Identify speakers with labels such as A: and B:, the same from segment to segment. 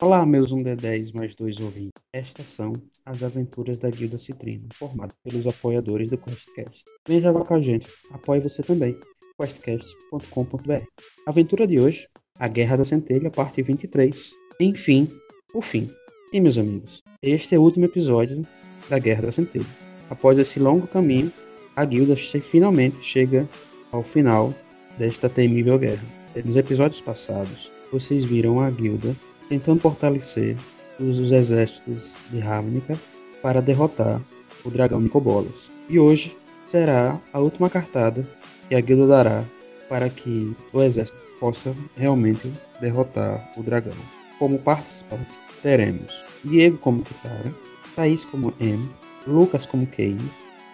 A: Olá, meus 1D10 mais 2 ouvintes. Estas são as aventuras da Guilda Citrino, formada pelos apoiadores do QuestCast. Vem jogar com a gente. Apoie você também. questcast.com.br Aventura de hoje, A Guerra da Centelha, parte 23. Enfim, o fim. E, meus amigos, este é o último episódio da Guerra da Centelha. Após esse longo caminho, a Guilda che- finalmente chega ao final desta temível guerra. Nos episódios passados, vocês viram a Guilda tentando Então, fortalecer os, os exércitos de Ravnica para derrotar o dragão Nicobolas. E hoje será a última cartada que a Guilda dará para que o exército possa realmente derrotar o dragão. Como participantes, teremos Diego como Kitara, Thaís como M, Lucas como Kane,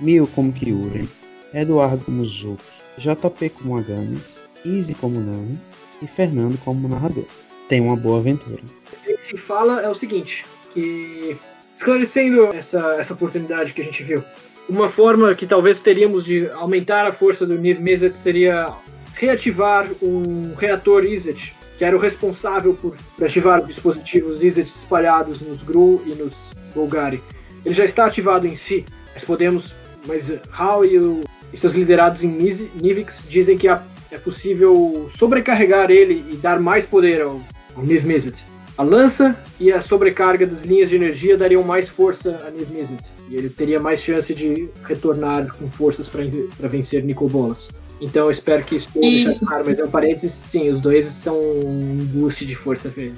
A: Mil como Kyuren, Eduardo como Zuki, JP como Agames, Izzy como Nami e Fernando como narrador. Tenha uma boa aventura.
B: que se fala é o seguinte, que esclarecendo essa, essa oportunidade que a gente viu, uma forma que talvez teríamos de aumentar a força do Niv Mizzet seria reativar um reator Izzet, que era o responsável por por ativar os dispositivos Izzet espalhados nos Gru e nos Golgari. Ele já está ativado em si, mas podemos... Mas Hal e, o- e seus liderados em Niz- Nivix dizem que há- é possível sobrecarregar ele e dar mais poder ao, ao Niv Mizzet. A lança e a sobrecarga das linhas de energia dariam mais força a Niv Mizzet, e ele teria mais chance de retornar com forças para vencer Nicobolas. Então eu espero que isso tenha
C: Isso.
B: deixado claro, mas é um parênteses, sim, os dois são um boost de força pra ele.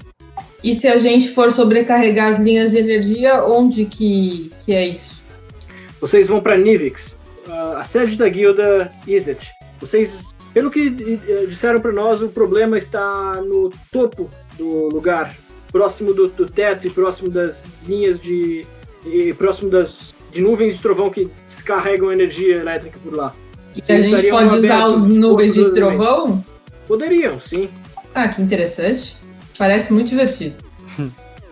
C: E se a gente for sobrecarregar as linhas de energia, onde que, que é isso?
B: Vocês vão para Nivix, Ah, a- a sede da guilda Izzet. Vocês, pelo que eh, disseram para nós, o problema está no topo do lugar, próximo do, do teto e próximo das linhas de. e próximo das de nuvens de trovão que descarregam energia elétrica por lá.
C: E a gente
B: Estariam
C: pode usar
B: abertos
C: os nuvens de
B: todos os
C: trovão?
B: Poderiam, sim.
C: Ah, que interessante. Parece muito divertido.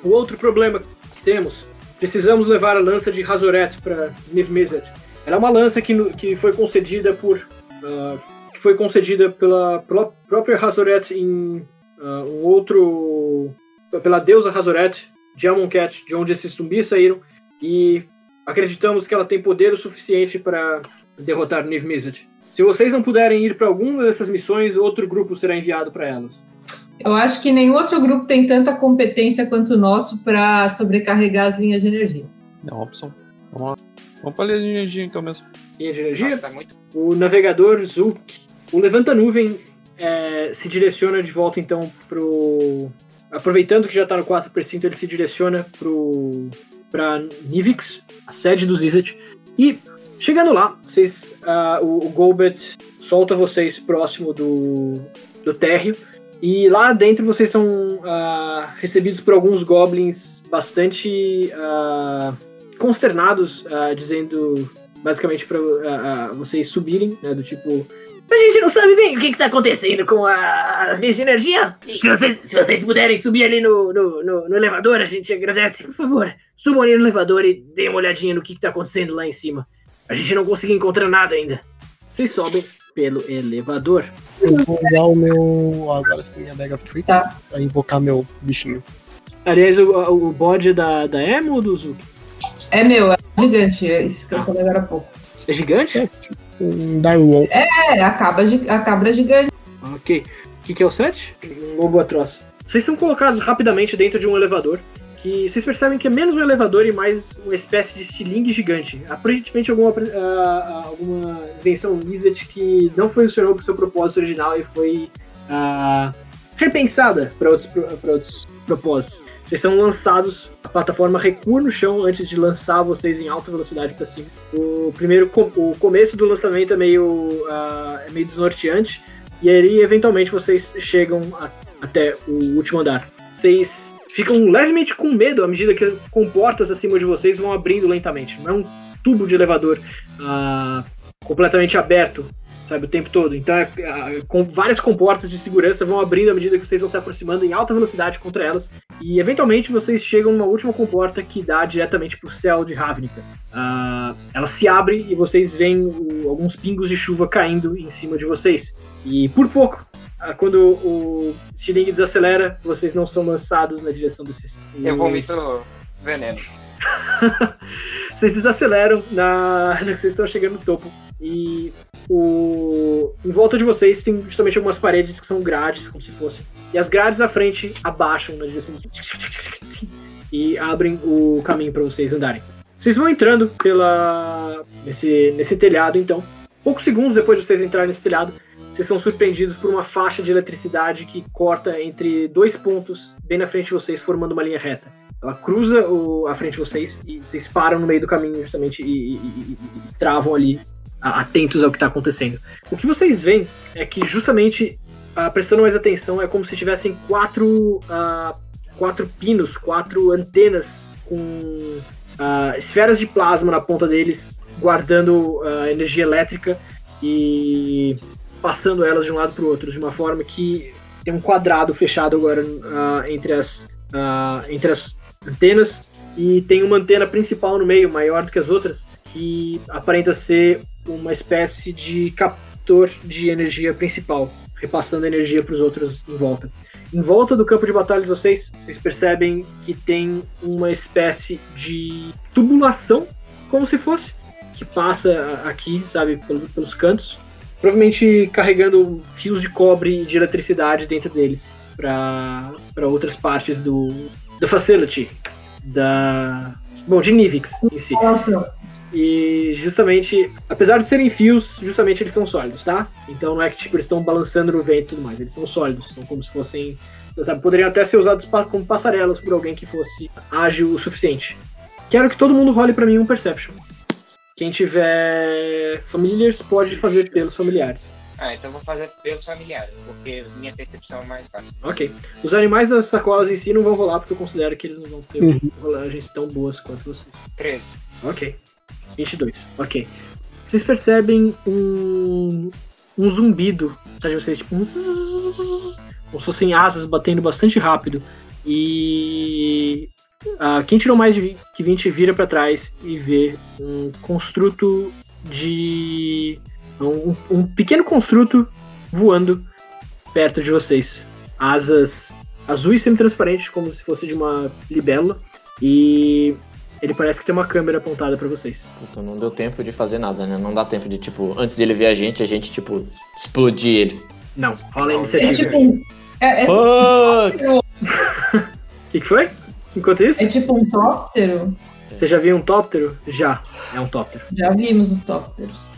B: O outro problema que temos, precisamos levar a lança de Razoret para Niv Mizzet. Ela é uma lança que, no- que foi concedida por ah, que foi concedida pela pró- própria Razoret em ah, um outro pela deusa Razoret, Cat, de onde esses zumbis saíram e acreditamos que ela tem poder o suficiente para derrotar Niv Mizzet. Se vocês não puderem ir para alguma dessas missões, outro grupo será enviado para elas.
C: Eu acho que nenhum outro grupo tem tanta competência quanto o nosso para sobrecarregar as linhas de energia.
D: É uma opção. Vamos lá. Vamos pra linha de energia então mesmo.
B: Linha de energia?
E: Nossa, tá muito
B: O navegador um Zulk, o levanta-nuvem, é, se direciona de volta então pro. Aproveitando que já tá no 4 precinto, ele se direciona pro. pra Nivix, a sede dos Izzet. E chegando lá, vocês. ah, o, o Golbet solta vocês próximo do. do térreo. E lá dentro vocês são ah, recebidos por alguns goblins bastante ah, consternados, ah, dizendo basicamente para vocês subirem, né? Do tipo. A gente não sabe bem o que, está acontecendo com a- as linhas de energia. Se vocês, se vocês puderem subir ali no, no, no- no elevador, a gente agradece. Por favor, subam ali no elevador e deem uma olhadinha no que, está acontecendo lá em cima. A gente não conseguiu encontrar nada ainda. Vocês sobem pelo elevador.
F: Eu vou usar o meu. Agora sim, minha Bag of Tricks.
C: Tá.
F: Pra invocar meu bichinho.
B: Aliás, o, o bode da, da Emo ou do Zuki?
C: É meu, é gigante, é isso que eu falei agora há pouco.
B: É gigante?
F: Um Direwolf.
C: É, a cabra, gi- a cabra gigante.
B: Ok. O que, que é o 7? Um lobo atroz. Vocês são colocados rapidamente dentro de um elevador. Que vocês percebem que é menos um elevador e mais uma espécie de estilingue gigante. Aparentemente alguma, pre- ah, ah, alguma invenção Lizard que não funcionou pro seu propósito original e foi ah, repensada para outros, pro- pra outros propósitos. Vocês são lançados, a plataforma recua no chão antes de lançar vocês em alta velocidade para cima. O primeiro, com- o começo do lançamento é meio, ah, é meio desnorteante, e aí, eventualmente, vocês chegam a- até o último andar. Vocês ficam levemente com medo à medida que com portas acima de vocês vão abrindo lentamente. Não é um tubo de elevador ah, completamente aberto, sabe, o tempo todo. Então, é- ah, com várias comportas de segurança vão abrindo à medida que vocês vão se aproximando em alta velocidade contra elas. E, eventualmente, vocês chegam numa última comporta que dá diretamente pro céu de Ravnica. Ah, ela se abre e vocês veem o- alguns pingos de chuva caindo em cima de vocês. E por pouco, ah, quando o estilingue desacelera, vocês não são lançados na direção desses.
E: Eu vomito É veneno.
B: Vocês desaceleram na. na- Vocês estão chegando no topo. E o. Em volta de vocês tem justamente algumas paredes que são grades, como se fossem. E as grades à frente abaixam na direção de... e abrem o caminho para vocês andarem. Vocês vão entrando pela. nesse, nesse telhado, então. Poucos segundos depois de vocês entrarem nesse telhado, vocês são surpreendidos por uma faixa de eletricidade que corta entre dois pontos bem na frente de vocês, formando uma linha reta. Ela cruza o- a frente de vocês e vocês param no meio do caminho justamente e, e- e- e- e travam ali, a- atentos ao que está acontecendo. O que vocês veem é que justamente, ah, prestando mais atenção, é como se tivessem quatro, ah, quatro pinos, quatro antenas com ah, esferas de plasma na ponta deles, guardando a energia elétrica e passando elas de um lado para o outro, de uma forma que tem um quadrado fechado agora ah, entre, as, ah, entre as antenas e tem uma antena principal no meio, maior do que as outras, que aparenta ser uma espécie de captor de energia principal, repassando energia para os outros em volta. Em volta do campo de batalha de vocês, vocês percebem que tem uma espécie de tubulação, como se fosse, que passa a- aqui, sabe, pelo- pelos cantos, provavelmente carregando fios de cobre e de eletricidade dentro deles para outras partes do, do facility da bom de Nivix em si.
C: Nossa,
B: E justamente, apesar de serem fios, justamente eles são sólidos, tá? Então não é que tipo, eles estão balançando no vento e tudo mais, eles são sólidos, são como se fossem, você sabe, poderiam até ser usados pa- como passarelas por alguém que fosse ágil o suficiente. Quero que todo mundo role pra mim um Perception. Quem tiver familiars pode fazer pelos familiares.
E: Ah, então eu vou fazer pelos familiares, porque minha percepção é mais baixa.
B: Ok. Os animais das sacolas em si não vão rolar porque eu considero que eles não vão ter
F: Uhum.
B: rolagens tão boas quanto vocês.
E: 13.
B: Ok. 22. Ok. Vocês percebem um, um zumbido atrás de vocês, tipo um zzzz, como se fossem asas batendo bastante rápido. E ah, quem tirou mais de vi- que 20 vira pra trás e vê um construto de. um, um pequeno construto voando perto de vocês. Asas azuis semi-transparentes, como se fosse de uma libélula. E ele parece que tem uma câmera apontada pra vocês.
G: Puta, não deu tempo de fazer nada, né? Não dá tempo de, tipo, antes dele ver a gente, a gente, tipo, explodir ele.
B: Não, rola a
E: Não,
C: é
B: iniciativa.
C: tipo. um- É, é-
G: Fuck!
B: O que, que foi? Enquanto isso,
C: é tipo um tóptero?
B: você já viu um tóptero? Já, é um tóptero.
C: Já vimos os tópteros.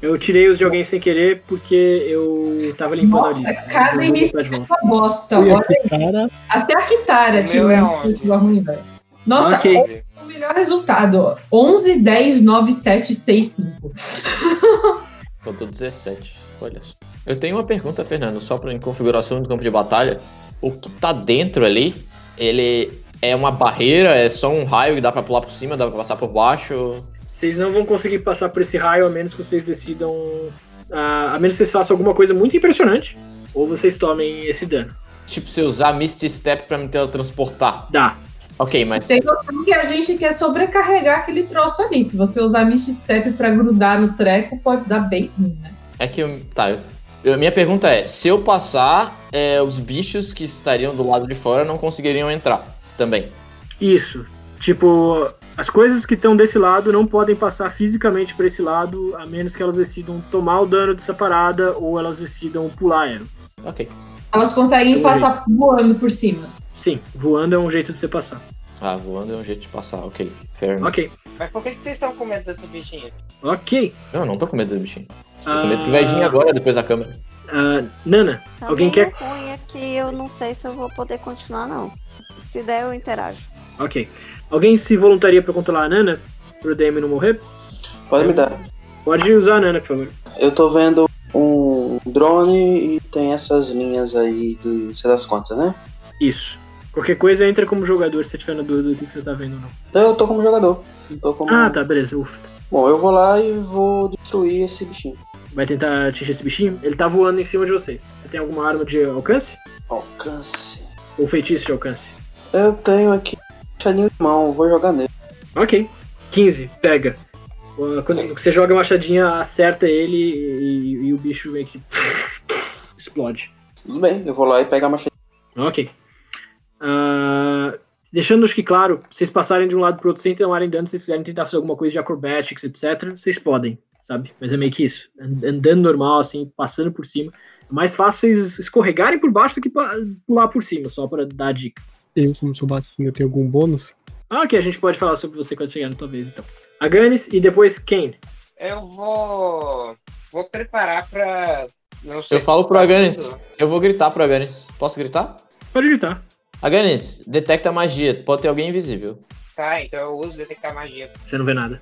B: Eu tirei os de alguém sem querer porque eu tava limpando
C: Nossa,
B: a lista.
C: cada
B: Eu vou
C: início-
B: botar de volta.
C: Uma bosta.
F: E
C: Olha,
F: aqui, cara,
C: até a Kitara
E: meu
C: tirou
E: é
C: um
E: onze.
C: currículo ruim, velho. Nossa,
B: Ok.
C: o melhor resultado. ó. 11, 10, 9, 7, 6, 5.
G: Eu tô 17, olha só. Eu tenho uma pergunta, Fernando, só pra em configuração do campo de batalha. O que tá dentro ali, ele é uma barreira, é só um raio que dá pra pular por cima, dá pra passar por baixo.
B: Vocês não vão conseguir passar por esse raio a menos que vocês decidam. ah, a menos que vocês façam alguma coisa muito impressionante. Ou vocês tomem esse dano.
G: Tipo, se eu usar Misty Step pra me teletransportar.
B: Dá.
G: Ok, mas.
C: Tem noção que a gente quer sobrecarregar aquele troço ali. Se você usar Mist Step pra grudar no treco, pode dar bem ruim, né?
G: É que eu. Tá, eu- eu- minha pergunta é: se eu passar, é, os bichos que estariam do lado de fora não conseguiriam entrar também.
B: Isso. Tipo, as coisas que estão desse lado não podem passar fisicamente pra esse lado, a menos que elas decidam tomar o dano dessa parada ou elas decidam pular aero.
G: Ok.
C: Elas conseguem
B: Tem
C: passar voando por cima.
B: Sim, voando é um jeito de você passar.
G: Ah, voando é um jeito de passar, ok. Fair enough.
B: Ok,
E: Mas por que que vocês estão comendo desse bichinho?
B: ok.
G: Eu não tô com medo do bichinho. Tô
B: Ah,
G: com medo que vai vir agora, depois da câmera.
B: ah, Nana,
H: Tá
B: Alguém
H: bem
B: quer-
H: ruim aqui, eu não sei se eu vou poder continuar, não. Se der, eu interajo.
B: ok. Alguém se voluntaria pra controlar a Nana? Pro DM não morrer?
I: Pode me dar.
B: Pode usar a Nana, por favor.
I: Eu tô vendo um drone e tem essas linhas aí do sei das contas, né?
B: Isso. Qualquer coisa entra como jogador se você tiver na dúvida do que que você tá vendo ou não.
I: Então eu tô como jogador. Não tô como.
B: Ah, tá, beleza. Ufa.
I: Bom, eu vou lá e vou destruir esse bichinho.
B: Vai tentar atingir esse bichinho? Ele tá voando em cima de vocês. Você tem alguma arma de alcance?
I: Alcance.
B: Ou feitiço de alcance?
I: Eu tenho aqui um machadinho de mão, vou jogar nele.
B: Ok. 15, pega. Uh, Quando você joga a machadinha, acerta ele e, e o bicho meio que explode.
I: Tudo bem, eu vou lá e pego a machadinha.
B: Ok. Ah, deixando acho que claro, vocês passarem de um lado pro outro sem tomarem dano, se vocês quiserem tentar fazer alguma coisa de acrobatics, etc., vocês podem, sabe? Mas é meio que isso. And- Andando normal, assim, passando por cima. É mais fácil vocês escorregarem por baixo do que pa- pular por cima, só pra dar a dica.
F: Eu, como sou batinho, eu tenho algum bônus?
B: Ah, ok, a gente pode falar sobre você quando chegar na tua vez, então. Aganis e depois Kane.
E: Eu vou. Vou preparar pra. Não sei.
G: Eu falo pro Aganis. Eu vou gritar pro Aganis. Posso gritar?
B: Pode gritar.
G: Aganis, detecta magia. Pode ter alguém invisível.
E: Tá, então eu uso detectar magia.
B: Você não vê nada.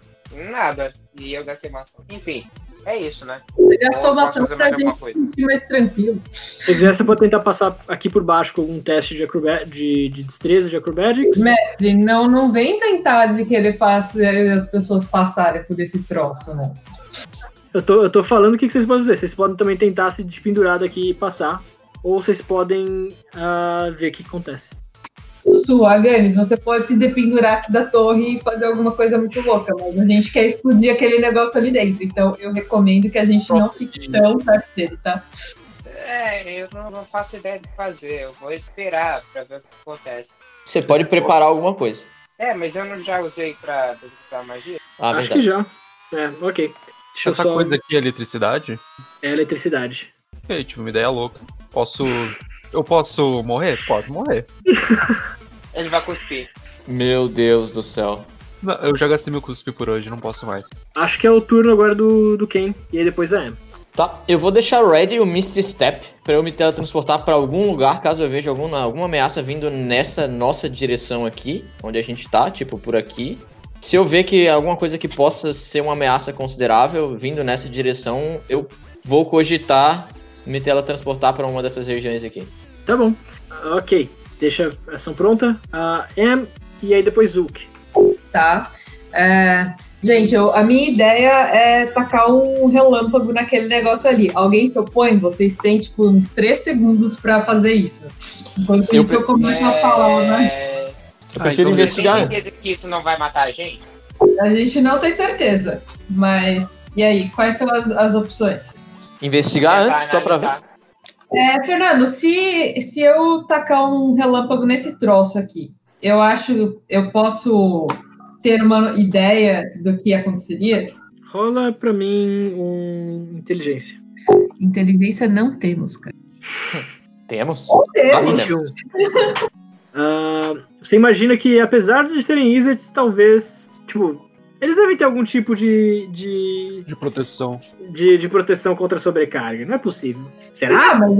E: Nada. E eu gastei uma ação. Enfim, é isso, né?
C: Você gastou
E: Ou
C: uma
E: posso
C: ação
E: fazer
C: pra
E: mais
C: gente
E: alguma
C: se
E: coisa?
C: sentir mais tranquilo.
B: Se quiser, você pode tentar passar aqui por baixo com um teste de, acroba- de, de destreza, de acrobatics.
C: Mestre, não, não vem inventar de querer fazer as pessoas passarem por esse troço, né? mestre.
B: Eu tô, eu tô falando o que, que vocês podem fazer. Vocês podem também tentar se despendurar daqui e passar. Ou vocês podem ah, ver o que, que acontece.
C: Sussu, Aganis, você pode se dependurar aqui da torre e fazer alguma coisa muito louca, mas a gente quer explodir aquele negócio ali dentro. Então eu recomendo que a gente não fique tão perto dele, tá?
E: É, eu não, não faço ideia do que fazer. Eu vou esperar pra ver o que acontece.
G: Você pode preparar alguma coisa.
E: É, mas eu não já usei pra detectar magia?
G: Ah,
B: Acho que
G: verdade.
B: já. É, ok. Deixa eu
D: Essa
B: só-
D: coisa aqui é eletricidade?
B: É eletricidade.
D: Ok, tive uma ideia louca. Posso. Eu posso morrer? Pode morrer.
E: Ele vai cuspir.
G: Meu Deus do céu.
D: Não, eu já gastei meu cuspe por hoje, não posso mais.
B: Acho que é o turno agora do, do Ken. E aí depois da Am.
G: Tá, eu vou deixar ready o Misty Step pra eu me teletransportar pra algum lugar caso eu veja alguma, alguma ameaça vindo nessa nossa direção aqui, onde a gente tá, tipo por aqui. Se eu ver que alguma coisa que possa ser uma ameaça considerável vindo nessa direção, eu vou cogitar me teletransportar pra uma dessas regiões aqui.
B: Tá bom. Ah, ok. Deixa a ação pronta. A Am e aí depois Zulk.
C: Tá? É, gente, eu- a minha ideia é tacar um relâmpago naquele negócio ali. Alguém se opõe? Vocês têm, tipo, uns três segundos pra fazer isso. Enquanto
G: Eu
C: isso, eu começo a
E: É,
C: falar, né?
G: Eu
D: Ah,
G: prefiro
D: então
E: Você tem
G: investigar.
E: certeza que isso não vai matar a gente?
C: A gente não tem certeza, mas. E aí, quais são as, as opções?
G: Investigar
E: Tentar
G: antes, só pra ver.
E: analisar.
C: É, Fernando, se, se eu tacar um relâmpago nesse troço aqui, eu acho. Eu posso ter uma ideia do que aconteceria?
B: Rola pra mim um inteligência.
C: Inteligência não temos, cara. Temos.
G: Temos? Ah,
B: 21. Ah, você imagina que, apesar de serem Izzets, talvez. Tipo, eles devem ter algum tipo de, de,
D: De proteção.
B: de, de proteção contra a sobrecarga. Não é possível. Será?
C: Ah, mas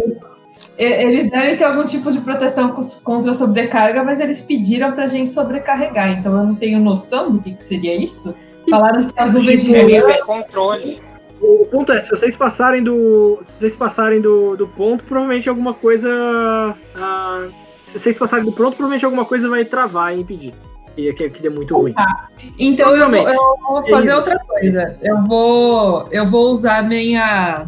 C: e- eles devem ter algum tipo de proteção cos- contra a sobrecarga, mas eles pediram pra gente sobrecarregar, então eu não tenho noção do que, que seria isso. Falaram que as nuvens de
E: Deve haver controle.
B: O ponto é: se vocês passarem do. Se vocês passarem do, do ponto, provavelmente alguma coisa. ah, se vocês passarem do ponto, provavelmente alguma coisa vai travar e impedir. E é que, que dê muito ruim.
C: Então eu vou,
B: Provavelmente.
C: eu vou fazer outra coisa. Eu vou, eu vou usar minha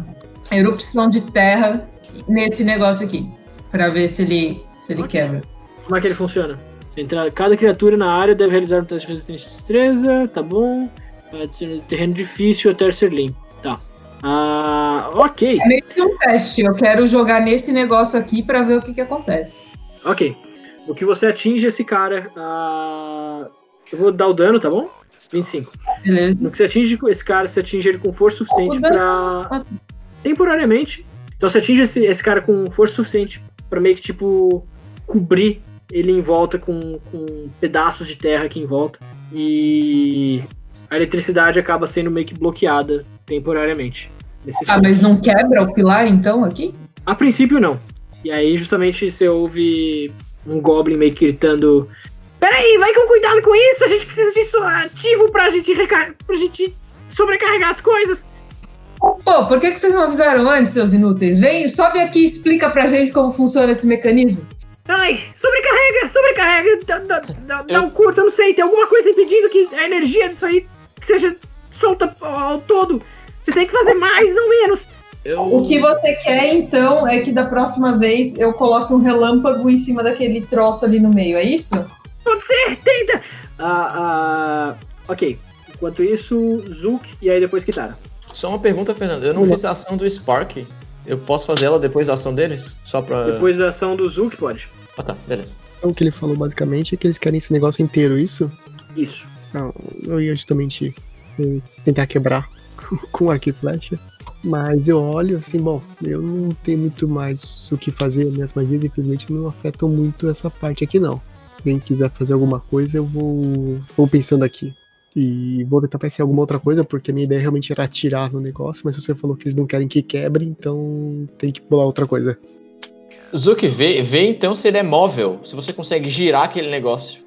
C: erupção de terra nesse negócio aqui pra ver se ele se ele quebra.
B: Como é que ele funciona? Você entra- cada criatura na área deve realizar um teste de resistência de destreza, tá bom? Pode ser no Terreno difícil até ser limpo. Tá. Ah, ok,
C: É meio que um teste. Eu quero jogar nesse negócio aqui pra ver o que, que acontece.
B: ok. O que você atinge esse cara. ah, eu vou dar o dano, tá bom? 25.
C: Beleza?
B: No que você atinge esse cara, você atinge ele com força suficiente
C: O dano-
B: pra. Temporariamente. Então você atinge esse, esse cara com força suficiente pra meio que tipo. cobrir ele em volta com, com pedaços de terra aqui em volta. E a eletricidade acaba sendo meio que bloqueada temporariamente. nesses
C: Ah,
B: pontos.
C: mas não quebra o pilar então aqui?
B: A princípio, não. E aí, justamente, você ouve um Goblin meio que gritando: Peraí, vai com cuidado com isso, a gente precisa disso ativo pra gente, recar pra gente sobrecarregar as coisas.
C: Pô, por que, que vocês não avisaram antes, seus inúteis? Vem, sobe aqui e explica pra gente como funciona esse mecanismo.
B: Ai, sobrecarrega, sobrecarrega, dá, dá, dá, dá
G: Eu-
B: um curto, eu não sei, tem alguma coisa impedindo que a energia disso aí seja solta ao ao todo. Você tem que fazer mais, não menos.
G: Eu...
C: O que você quer, então, é que da próxima vez eu coloque um relâmpago em cima daquele troço ali no meio, é isso?
B: Pode ser, tenta! É Ah, ah, ok. Enquanto isso, Zook e aí depois Kitara.
G: Só uma pergunta, Fernando. Eu não fiz a ação do Spark. Eu posso fazer ela depois da ação deles? Só pra.
B: Depois da ação do Zulk, pode.
G: Ah tá, beleza.
F: Então, o que ele falou basicamente é que eles querem esse negócio inteiro, isso?
B: Isso.
F: Não, eu ia justamente eh, tentar quebrar com arco e flecha. Mas eu olho assim, bom, eu não tenho muito mais o que fazer, minhas magias infelizmente não afetam muito essa parte aqui não. Se alguém quiser fazer alguma coisa, eu vou, vou pensando aqui. E vou tentar pensar em alguma outra coisa, porque a minha ideia realmente era atirar no negócio, mas você falou que eles não querem que quebre, então tem que pular outra coisa.
G: Zuki, vê, vê então se ele é móvel. Se você consegue girar aquele negócio.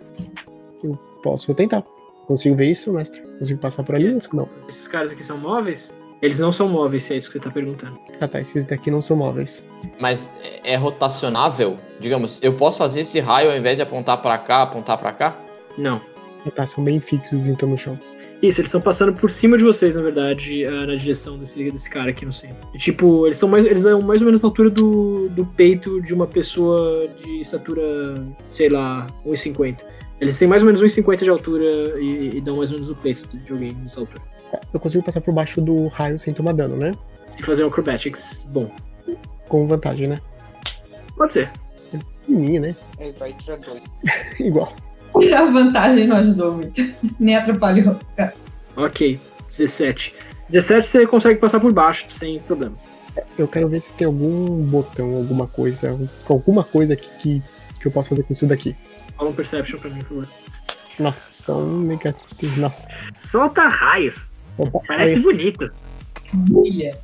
F: Posso tentar. Consigo ver isso, mestre? Consigo passar por ali? Não.
B: Esses caras aqui são móveis? Eles não são móveis, se é isso que você tá perguntando.
F: Ah tá, esses daqui não são móveis.
G: Mas é- é rotacionável? Digamos, eu posso fazer esse raio ao invés de apontar pra cá, apontar pra cá?
B: Não.
F: Ah, tá, são bem fixos então no chão.
B: Isso, eles estão passando por cima de vocês, na verdade, ah, na direção desse, desse cara aqui no centro. E, tipo, eles são mais, eles são mais ou menos na altura do, do peito de uma pessoa de estatura, sei lá, 1,50. Eles têm mais ou menos 1,50 de altura e, e dão mais ou menos o peito de alguém nessa altura.
F: Eu consigo passar por baixo do raio sem tomar dano, né?
B: Se fazer um acrobatics, bom.
F: Com vantagem, né?
B: Pode ser.
F: Em mim, né?
E: Ele vai tirar dois.
F: Igual.
C: A vantagem não ajudou muito, nem atrapalhou.
B: Ok, 17. 17 você consegue passar por baixo, sem problema.
F: Eu quero ver se tem algum botão, alguma coisa, alguma coisa que, que, que eu possa fazer com isso daqui.
B: Fala um perception pra mim, por favor.
F: Nossa, tão negativo. Nossa.
B: Solta raios.
F: Opa,
B: Parece
F: esse-
B: bonito.
C: Milha.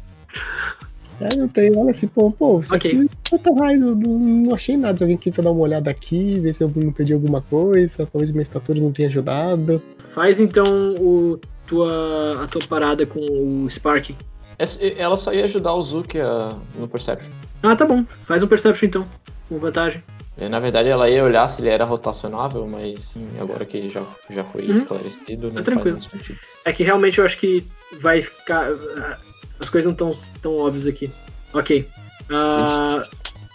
F: É, não tem, olha assim, pô, pô, isso
B: Ok.
F: aqui puta raio, eu não, não achei nada. Se alguém quiser dar uma olhada aqui, ver se eu não perdi alguma coisa, talvez minha estatura não tenha ajudado.
B: Faz então o tua, a tua parada com o Spark.
G: Essa- É Ela só ia ajudar o Zuki a- no Perception.
B: Ah, tá bom. Faz um Perception então. Com vantagem.
G: E, É, Na verdade, ela ia olhar se ele era rotacionável, mas hum, agora que já, já foi
B: Uhum.
G: esclarecido, não
B: Tá tranquilo.
G: faz muito sentido.
B: É que realmente eu acho que vai ficar. ah, As coisas não estão tão óbvias aqui. Ok. Ah,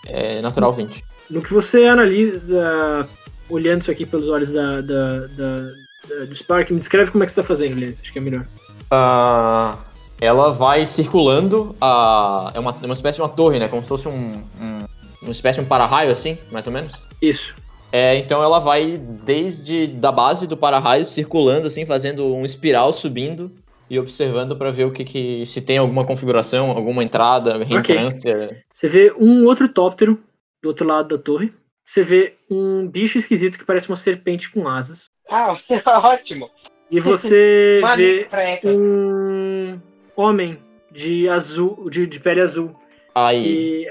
G: É natural 20.
B: no que você analisa, olhando isso aqui pelos olhos da, da- da- da- do Spark, me descreve como é que você tá fazendo, Lenz. Acho que é melhor.
G: Ah, ela vai circulando a. É uma, é uma espécie de uma torre, né? Como se fosse um. um- uma espécie de um para-raio, assim, mais ou menos.
B: Isso.
G: É, então ela vai desde da base do para-raio, circulando, assim, fazendo um espiral, subindo e observando pra ver o que, que. se tem alguma configuração, alguma entrada, reentrância.
B: Você vê um outro tóptero do outro lado da torre. Você vê um bicho esquisito que parece uma serpente com asas.
E: Ah, ótimo.
B: E você
E: Mano,
B: vê
E: preca.
B: um homem de azul, de, de pele azul,
G: Aí.
B: que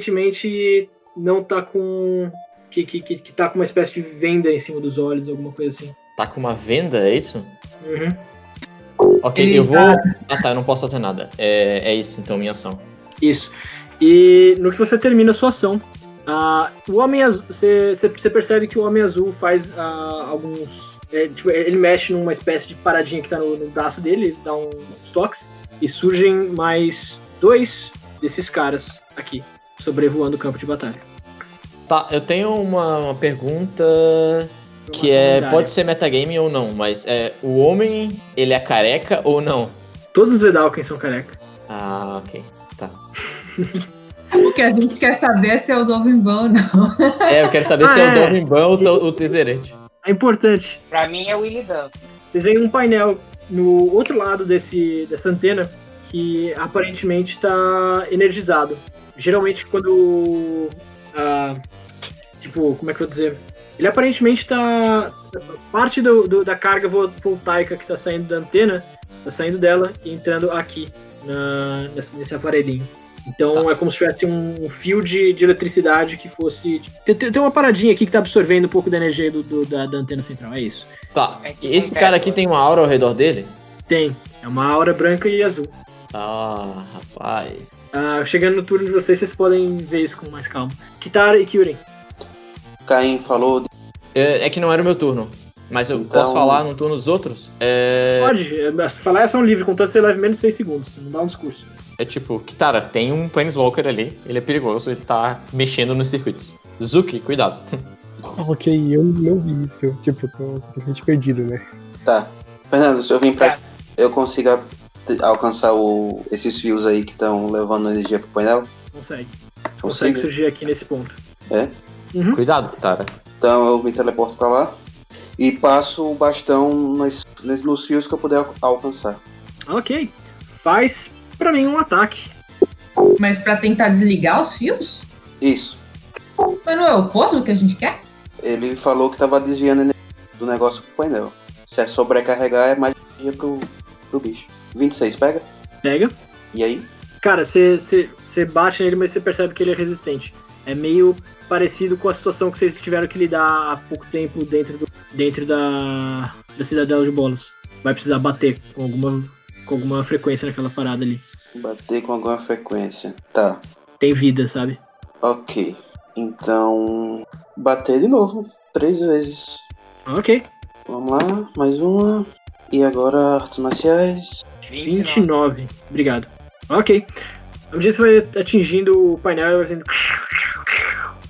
B: aparentemente não tá com. Que, que, que, que tá com uma espécie de venda em cima dos olhos, alguma coisa assim.
G: Tá com uma venda, é isso?
B: Uhum.
G: Ok,
C: Ele
G: eu vou.
C: tá-
G: Ah tá, eu não posso fazer nada. É, é isso, então, minha ação.
B: Isso. E no que você termina a sua ação, ah, o homem azul. Você, você- você percebe que o homem azul faz ah, alguns. é, tipo, ele mexe numa espécie de paradinha que tá no, no braço dele, dá um- uns toques, e surgem mais dois desses caras aqui, sobrevoando o campo de batalha.
G: Tá, eu tenho uma, uma pergunta que
B: Uma
G: é.
B: solidária.
G: Pode ser metagame ou não, mas é. O homem, ele é careca ou não?
B: Todos os Vedalken são careca.
G: Ah, ok.
C: O que a gente quer saber é se é o Dovinban ou não.
G: É, eu quero saber se é
B: Ah,
G: o
B: é.
G: Dovinban ou o- o Tezerete.
B: É importante.
E: Pra mim é o Willy Duncan.
B: Vocês veem um painel no outro lado desse, dessa antena que aparentemente está energizado. Geralmente quando. ah, tipo, como é que eu vou dizer? Ele aparentemente está. Parte do, do- da carga vo- voltaica que está saindo da antena está saindo dela e entrando aqui na, nessa- nesse aparelhinho. Então
G: Tá.
B: é como se tivesse um fio de, de eletricidade que fosse. tipo, Tem, tem- tem uma paradinha aqui que está absorvendo um pouco da energia do- do- da- da antena central, é isso.
G: Tá,
E: É que
G: esse
E: acontece,
G: cara aqui
E: mano.
G: tem uma aura ao redor dele?
B: Tem. É uma aura branca e azul.
G: Ah, rapaz.
B: Ah, chegando no turno de vocês, vocês podem ver isso com mais calma. Kitara e Kyurem.
I: Caim falou
G: É, é que não era o meu turno. Mas eu
I: Então-
G: posso falar no turno dos outros? É.
B: Pode, é, mas falar é só um livre, contanto que você leve menos de 6 segundos. Não dá um discurso.
G: É tipo, que, cara, tem um Planeswalker ali, ele é perigoso, ele tá mexendo nos circuitos. Zuki, cuidado.
F: Ah, ok, eu não vi isso. Tipo, tô completamente perdido, né?
I: Tá. Fernando, se eu vim pra. Eu consigo te- alcançar o- esses fios aí que estão levando energia pro painel?
B: Consegue. Consegue
I: Consigo?
B: surgir aqui nesse ponto.
G: Cuidado, Tara.
I: Então eu me teleporto pra lá e passo o bastão nas, nas- nos fios que eu puder al- alcançar.
B: Ok. Faz pra mim um ataque.
C: Mas pra tentar desligar os fios?
I: Isso.
C: Mas não é o posto que a gente quer?
I: Ele falou que tava desviando energia do negócio pro painel. Se é sobrecarregar, é mais energia pro, pro bicho. 26, pega.
B: Pega.
I: E aí?
B: Cara, você- você você bate nele, mas você percebe que ele é resistente. É meio parecido com a situação que vocês tiveram que lidar há pouco tempo dentro, do- dentro da, da Cidadela de Bolos. Vai precisar bater com alguma, com alguma frequência naquela parada ali.
I: Bater com alguma frequência. Tá.
B: Tem vida, sabe?
I: Ok. Então. Bater de novo. Três vezes.
B: Ah, Ok.
I: Vamos lá, mais uma. E agora artes marciais.
B: 29. Obrigado. Ok. À medida que você vai atingindo o painel, ele vai fazendo.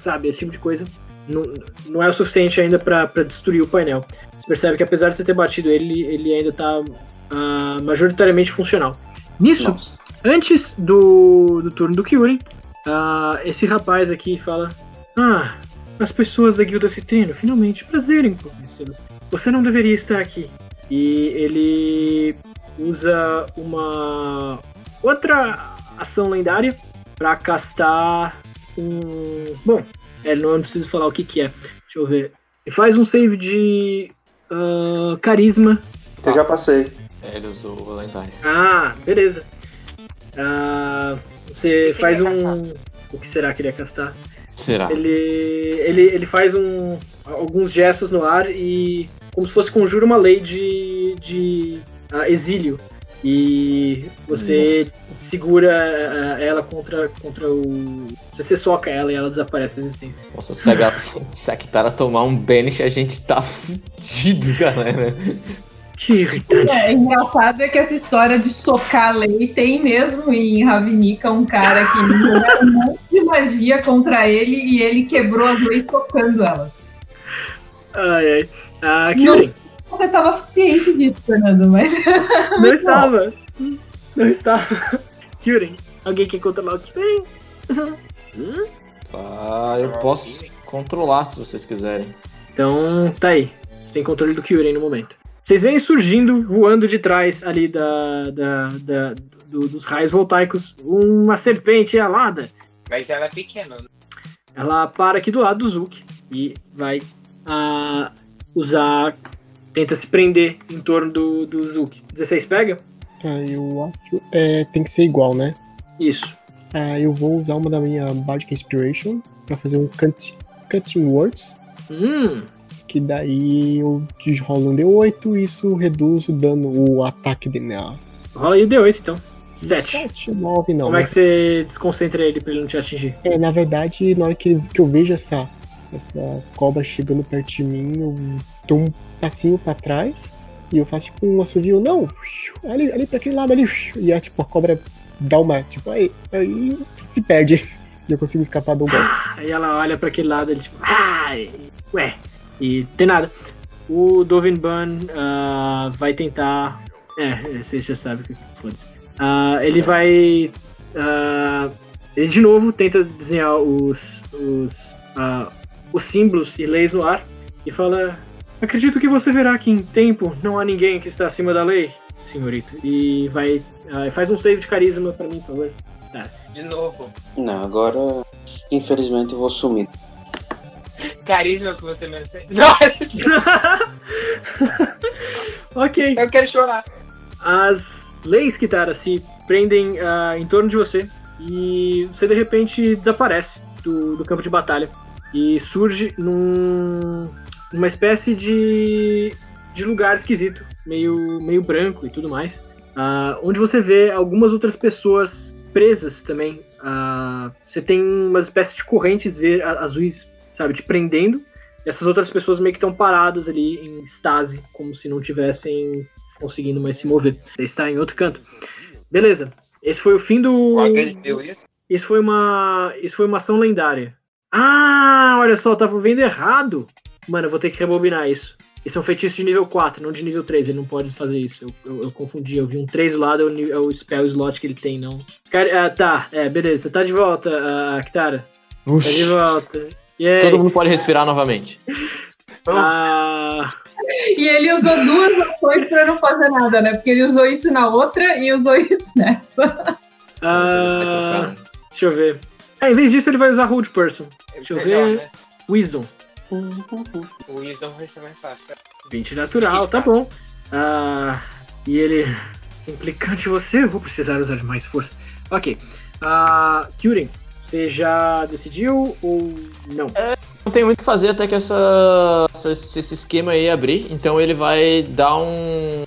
B: Sabe, esse tipo de coisa. Não, não é o suficiente ainda pra pra destruir o painel. Você percebe que apesar de você ter batido ele, ele ainda tá ah, majoritariamente funcional. Nisso,
I: Nossa.
B: antes do, do turno do Kyuri, ah, esse rapaz aqui fala: Ah, as pessoas da Guilda Citrino, finalmente, prazer em conhecê-las. Você não deveria estar aqui. E ele usa uma outra ação lendária pra castar um. Bom, é, não eu não preciso falar o que, que é. Deixa eu ver. Ele faz um save de ah, carisma
I: Eu já passei.
G: É, ele usou o lendário.
B: ah, beleza. Ah, você
E: O que que
B: faz
E: ele ia
B: um. O que será que ele ia castar?
G: Será?
B: Ele, ele, ele faz um, alguns gestos no ar e. Como se fosse conjura uma lei de, de ah, exílio. E você segura ah, ela contra, contra o. Você soca ela e ela desaparece da existência.
G: Nossa, se a, gata, se a Kitara tomar um banish, a gente tá fudido, galera.
B: Que irritante.
C: É, engraçado é que essa história de socar a lei tem mesmo em Ravenica um cara que jogou um monte de magia contra ele e ele quebrou as leis tocando elas.
B: Ai, ai. Ah,
C: Não.
B: Kyurem,
C: Você tava ciente disso, Fernando, mas
B: não, estava. Não estava. Kyurem, alguém quer controlar o Kyurem?
G: Tá, eu posso controlar se vocês quiserem.
B: Então, tá aí. Você tem controle do Kyurem no momento. Vocês vêm surgindo, voando de trás ali da, da, da- do- dos raios voltaicos, uma serpente alada.
E: Mas ela é pequena. né?
B: Ela para aqui do lado do Zuki e vai ah, usar. Tenta se prender em torno do, do Zuki. 16 pega?
F: Ah, eu acho. É, tem que ser igual, né?
B: Isso.
F: Ah, eu vou usar uma da minha Bardic Inspiration pra fazer um cut, Cutting Words.
B: Hum,
F: Que daí eu rolo um D8 e isso reduz o dano, o ataque dele. Né?
B: rola aí o D8 então. 7.
F: 7, 9 não. né?
B: Como é que você desconcentra ele pra ele não te atingir?
F: É, na verdade, na hora que, que eu vejo essa, essa cobra chegando perto de mim, eu dou um passinho pra trás e eu faço tipo um assovio, não, ali, ali pra aquele lado ali, e a, tipo, a cobra dá uma, tipo, aí, aí se perde. E eu consigo escapar do golpe.
B: Aí ela olha pra aquele lado, ele tipo, ai, ué, e tem nada. O Dovinban ah, vai tentar. É, é, vocês já sabem que. Foda-se. Ah, ele vai. ah, ele de novo tenta desenhar os, os, ah, os símbolos e leis no ar e fala: Acredito que você verá que em tempo não há ninguém que está acima da lei, senhorita. E vai. ah, faz um save de carisma pra mim, por favor.
E: De novo.
I: Não, agora. Infelizmente eu vou sumir.
E: Carisma que você não sei. Nossa,
B: Ok.
E: eu quero chorar.
B: as leis Kitara se prendem ah, em torno de você e você de repente desaparece do, do campo de batalha e surge num, numa espécie de, de lugar esquisito, meio, meio branco e tudo mais, ah, onde você vê algumas outras pessoas presas também. Ah, você tem uma espécie de correntes ver- a- azuis, sabe, te prendendo. E essas outras pessoas meio que estão paradas ali em estase, como se não tivessem conseguindo mais se mover. Você está em outro canto. Beleza. Esse foi o fim do.
E: Alguém viu isso?
B: Isso foi uma. Isso foi uma ação lendária. Ah, olha só, eu tava vendo errado. Mano, eu vou ter que rebobinar isso. Esse é um feitiço de nível 4, não de nível 3. Ele não pode fazer isso. Eu, eu- eu confundi. Eu vi um 3 lá, é o, ni- é o spell slot que ele tem, não. Cara, ah, tá, é, beleza. Você tá de volta, ah, Kitara. Tá de volta. E aí?
G: Todo mundo pode respirar novamente.
B: Ah,
C: E ele usou duas ações pra não fazer nada, né? Porque ele usou isso na outra e usou isso nessa.
G: tá?
B: ah,
G: um
B: deixa eu ver. Ah, em vez disso, ele vai usar Hold Person. Deixa eu ver.
E: né?
B: Wisdom.
E: O Wisdom vai ser mais fácil.
B: 20 natural, tá bom. Ah, e ele. Implicante você, eu vou precisar usar mais força. Ok. Ah, Kyurem, você já decidiu ou não?
G: Não tem muito o que fazer até que essa, essa- esse esquema aí abrir. Então ele vai dar um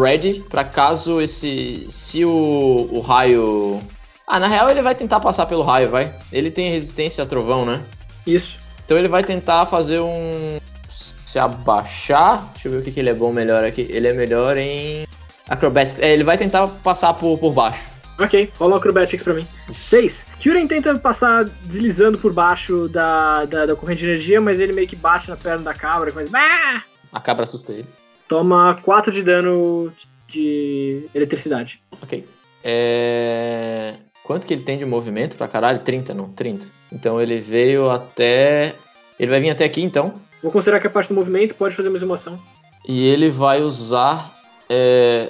G: ready pra caso esse. Se o, o raio. Ah, na real ele vai tentar passar pelo raio, vai. Ele tem resistência a trovão, né?
B: Isso.
G: Então ele vai tentar fazer um. Se abaixar. Deixa eu ver o que, que ele é bom melhor aqui. Ele é melhor em. Acrobatics. É, ele vai tentar passar por, por baixo.
B: Ok, rola um acrobatics pra mim. 6. Kyurem tenta passar deslizando por baixo da, da, da corrente de energia, mas ele meio que bate na perna da cabra, faz. "Ah!"
G: A cabra assusta ele.
B: Toma 4 de dano de eletricidade.
G: Ok. É... Quanto que ele tem de movimento pra caralho? 30, não, 30. Então ele veio até. Ele vai vir até aqui então.
B: Vou considerar que é parte do movimento, pode fazer mais uma ação.
G: E ele vai usar é,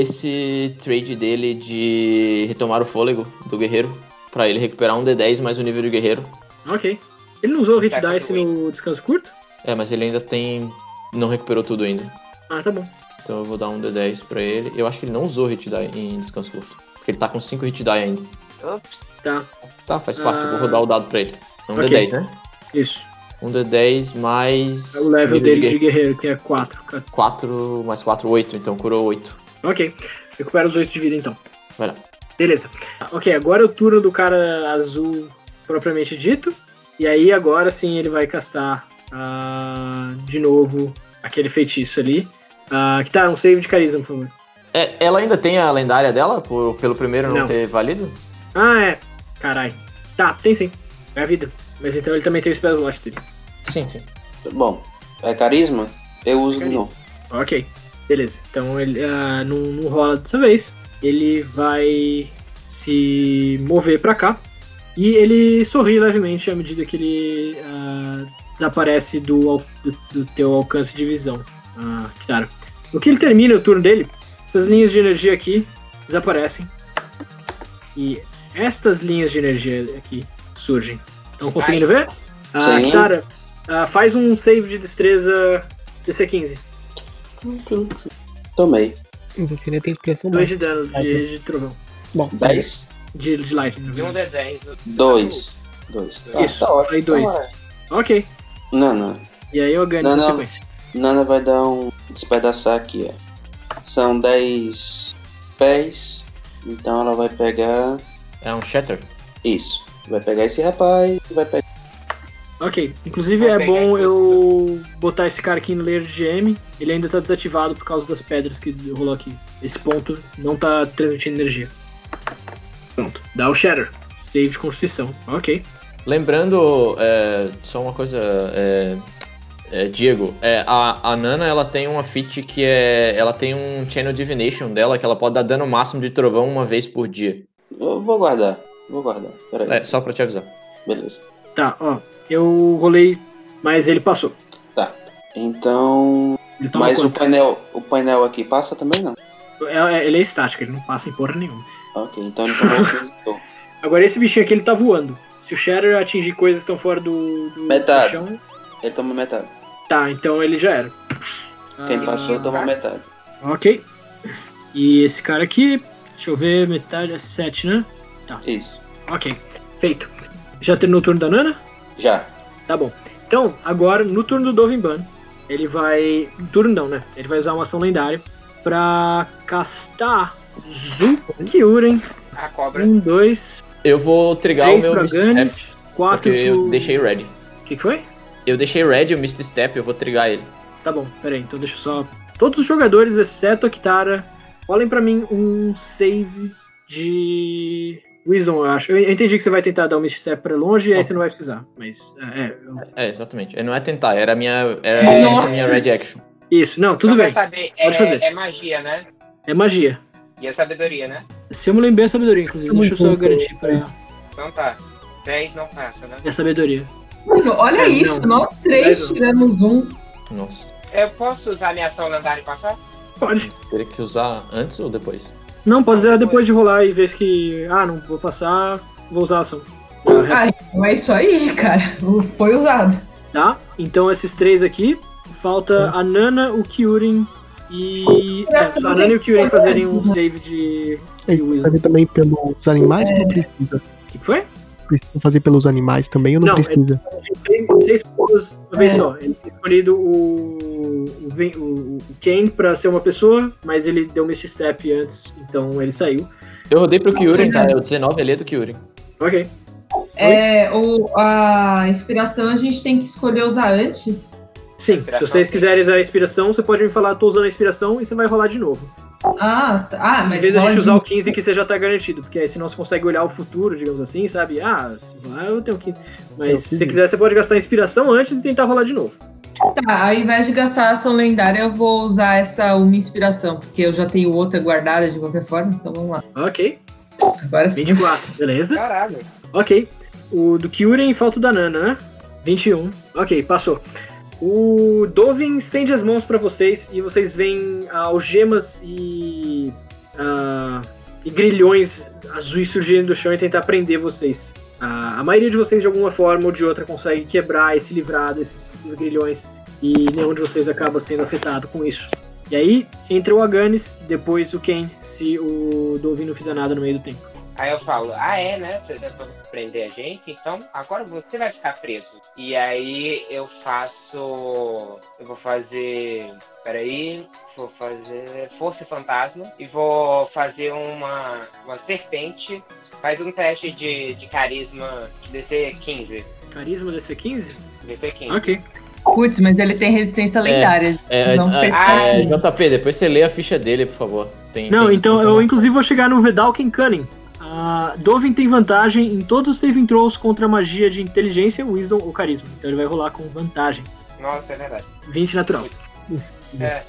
G: esse trade dele de retomar o fôlego do guerreiro. Pra ele recuperar um D10 mais o nível do guerreiro.
B: Ok. Ele não usou o hit
E: Second
B: dice
E: wave.
B: no descanso curto?
G: É, mas ele ainda tem. Não recuperou tudo ainda.
B: Ah, tá bom.
G: Então eu vou dar um D10 pra ele. Eu acho que ele não usou hit die em descanso curto. Porque ele tá com 5 hit die ainda.
E: Ops,
B: Tá,
G: Tá, faz parte. Eu vou
B: Ah.
G: rodar o dado pra ele. É um
B: Ok.
G: D10, né?
B: isso.
G: Um D10 mais.
B: É o level
G: nível
B: dele de
G: guerre-
B: guerreiro, que é 4.
G: 4 mais 4, 8. Então curou 8.
B: Ok. Recupera os 8 de vida então.
G: Vai lá.
B: Beleza. Ok, agora é o turno do cara azul propriamente dito. E aí agora sim ele vai castar ah, de novo aquele feitiço ali. Ah, que tá, um save de carisma, por favor.
G: É, ela ainda tem a lendária dela? Por, pelo primeiro não,
B: Não.
G: ter valido?
B: Ah, é. Carai. Tá, tem sim. É a vida. Mas então ele também tem o spell slot dele.
G: Sim, sim.
I: Bom, é carisma? Eu uso de
B: carisma.
I: novo.
B: Ok, beleza. Então ele ah, não, não rola dessa vez. Ele vai se mover pra cá e ele sorri levemente à medida que ele ah, desaparece do, al- do, do teu alcance de visão. Ah, claro. No que ele termina o turno dele, essas linhas de energia aqui desaparecem e estas linhas de energia aqui surgem. Estão conseguindo ver? Ah,
I: Sim.
B: Kitara, ah, faz um save de destreza DC15.
I: Tomei.
F: Você ainda tem pressão
B: 2
F: baixa.
B: de dano de, de trovão.
F: Bom, é
I: 10,
B: De, de lightning. na
E: de um
B: verdade.
E: de 10.
I: 2, 2.
B: Isso, falei dois. Ok.
I: Nana.
B: E aí eu ganho
I: Então é. Não,
B: na
I: não.
B: sequência.
I: Nana vai dar um despedaçar aqui, ó. São 10 pés. Então ela vai pegar.
G: É um Shatter.
I: Isso. Vai pegar esse rapaz e vai pegar.
B: Ok. Inclusive
E: Vou
B: é
E: pegar
B: bom
E: aqui
B: eu botar esse cara aqui no layer de GM. Ele ainda tá desativado por causa das pedras que rolou aqui. Esse ponto não tá transmitindo energia. Pronto. Dá o Shatter. Save de Constituição. Ok.
G: Lembrando, é, só uma coisa, é, é, Diego, é, a, a Nana ela tem uma feat que é. Ela tem um Channel Divination dela que ela pode dar dano máximo de trovão uma vez por dia.
I: Eu vou guardar. Vou guardar. Peraí.
G: É, só pra te avisar.
I: Beleza.
B: Tá, ó. Eu rolei, mas ele passou.
I: Então.
B: Ele toma
I: Mas o
B: quanto?
I: painel. O painel aqui passa também não.
B: É- é- Ele é estático, ele não passa em porra nenhuma.
I: Ok, então ele tomou
B: Agora esse bichinho aqui ele tá voando. Se o Shatter atingir coisas que estão fora do, do,
I: Metade.
B: do chão.
I: Ele tomou metade.
B: Tá, então ele já era.
I: Quem
B: Ah,
I: passou tomou metade.
B: Ok. E esse cara aqui, deixa eu ver, metade é 7, né?
I: Isso.
B: Ok. Feito. Já terminou o turno da Nana?
I: Já.
B: Tá bom. Então, agora, no turno do Dovimban, ele vai. No turno não, né? Ele vai usar uma ação lendária pra castar Zulkyuren.
E: A cobra.
B: Um, dois,
G: Eu vou trigar o
B: três
G: meu
B: pra
G: Misty Step,
B: Ganes,
G: porque
B: quatro
G: eu
B: pro...
G: deixei ready.
B: O que que foi?
G: Eu deixei ready o Misty Step, eu vou trigar ele.
B: Tá bom, peraí, então deixa eu só. Todos os jogadores, exceto a Kitara, olhem pra mim um save de. Wisdom, eu acho. Eu eu entendi que você vai tentar dar um Mystic Step pra longe e aí
G: Ah.
B: você não vai precisar. Mas, é, é, eu-
G: É, exatamente. Não é tentar, era a minha, era essa
C: Nossa.
G: a minha ready action.
B: Isso, não, tudo
E: Só
B: bem.
E: pra saber,
B: Pode fazer.
E: é, é magia, né?
B: É magia.
E: E é sabedoria, né?
B: Se eu me lembrar é sabedoria, inclusive.
F: Muito
B: Deixa eu só
F: bom,
B: garantir pra
E: Então tá. 10 não passa, né?
B: É sabedoria.
C: Mano, olha
B: É,
C: isso,
B: não.
C: nós três
B: Mas-
C: tiramos um.
G: Nossa.
E: Eu posso usar minha ação lendária e passar?
B: Pode.
G: Teria que usar antes ou depois?
B: Não, pode zerar depois de rolar e ver que. Ah, não, vou passar, vou usar a ação.
C: Ah, então é isso aí, cara. Foi usado.
B: Tá? Então esses três aqui. Falta a Nana, o Kyurin e. é,
C: Essa
B: a
C: não
B: Nana
C: tem
B: e o Kyurin
C: como,
B: fazerem
C: né?
B: um save de. de
F: Tem que
B: Wisdom.
F: fazer também pelos animais
B: É.
F: ou não precisa?
B: O que que foi?
F: Precisa fazer pelos animais também ou não,
B: Não, é
F: precisa?
B: Tem seis pessoas de uma vez só. Ele tem escolhido o. o, Vin- o, o Ken pra ser uma pessoa, mas ele deu um Misty Step antes, então ele saiu.
G: Eu rodei pro Kyurin, tá?
E: né?
C: Fernando.
G: É o 19 ali é do Kyurin.
B: Ok.
C: É, o, a inspiração a gente tem que escolher usar antes.
B: Sim, se
E: Inspiração,
B: vocês
E: sim.
B: quiserem usar a inspiração, você pode me falar, tô usando a inspiração e você vai rolar de novo.
C: Ah, tá. ah
B: Às
C: mas
B: vezes a
C: rola
B: gente
C: de-
B: usar o 15 que você já tá garantido, porque aí senão você consegue olhar o futuro, digamos assim, sabe? Ah, vai, eu tenho 15.
F: Eu
B: Mas se
F: fiz
B: você quiser,
F: isso.
B: você pode gastar a inspiração antes e tentar rolar de novo.
C: Tá, ao invés de gastar a ação lendária, eu vou usar essa uma inspiração, porque eu já tenho outra guardada de qualquer forma, então vamos lá.
B: Ok,
C: Agora sim.
B: 24, beleza?
E: Caralho.
B: Ok. O do Kyuren falta o da Nana, né? 21. Ok, passou. O Dovin estende as mãos pra vocês e vocês veem algemas e, ah, e grilhões azuis surgirem do chão e tentar prender vocês. Ah, a maioria de vocês, de alguma forma ou de outra, consegue quebrar e se livrar desses, desses grilhões e nenhum de vocês acaba sendo afetado com isso. E aí entra o Aganis, depois o Ken, se o Dovin não fizer nada no meio do tempo.
E: Aí eu falo, ah é, né? Você tentou prender a gente, então agora você vai ficar preso. E aí eu faço. Eu vou fazer. Peraí, vou fazer Força Fantasma e vou fazer uma, uma serpente. Faz um teste de, de carisma DC15.
B: Carisma desse 15?
E: DC15.
B: Ok.
C: Putz, mas ele tem resistência lendária.
G: É,
C: Não
G: é,
C: fez
G: é,
E: sentido.
G: JP, depois você lê a ficha dele, por favor. Tem-
B: Não,
G: tem-
B: então eu inclusive vou chegar no Vedalken Cunning. Ah, Dovin tem vantagem em todos os saving throws contra magia de inteligência, wisdom ou carisma. Então ele vai rolar com vantagem.
E: Nossa, é verdade.
B: 20 natural.
E: É.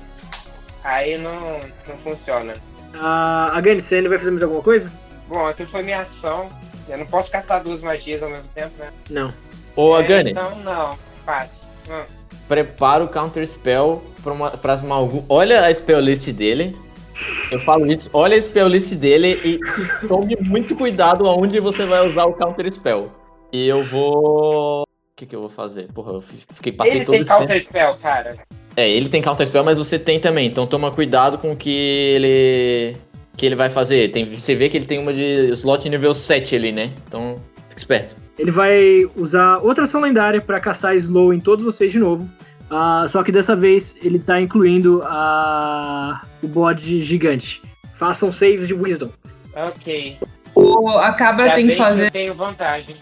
E: Aí não, não funciona.
B: Ah, a Gani, você ainda vai fazer mais alguma coisa?
E: Bom, aqui foi minha ação. Eu não posso castar duas magias ao mesmo tempo, né?
B: Não.
G: Ô,
E: É,
G: Agane,
E: Então não, Pats. Hum,
G: prepara o Counter Spell pra uma, pras malgu- Olha a spell list dele. Eu falo isso, olha a spell list dele e tome muito cuidado aonde você vai usar o Counter Spell. E eu vou. O que, que eu vou fazer? Porra, eu fi- fiquei passei
E: Ele
G: todo
E: tem
G: o tempo-
E: counter spell, cara.
G: É, ele tem counter spell, mas você tem também. Então toma cuidado com o que ele que ele vai fazer. Tem, você vê que ele tem uma de slot nível 7 ali, né? Então, fica esperto.
B: Ele vai usar outra ação lendária pra caçar slow em todos vocês de novo. Ah, só que dessa vez ele tá incluindo a... o bode gigante. Façam saves de wisdom.
E: Ok.
C: O, a cabra
B: Tá
E: Ainda
C: tem
E: bem
C: que fazer
B: né?
E: eu tenho vantagem.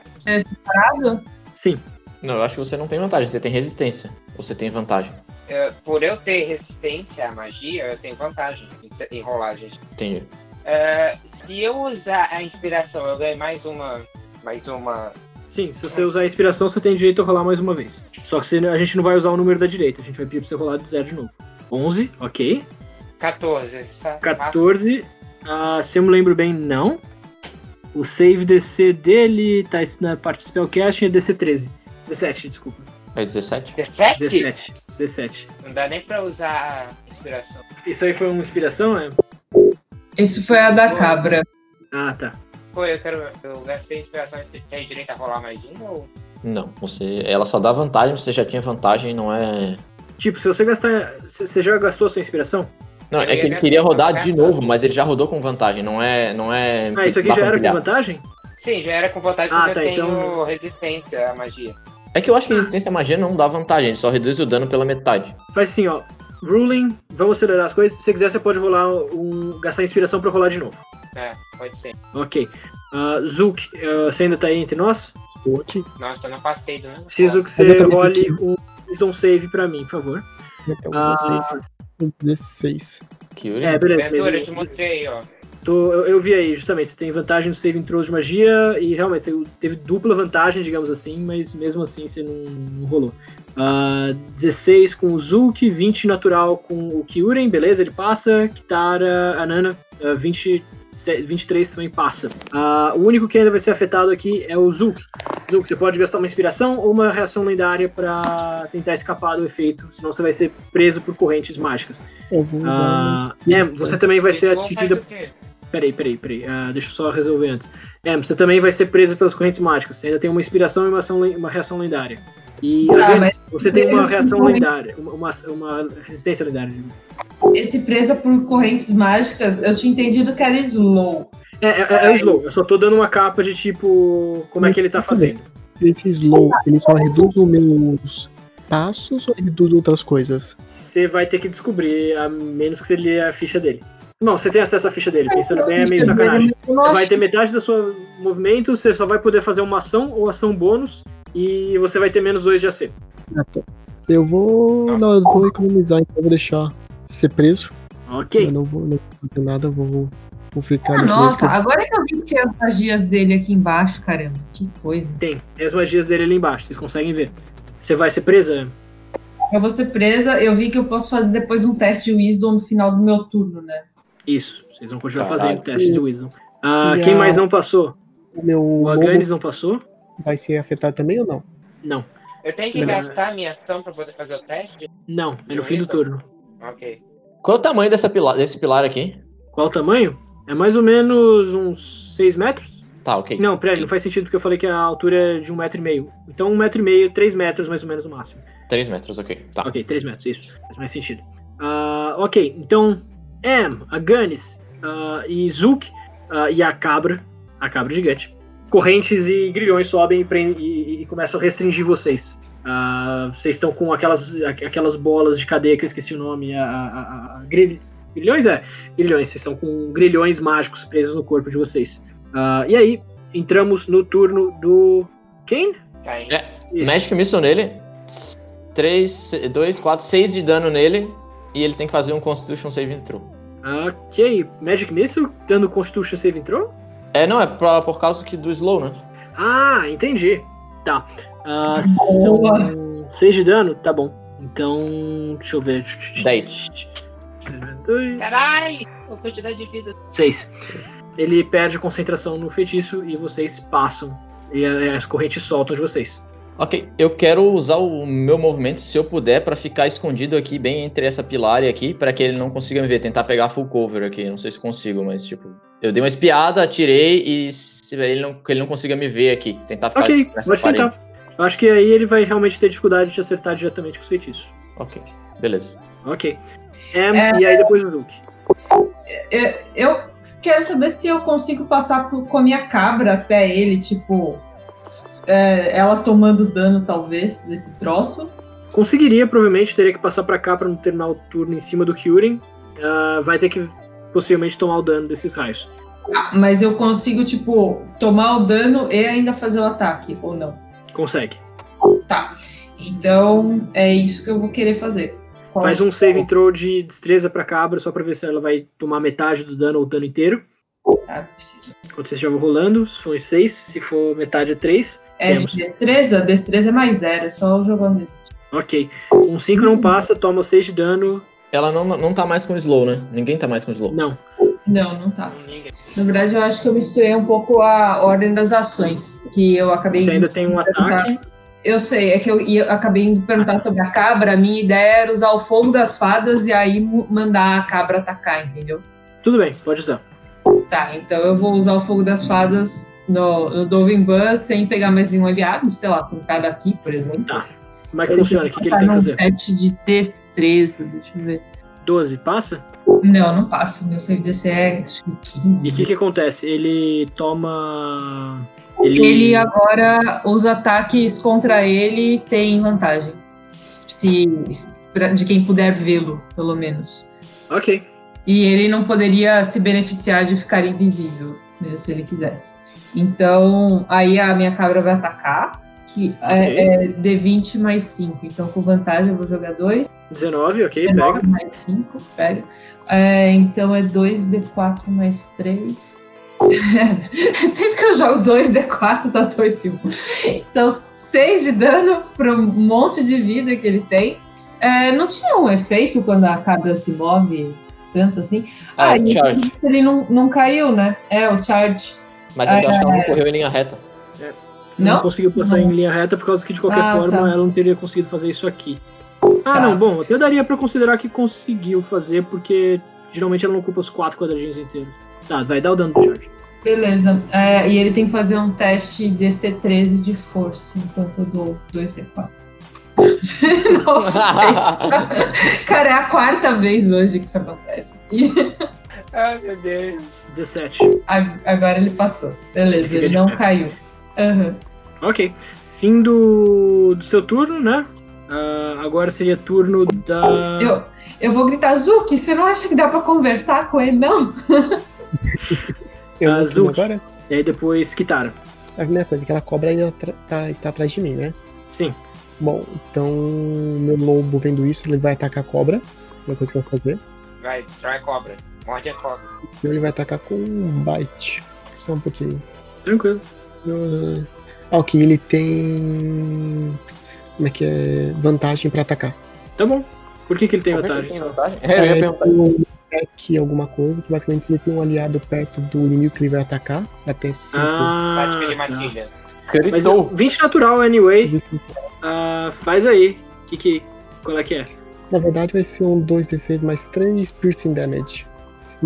C: parado?
B: Sim.
G: Não, eu acho que você não tem vantagem, você tem resistência. Você tem vantagem.
E: É, por eu ter resistência à magia, eu tenho vantagem em te- em rolagem.
G: Entendi.
E: É, se eu usar a inspiração, eu ganho mais uma. Mais uma.
B: Sim, se você usar a inspiração, você tem direito a rolar mais uma vez. Só que você- a gente não vai usar o número da direita, a gente vai pedir pra você rolar do zero de novo. 11, ok.
E: 14. sa-
B: 14, ah, se eu me lembro bem, não. O save DC dele tá isso na parte de spellcasting, é DC 13. 17, desculpa.
G: É 17?
E: 17?
B: 17, 17.
E: Não dá nem pra usar a inspiração.
B: Isso aí foi uma inspiração, é?
C: Isso foi a da cabra.
B: Ah, tá.
E: Pô, eu quero. Eu gastei inspiração e tenho direito a rolar mais um ou.
G: Não, você ela só dá vantagem, você já tinha vantagem, não é
B: Tipo, se você gastar... c- Você já gastou a sua inspiração?
G: Não,
E: Eu
G: é
E: ia
G: que ele
E: gastar,
G: queria rodar
E: gastar.
G: de novo, mas ele já rodou com vantagem, não é não é
B: Ah, isso aqui
G: dá
B: já
G: pra
B: era com
G: ampliar.
B: vantagem?
E: Sim, já era com vantagem
B: Ah,
E: porque
B: tá,
E: eu tenho
B: então-
E: resistência à magia.
G: É que eu acho que resistência à magia não dá vantagem, ele só reduz o dano pela metade.
B: Faz assim, ó. Ruling, vamos acelerar as coisas. Se você quiser, você pode rolar um... Gastar a inspiração pra rolar de novo.
E: É, pode ser.
B: Ok. Ah, Zuc, ah, você ainda tá aí entre nós?
F: Sorte.
E: Nossa, eu não passei do mesmo.
B: Preciso que
F: Ainda
B: você
F: tá me
B: role um Wisdom Save pra mim, por favor.
F: Então,
B: Ah.
F: você, 16.
G: Kyuri,
B: É, beleza.
E: Aventura, eu te
B: beleza.
E: mostrei, ó.
B: Tô- eu, eu vi aí, justamente. Você tem vantagem no save throws de magia e realmente você teve dupla vantagem, digamos assim, mas mesmo assim você não, não rolou. Ah, 16 com o Zulk, 20 natural com o Kyuren, beleza, ele passa. Kitara, Anana, ah, 20, se- 23 também passa. Ah, o único que ainda vai ser afetado aqui é o Zulk. Zulk, você pode gastar uma inspiração ou uma reação lendária pra tentar escapar do efeito, senão você vai ser preso por correntes mágicas.
F: Eu vou
B: Ah,
F: dar uma
B: é, você também vai ser
E: Esse bom faz
B: atingida
E: o quê?
B: Peraí, peraí, peraí. Ah, deixa eu só resolver antes. É, você também vai ser preso pelas correntes mágicas. Você ainda tem uma inspiração e uma, ação len- uma reação lendária. E
C: Ah,
B: Agnes,
C: mas-
B: você tem uma
C: Eles
B: reação
C: não-
B: lendária, uma, uma, uma resistência lendária.
C: Esse presa por correntes mágicas, eu tinha entendido que era slow.
B: É, é, é, o slow. Eu só tô dando uma capa de tipo como é que ele tá fazendo.
F: Esse slow, ele só reduz os meus passos ou ele reduz outras coisas?
B: Você vai ter que descobrir, a menos que você leia a ficha dele. Não, você tem acesso à ficha dele, pensando bem, é meio sacanagem.
C: Eu
B: Você
C: não
B: vai
C: achei.
B: ter metade do seu movimento, você só vai poder fazer uma ação ou ação bônus, e você vai ter menos dois de AC.
F: Ah, tá. Eu vou. Não, eu vou economizar, então eu vou deixar ser preso.
B: Ok.
F: Eu não vou, não vou fazer nada, eu vou, vou ficar
C: Ah,
F: nesse
C: nossa,
F: mesmo-
C: agora que eu vi que tinha as magias dele aqui embaixo, caramba. Que coisa.
B: Tem. Tem as magias dele ali embaixo, vocês conseguem ver. Você vai ser presa?
C: Eu vou ser presa, eu vi que eu posso fazer depois um teste de Wisdom no final do meu turno, né?
B: Isso. Vocês vão continuar
G: Caralho.
B: fazendo testes de Wisdom. Ah,
F: Tá. E
B: quem
F: a-
B: mais não passou?
F: O meu
B: O
F: lobo
B: Aganis não passou?
F: vai ser afetado também ou não?
B: Não.
E: Eu tenho que
B: Não.
E: gastar minha ação pra poder fazer o teste?
B: Não. É no
E: Eu
B: fim do
E: ainda?
B: turno.
E: Ok.
G: Qual é o tamanho dessa pila- desse pilar aqui?
B: Qual o tamanho? É mais ou menos uns 6 metros?
G: Tá, ok.
B: Não, peraí, não faz sentido porque eu falei que a altura é de um metro e meio. Então um metro e meio, três metros mais ou menos no máximo.
G: 3 metros, ok. Tá.
B: Ah, Ok, 3 metros, isso. Faz mais sentido. Ah, ok, então Em, Aganis ah, e Zook ah, e a cabra, a cabra gigante. Correntes e grilhões sobem e, prendem- e- e- e começam a restringir vocês. Ah, vocês estão com aquelas, aqu- aquelas bolas de cadeia que eu esqueci o nome. A, a- a- a- gri- grilhões? É, grilhões. Vocês estão com grilhões mágicos presos no corpo de vocês. Ah, e aí, entramos no turno do. Quem?
E: Tá indo.
G: É. Magic Missile nele. 3, 2, 4, 6 de dano nele. E ele tem que fazer um Constitution Saving Throw.
B: Ok, Magic Missile dando Constitution Saving Throw?
G: É, não, é pra- por causa que do slow, né?
B: Ah, entendi. Tá. Ah,
C: Boa.
B: são 6 de dano? Tá bom. Então, deixa eu ver.
G: Dez.
B: 2,
E: Carai! A quantidade de vida.
B: 6. Ele perde concentração no feitiço e vocês passam. E a- as correntes soltam de vocês.
G: Ok, eu quero usar o meu movimento, se eu puder, pra ficar escondido aqui, bem entre essa pilar e aqui, pra que ele não consiga me ver. Tentar pegar full cover aqui, não sei se consigo, mas tipo. Eu dei uma espiada, atirei e se ele não, que ele não consiga me ver aqui. Tentar ficar
B: Ok,
G: nessa
B: pode
G: parede.
B: tentar. Eu acho que aí ele vai realmente ter dificuldade de acertar diretamente com os feitiços.
G: Ok, beleza.
B: Ok. Em, E aí depois o Duke.
C: Eu, eu quero saber se eu consigo passar por- com a minha cabra até ele, tipo. é, ela tomando dano, talvez, desse troço.
B: Conseguiria, provavelmente, teria que passar pra cá pra não terminar o turno em cima do Kyurem. Ah, vai ter que possivelmente tomar o dano desses raios.
C: Ah, mas eu consigo, tipo, tomar o dano e ainda fazer o ataque, ou não.
B: Consegue.
C: Então, é isso que eu vou querer fazer. Qual-
B: Faz um save throw de destreza pra cabra, só pra ver se ela vai tomar metade do dano ou o dano inteiro. então.
C: Tá, preciso.
B: Quando vocês estiver rolando, se for 6, se for metade é 3.
C: É
B: Temos.
C: de destreza? Destreza é mais zero, é só jogando.
B: Ok. Um 5 não passa, toma 6 de dano.
G: Ela não, não tá mais com slow, né? Ninguém tá mais com slow.
B: Não.
C: Não, não tá.
E: Não, Hum, ninguém.
C: Na verdade, eu acho que eu misturei um pouco a ordem das ações, que eu acabei.
B: Você ainda tem um ataque.
C: Eu sei, é que eu, ia- acabei indo perguntar sobre a cabra. A minha ideia era usar o fogo das fadas e aí mu- mandar a cabra atacar, entendeu?
B: Tudo bem, pode usar.
C: Tá, então eu vou usar o fogo das fadas no, no Dovinban sem pegar mais nenhum aliado, sei lá, com cada aqui, por exemplo.
B: Tá. Como é que funciona? O que, que ele tem que fazer?
C: Um teste de destreza, deixa eu ver.
B: 12, passa?
C: Não, não passa. Meu save DC é acho
B: E
C: que
B: o que,
C: 15.
B: que acontece? Ele toma. Ele.
C: Ele agora, os ataques contra ele têm vantagem. Se, pra- de quem puder vê-lo, pelo menos.
B: Ok.
C: E ele não poderia se beneficiar de ficar invisível, mesmo se ele quisesse. Então, aí a minha cabra vai atacar, que é, é D20 mais 5. Então, com vantagem, eu vou jogar 2.
B: 19, ok, pega.
C: 19 mais 5, pega. É, então, é 2D4 mais 3. Sempre que eu jogo 2d4, tá 2 e 1. Então, 6 de dano para um monte de vida que ele tem. É, não tinha um efeito quando a cabra se move tanto assim?
G: Ah,
C: e
G: charge.
C: ele não, não caiu, né? É, o charge.
G: Mas é que eu acho que ela não correu em linha reta.
B: Não,
C: Não?
B: conseguiu passar em linha reta por causa que, de qualquer
C: Ah,
B: forma,
C: tá.
B: ela não teria conseguido fazer isso aqui. Ah,
C: Tá.
B: não, bom, até daria pra considerar que conseguiu fazer, porque geralmente ela não ocupa os quatro quadradinhos inteiros. Tá, vai dar o dano do George.
C: Beleza. É, e ele tem que fazer um teste DC 13 de força, enquanto eu dou 2D4. De novo, três. Cara, é a quarta vez hoje que isso acontece. E
E: Ai, meu Deus.
B: 17.
C: a- agora ele passou. Beleza, ele não caiu. Aham.
B: Ok. Fim do, do seu turno, né? Ah, agora seria turno da.
C: Eu, eu vou gritar, Zuki, você não acha que dá pra conversar com ele, não?
F: Eu não
B: Azul.
F: fiz agora?
B: E aí depois Kitara.
F: A primeira coisa, aquela cobra ainda tra- tá- está atrás de mim, né?
B: Sim.
F: Bom, então meu lobo vendo isso, ele vai atacar a cobra. Uma coisa que eu vou fazer.
E: Vai, destrói a cobra. Morde a cobra.
F: E ele vai atacar com um bite. Só um pouquinho.
B: Tranquilo.
F: Ah, ok, ele tem. Como é que é? Vantagem pra atacar.
B: Tá bom. Por que, que ele tem
G: Como é que
B: vantagem?
G: tem vantagem? Eu ia
F: É,
G: perguntar.
F: tem um ataque, alguma coisa, que basicamente se ele tem um aliado perto do inimigo que ele vai atacar, até 5.
B: Ah,
E: Tática de
B: tá.
E: matilha.
B: Mas
G: Gritou.
B: 20 natural, anyway. Ah, faz aí. Que que. Qual é que é?
F: Na verdade, vai ser um 2d6 mais 3 piercing damage. Se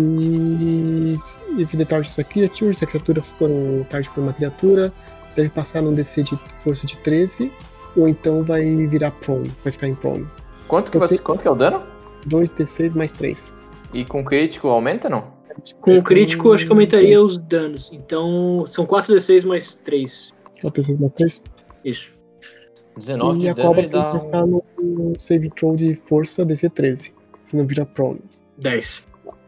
F: evitar essa criatura, se a criatura for um target for uma criatura, deve passar num DC de força de 13, ou então vai virar prone, vai ficar em prone.
G: Quanto que,
F: eu
G: você,
F: tenho-
G: quanto que é o dano?
F: 2d6 mais 3.
G: E com crítico aumenta não?
B: Com
F: Então,
B: o crítico, acho que aumentaria os danos. Então, são 4d6 mais 3.
F: 4d6 mais 3.
B: Isso.
G: 19
F: e
G: de
F: a
G: dano
F: cobra
G: ele
F: tem que
G: dá
F: passar
G: um...
F: no save throw de força DC 13, senão vira prone.
B: 10.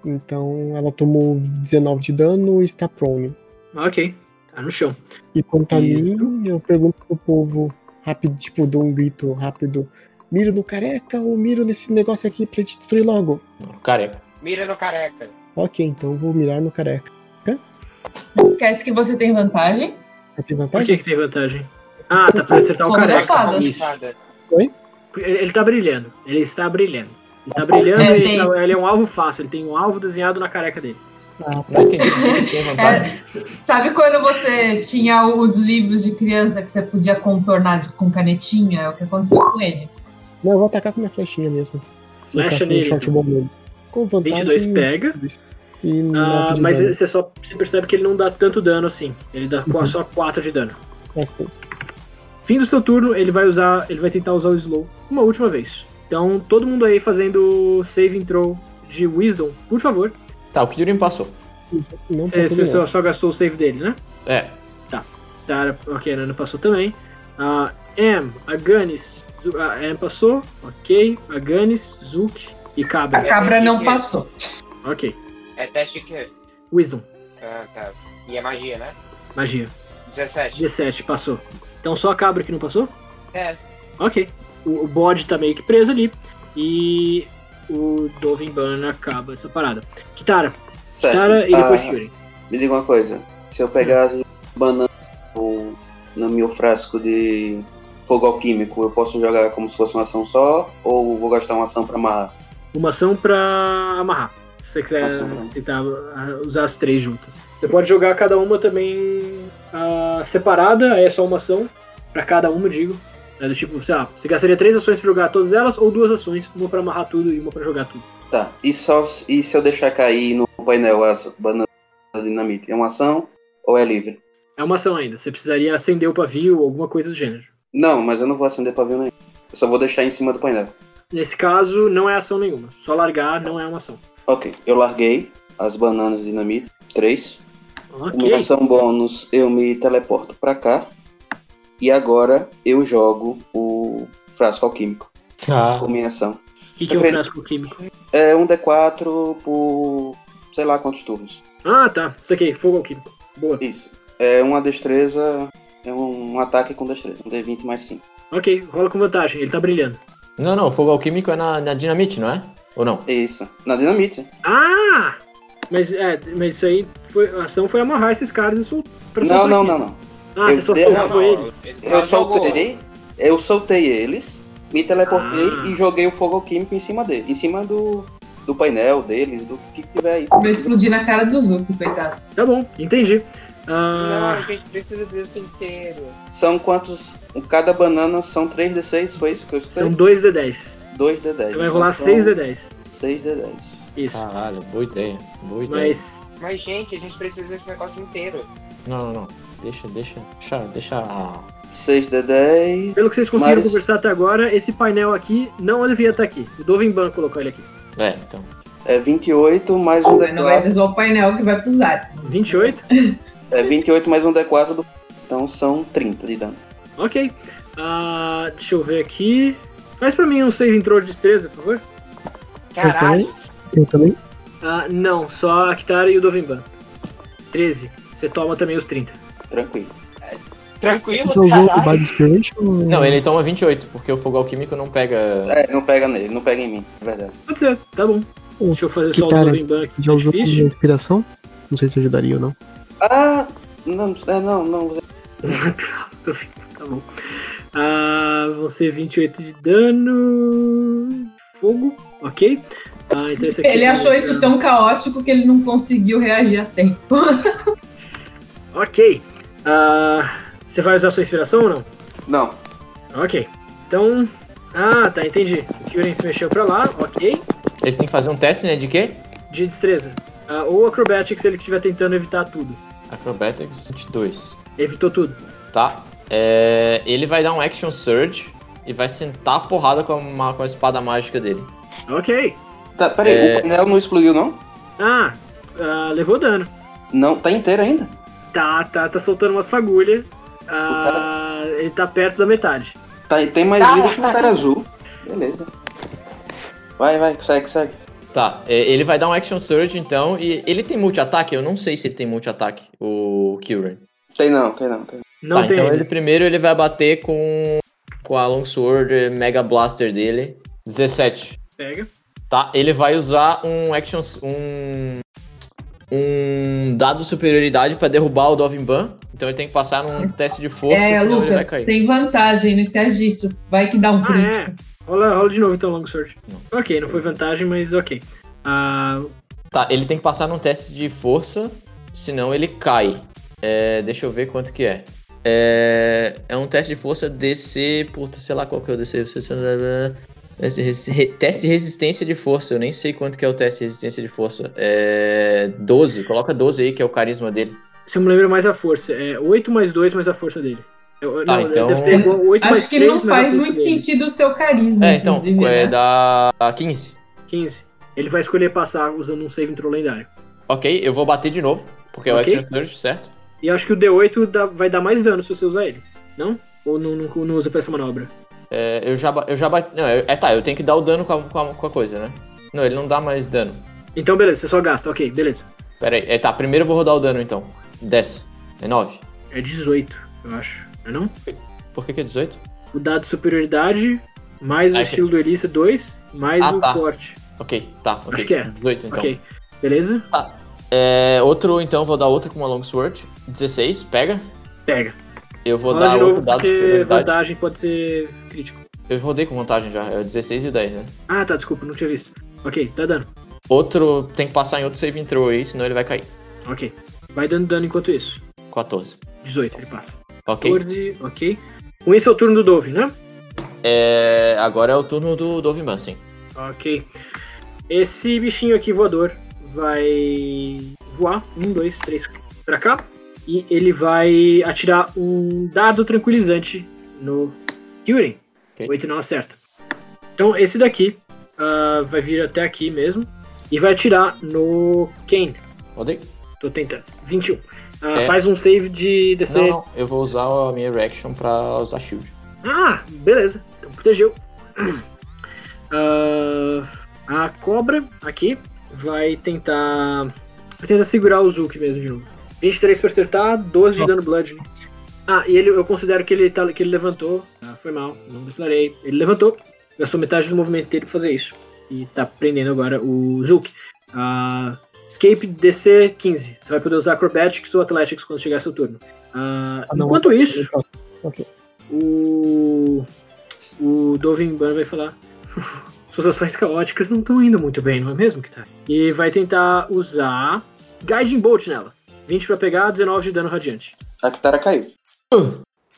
F: Então ela tomou 19 de dano e está prone.
B: Ok. Tá no chão.
F: E quanto a
B: Isso.
F: mim, eu pergunto pro povo rápido, tipo, dou um grito rápido. Miro no careca ou miro nesse negócio aqui pra gente destruir logo?
G: um careca.
E: Mira no careca.
F: Ok, então eu vou mirar no careca.
C: Não esquece que você tem vantagem.
F: Vai
B: Por
F: ter Tá vantagem?
B: que, que tem vantagem? Ah, tá pra acertar o
C: Só da
B: careca.
C: espada.
B: Isso.
E: Nada.
B: Ele ele tá brilhando. Ele está brilhando. Ele tá brilhando
C: É,
B: e
C: tem-
B: ele, tá- ele é um alvo fácil. Ele tem um alvo desenhado na careca dele.
F: Ah, tá.
G: Não entendi por que que tem vantagem.
C: Sabe quando você tinha os livros de criança que você podia contornar de- com canetinha? É o que aconteceu com ele.
F: Não, eu vou atacar com minha flechinha mesmo.
B: Flecha
F: Atacar com um
B: nele,
F: short
B: então.
F: bom mesmo. Com vantagem.
B: 22 pega.
F: E
B: Ah,
F: 9 de
B: mas
F: dano.
B: você só você percebe que ele não dá tanto dano assim. Ele dá
F: Uhum.
B: só 4 de dano.
F: Mas tem-
B: Fim do seu turno, ele vai usar. Ele vai tentar usar o slow uma última vez. Então, todo mundo aí fazendo save throw de Wisdom, por favor.
F: É.
G: Tá, o Kyurin passou.
F: Não
B: Você
F: passou de
B: você
F: novo.
B: só, só gastou o save dele, né?
G: É.
B: Tá, ok, a Nana passou também. A M, a Ganis. Zu- ah, A M passou, ok. A Ganis, Zuki e
C: A
B: Cabra.
C: cabra não passou.
B: Ok.
E: É teste que.
B: Wisdom,
E: Ah, tá. E é magia, né?
B: magia.
E: 17.
B: 17, passou. Então só a Cabra que não passou?
E: É.
B: Ok. O, o bode tá meio que preso ali. E o Dovinban acaba essa parada. Kitara,
F: É,
I: Certo.
B: Kitara e depois
I: Ah,
B: Kyuri.
I: Me diga uma coisa. Se eu pegar as bananas no, no meu frasco de fogo alquímico, eu posso jogar como se fosse uma ação só? Ou vou gastar uma ação pra amarrar?
B: Uma ação pra amarrar. Se você quiser
I: Ação pra-
B: tentar ah, usar as três juntas. Você pode jogar cada uma também ah, separada, aí é só uma ação. Pra cada uma, digo. É do tipo, sei lá, você gastaria três ações pra jogar todas elas, ou duas ações, uma pra amarrar tudo e uma pra jogar tudo.
I: Tá. E, só, se- e se eu deixar cair no painel as bananas da dinamite? É uma ação ou é livre?
B: É uma ação ainda. Você precisaria acender o pavio ou alguma coisa do gênero.
I: Não, mas eu não vou acender pavio nenhum. Eu só vou deixar em cima do painel.
B: Nesse caso, não é ação nenhuma. Só largar não é uma ação.
I: Ok, eu larguei as bananas de dinamite. Três. Com
B: Ok.
I: minha ação bônus, eu me teleporto pra cá. E agora eu jogo o frasco alquímico
G: Ah.
I: com minha ação.
B: O que, que é um frasco químico?
I: É um D4 por sei lá quantos turnos.
B: Ah, tá. Isso aqui, fogo químico. Boa.
I: Isso. É uma destreza. É um, um ataque com destreza. Um D20 mais 5.
B: Ok, rola com vantagem. Ele tá brilhando.
G: Não, não, o fogo alquímico é na, na dinamite, não é? Ou não?
I: Isso. Na dinamite.
B: Ah! Mas, é, mas isso aí foi- a ação foi amarrar esses caras e soltar.
I: Não, não, não, não.
B: Ah, você
I: Eu-
B: só
I: eu-
B: soltou ele.
I: Eu
E: só jogou.
I: soltei, eu soltei eles, me teleportei
B: Ah.
I: e joguei o fogo químico em cima dele, em cima do, do painel deles, do que tiver aí.
C: Vai explodir na cara dos outros, coitado.
B: Tá bom, entendi.
E: Não,
B: Ah,
E: a gente precisa disso inteiro.
I: São quantos? Cada banana são 3d6, foi isso que eu
B: são
I: escutei?
B: 2 D10.
I: 2d10.
B: Você vai rolar
I: Então,
B: 6 D10.
I: 6d10.
B: Isso.
G: Caralho, boa ideia. Boa ideia.
B: Mas
E: Mas, gente, a gente precisa desse negócio inteiro.
G: Não, não, não. Deixa, deixa, deixa, deixa. a-
I: 6d10.
B: Pelo que vocês conseguiram
I: Mas-
B: conversar até agora, esse painel aqui não devia estar aqui. O Dovinban colocou ele aqui.
G: É, então.
F: Hum.
I: É 28 mais um
C: Não é vai
I: D4.
C: ser só o painel que vai pros ares.
B: 28?
I: É 28 mais um D4 do. Então são 30 de dano.
B: Ok. Ah, deixa eu ver aqui. Faz pra mim um save intro de destreza, por favor.
E: Caralho,
F: Eu também?
B: Ah, não, só a Kitara e o Dovinban. 13. Você toma também os 30.
I: Tranquilo.
E: tranquilo,
F: Você usou o
E: caralho.
F: base diferente ou.
G: Não, ele toma 28, porque o fogo alquímico não pega.
I: É, não pega nele, não pega em mim, é verdade.
B: Pode ser, tá bom.
F: Ô,
B: Deixa eu fazer só o
F: Kitara,
B: Dovinban aqui.
F: Já
B: é
F: usou a
B: difícil.
F: inspiração? Não sei se ajudaria ou não.
I: Ah! Não, é, não, não.
B: tá bom. Ah, vão ser 28 de dano. Fogo, ok. Ah, então esse aqui
C: Ele
B: é
C: achou
B: outra-
C: isso tão caótico que ele não conseguiu reagir a tempo.
B: Ok. Ah, você vai usar sua inspiração ou não?
I: Não.
B: Ok. Então. Ah, tá, entendi. O Kyurem se mexeu pra lá, ok.
G: Ele tem que fazer um teste, né? De quê?
B: De destreza. Ah, ou Acrobatics, ele que estiver tentando evitar tudo.
G: Acrobatics 22.
B: Evitou tudo.
G: Tá. É, ele vai dar um action surge e vai sentar a porrada com a, ma- com a espada mágica dele.
B: Ok.
I: Tá, peraí,
G: É.
I: o painel não explodiu, não?
B: Ah, ah, levou dano.
I: Não, tá inteiro ainda?
B: Tá, tá, tá soltando umas fagulhas. Ah, ele tá perto da metade.
I: Tá, e tem mais vida que o cara azul. Beleza. Vai, vai, segue, segue.
G: Tá. é, ele vai dar um action surge então. E ele tem multi-ataque? Eu não sei se ele tem multi-ataque, o Kyurem.
I: Tem não, tem não, tem não.
B: Não
G: tá,
B: tem.
G: então
B: ainda.
G: ele primeiro ele vai bater com, com a Longsword Mega Blaster dele. 17.
B: Pega.
G: Tá, ele vai usar um action. um. um dado de superioridade pra derrubar o Dovinban. Então ele tem que passar num teste de força,
C: é,
G: senão ele vai
C: Lucas,
G: cair.
C: tem vantagem, não esquece disso. Vai que dá um
B: Ah,
C: crítico.
B: é. Rola, rola de novo então, Long Sword.
G: Não.
B: Ok, não foi vantagem, mas ok. Ah,
G: Tá, ele tem que passar num teste de força, senão ele cai. É, deixa eu ver quanto que é. É, é um teste de força DC, puta, sei lá qual que é o DC. você- você- Teste de resi- re- teste de resistência de força, eu nem sei quanto que é o teste de resistência de força. É 12, coloca 12 aí, que é o carisma dele.
B: se eu me lembro mais a força, é 8 mais 2 mais a força dele. Eu-
G: Tá,
B: não,
G: então-
B: deve ter igual 8 mais
C: Acho que
B: 3
C: não
B: mais a
C: faz
B: força
C: muito
B: dele.
C: sentido o seu carisma,
G: É, então,
C: inclusive,
G: é
C: né?
G: da 15.
B: 15. Ele vai escolher passar usando um save intro lendário.
G: Ok, eu vou bater de novo, porque é o
B: Ok.
G: Action Surge, certo?
B: E acho que o D8 dá- vai dar mais dano se você usar ele. Não? Ou não, não, não usa pra essa manobra?
G: É, eu já, ba- eu já bati. Não, é, é, tá, eu tenho que dar o dano com a, com, a, com a coisa, né? Não, ele não dá mais dano.
B: Então, beleza, você só gasta. Ok, beleza.
G: Pera aí, é, tá, primeiro eu vou rodar o dano então. 10. É 9.
B: É 18, eu acho. Não é não?
G: Por que, que é 18?
B: O dado de superioridade, mais o
G: Ah,
B: estilo duelista 2, mais
G: Ah,
B: o
G: tá.
B: corte.
G: Ok, tá, ok.
B: Acho que é.
G: 18 então.
B: Ok, beleza?
G: É, outro, então, vou dar outro com uma Longsword. 16, pega.
B: Pega.
G: Eu vou
B: Rola
G: dar
B: de
G: outro
B: novo,
G: dado de
B: porque
G: superioridade.
B: vantagem pode ser crítico.
G: Eu rodei com vantagem já, é o 16 e o 10, né?
B: Ah, tá, desculpa, não tinha visto. Ok, dá dano.
G: Outro tem que passar em outro save intro aí, senão ele vai cair.
B: Ok. Vai dando dano enquanto isso.
G: 14.
B: 18, ele passa.
G: Ok.
B: 14, ok. Com isso é o turno do Dove, né?
G: É, agora é o turno do Doviman, sim.
B: Ok. Esse bichinho aqui voador vai voar. Um, dois, três, pra cá. E ele vai atirar um dado tranquilizante no Kyurem.
G: Ok.
B: Oito não acerta. Então esse daqui ah, vai vir até aqui mesmo. E vai atirar no Kane.
G: Rodei.
B: Tô tentando. 21. Ah,
G: É.
B: Faz um save de DC.
G: Não, não, eu vou usar a minha reaction pra usar shield.
B: Ah, beleza. Então protegeu. Ah, a cobra aqui vai tentar. Vai tentar segurar o Zuki mesmo de novo. 23 pra acertar, 12 de
F: Nossa.
B: dano blood. Ah, e ele, eu considero que ele, tá, que ele levantou. Ah, foi mal, não declarei. Ele levantou. Gastou metade do movimento dele pra fazer isso. E tá prendendo agora o Zuki. Ah, Escape DC 15. Você vai poder usar Acrobatics ou Athletics quando chegar seu turno. Ah,
F: Ah, não.
B: enquanto isso,
I: um?
F: Ok.
B: o. O Dovin Ban vai falar. Suas ações caóticas não estão indo muito bem, não é mesmo, Kitara? E vai tentar usar Guiding Bolt nela. 20 pra pegar, 19 de dano radiante.
I: A Kitara caiu.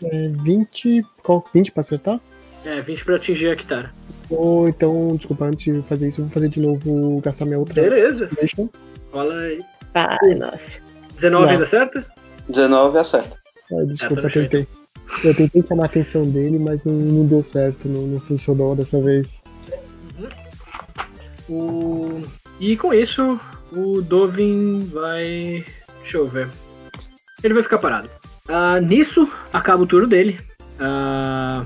F: É 20. Qual? 20 pra acertar?
B: É, 20 pra atingir a Kitara.
F: Ou então, desculpa, antes de fazer isso, eu vou fazer de novo, gastar minha outra. né?
B: Beleza.
F: Activation.
B: Rola aí.
J: Ai, nossa.
B: 19
F: Não.
B: ainda certa?
I: 19 acerta.
F: Ah, desculpa,
B: tá no
F: eu tentei. Eu tentei chamar a atenção dele, mas não, não deu certo, não, não funcionou dessa vez.
B: O... E com isso, o Dovin vai. Deixa eu ver. Ele vai ficar parado. Ah, nisso, acaba o turno dele. Ah,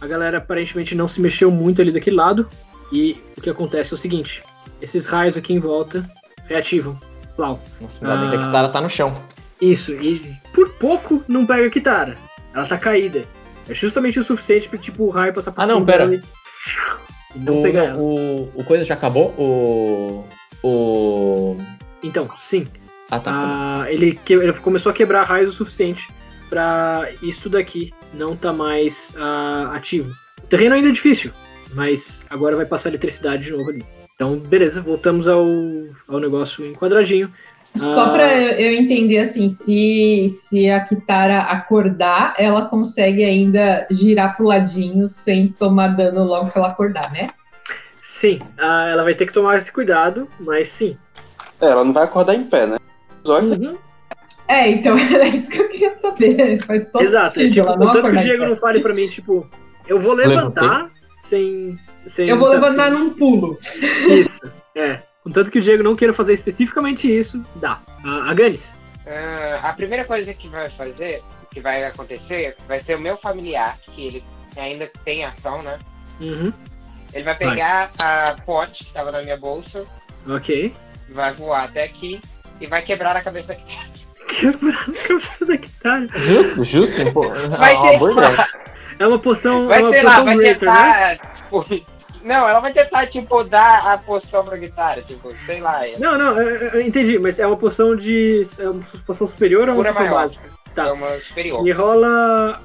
B: a galera aparentemente não se mexeu muito ali daquele lado. E o que acontece é o seguinte: esses raios aqui em volta reativam. Plau.
G: Nossa, ainda bem que
B: Ah.
G: a Kitara tá no chão.
B: Isso, e por pouco não pega a Kitara. Ela tá caída. É justamente o suficiente pra tipo, o raio passar por
G: Ah, não,
B: cima
G: pera.
B: dela e- E não
G: o,
B: pegar
G: não,
B: ela.
G: o, o coisa já acabou? O. O.
B: Então, sim,
G: Ah, tá.
B: Ah, ele, que- ele começou a quebrar raios o suficiente pra isso daqui não tá mais ah, ativo. O terreno ainda é difícil, mas agora vai passar eletricidade de novo ali. Então, beleza, voltamos ao, ao negócio em quadradinho.
C: Só pra
B: Ah.
C: eu eu entender assim, se, se a Kitara acordar, ela consegue ainda girar pro ladinho sem tomar dano logo que ela acordar, né?
B: Sim, ah, ela vai ter que tomar esse cuidado, mas sim.
I: É, ela não vai acordar em pé, né? Os olhos
C: Uhum. É, então era isso que eu queria saber. Faz todo
B: Exato, é,
C: sentido.
B: tipo,
C: ela não
B: tanto que o
C: acordar.
B: Diego não fale pra mim, tipo, eu vou levantar sem, sem.
C: Eu vou levantar
B: assim.
C: num pulo.
B: Isso, é. Contanto que o Diego não queira fazer especificamente isso, dá. Ah, a Ganis.
E: Ah, a primeira coisa que vai fazer, que vai acontecer, vai ser o meu familiar, que ele ainda tem ação, né?
B: Uhum.
E: Ele vai
B: Vai.
E: pegar a pote que tava na minha bolsa,
B: Ok.
E: vai voar até aqui e vai quebrar a cabeça da Kitara.
B: Quebrar a cabeça da guitarra.
G: Justo, justo, pô.
E: Vai
G: é uma
E: ser-
G: boa ideia.
B: É uma poção. é
E: Vai
B: uma
E: ser
B: poção
E: lá, vai
B: greater, né?
E: tentar. tipo, não, ela vai tentar, tipo, dar a poção pra guitarra, tipo, sei lá. É
B: Não, não, eu, eu- eu entendi, mas é uma poção de. É uma poção superior ou uma
E: cura
B: poção
E: maior.
B: básica? Tá.
E: É uma superior.
B: E rola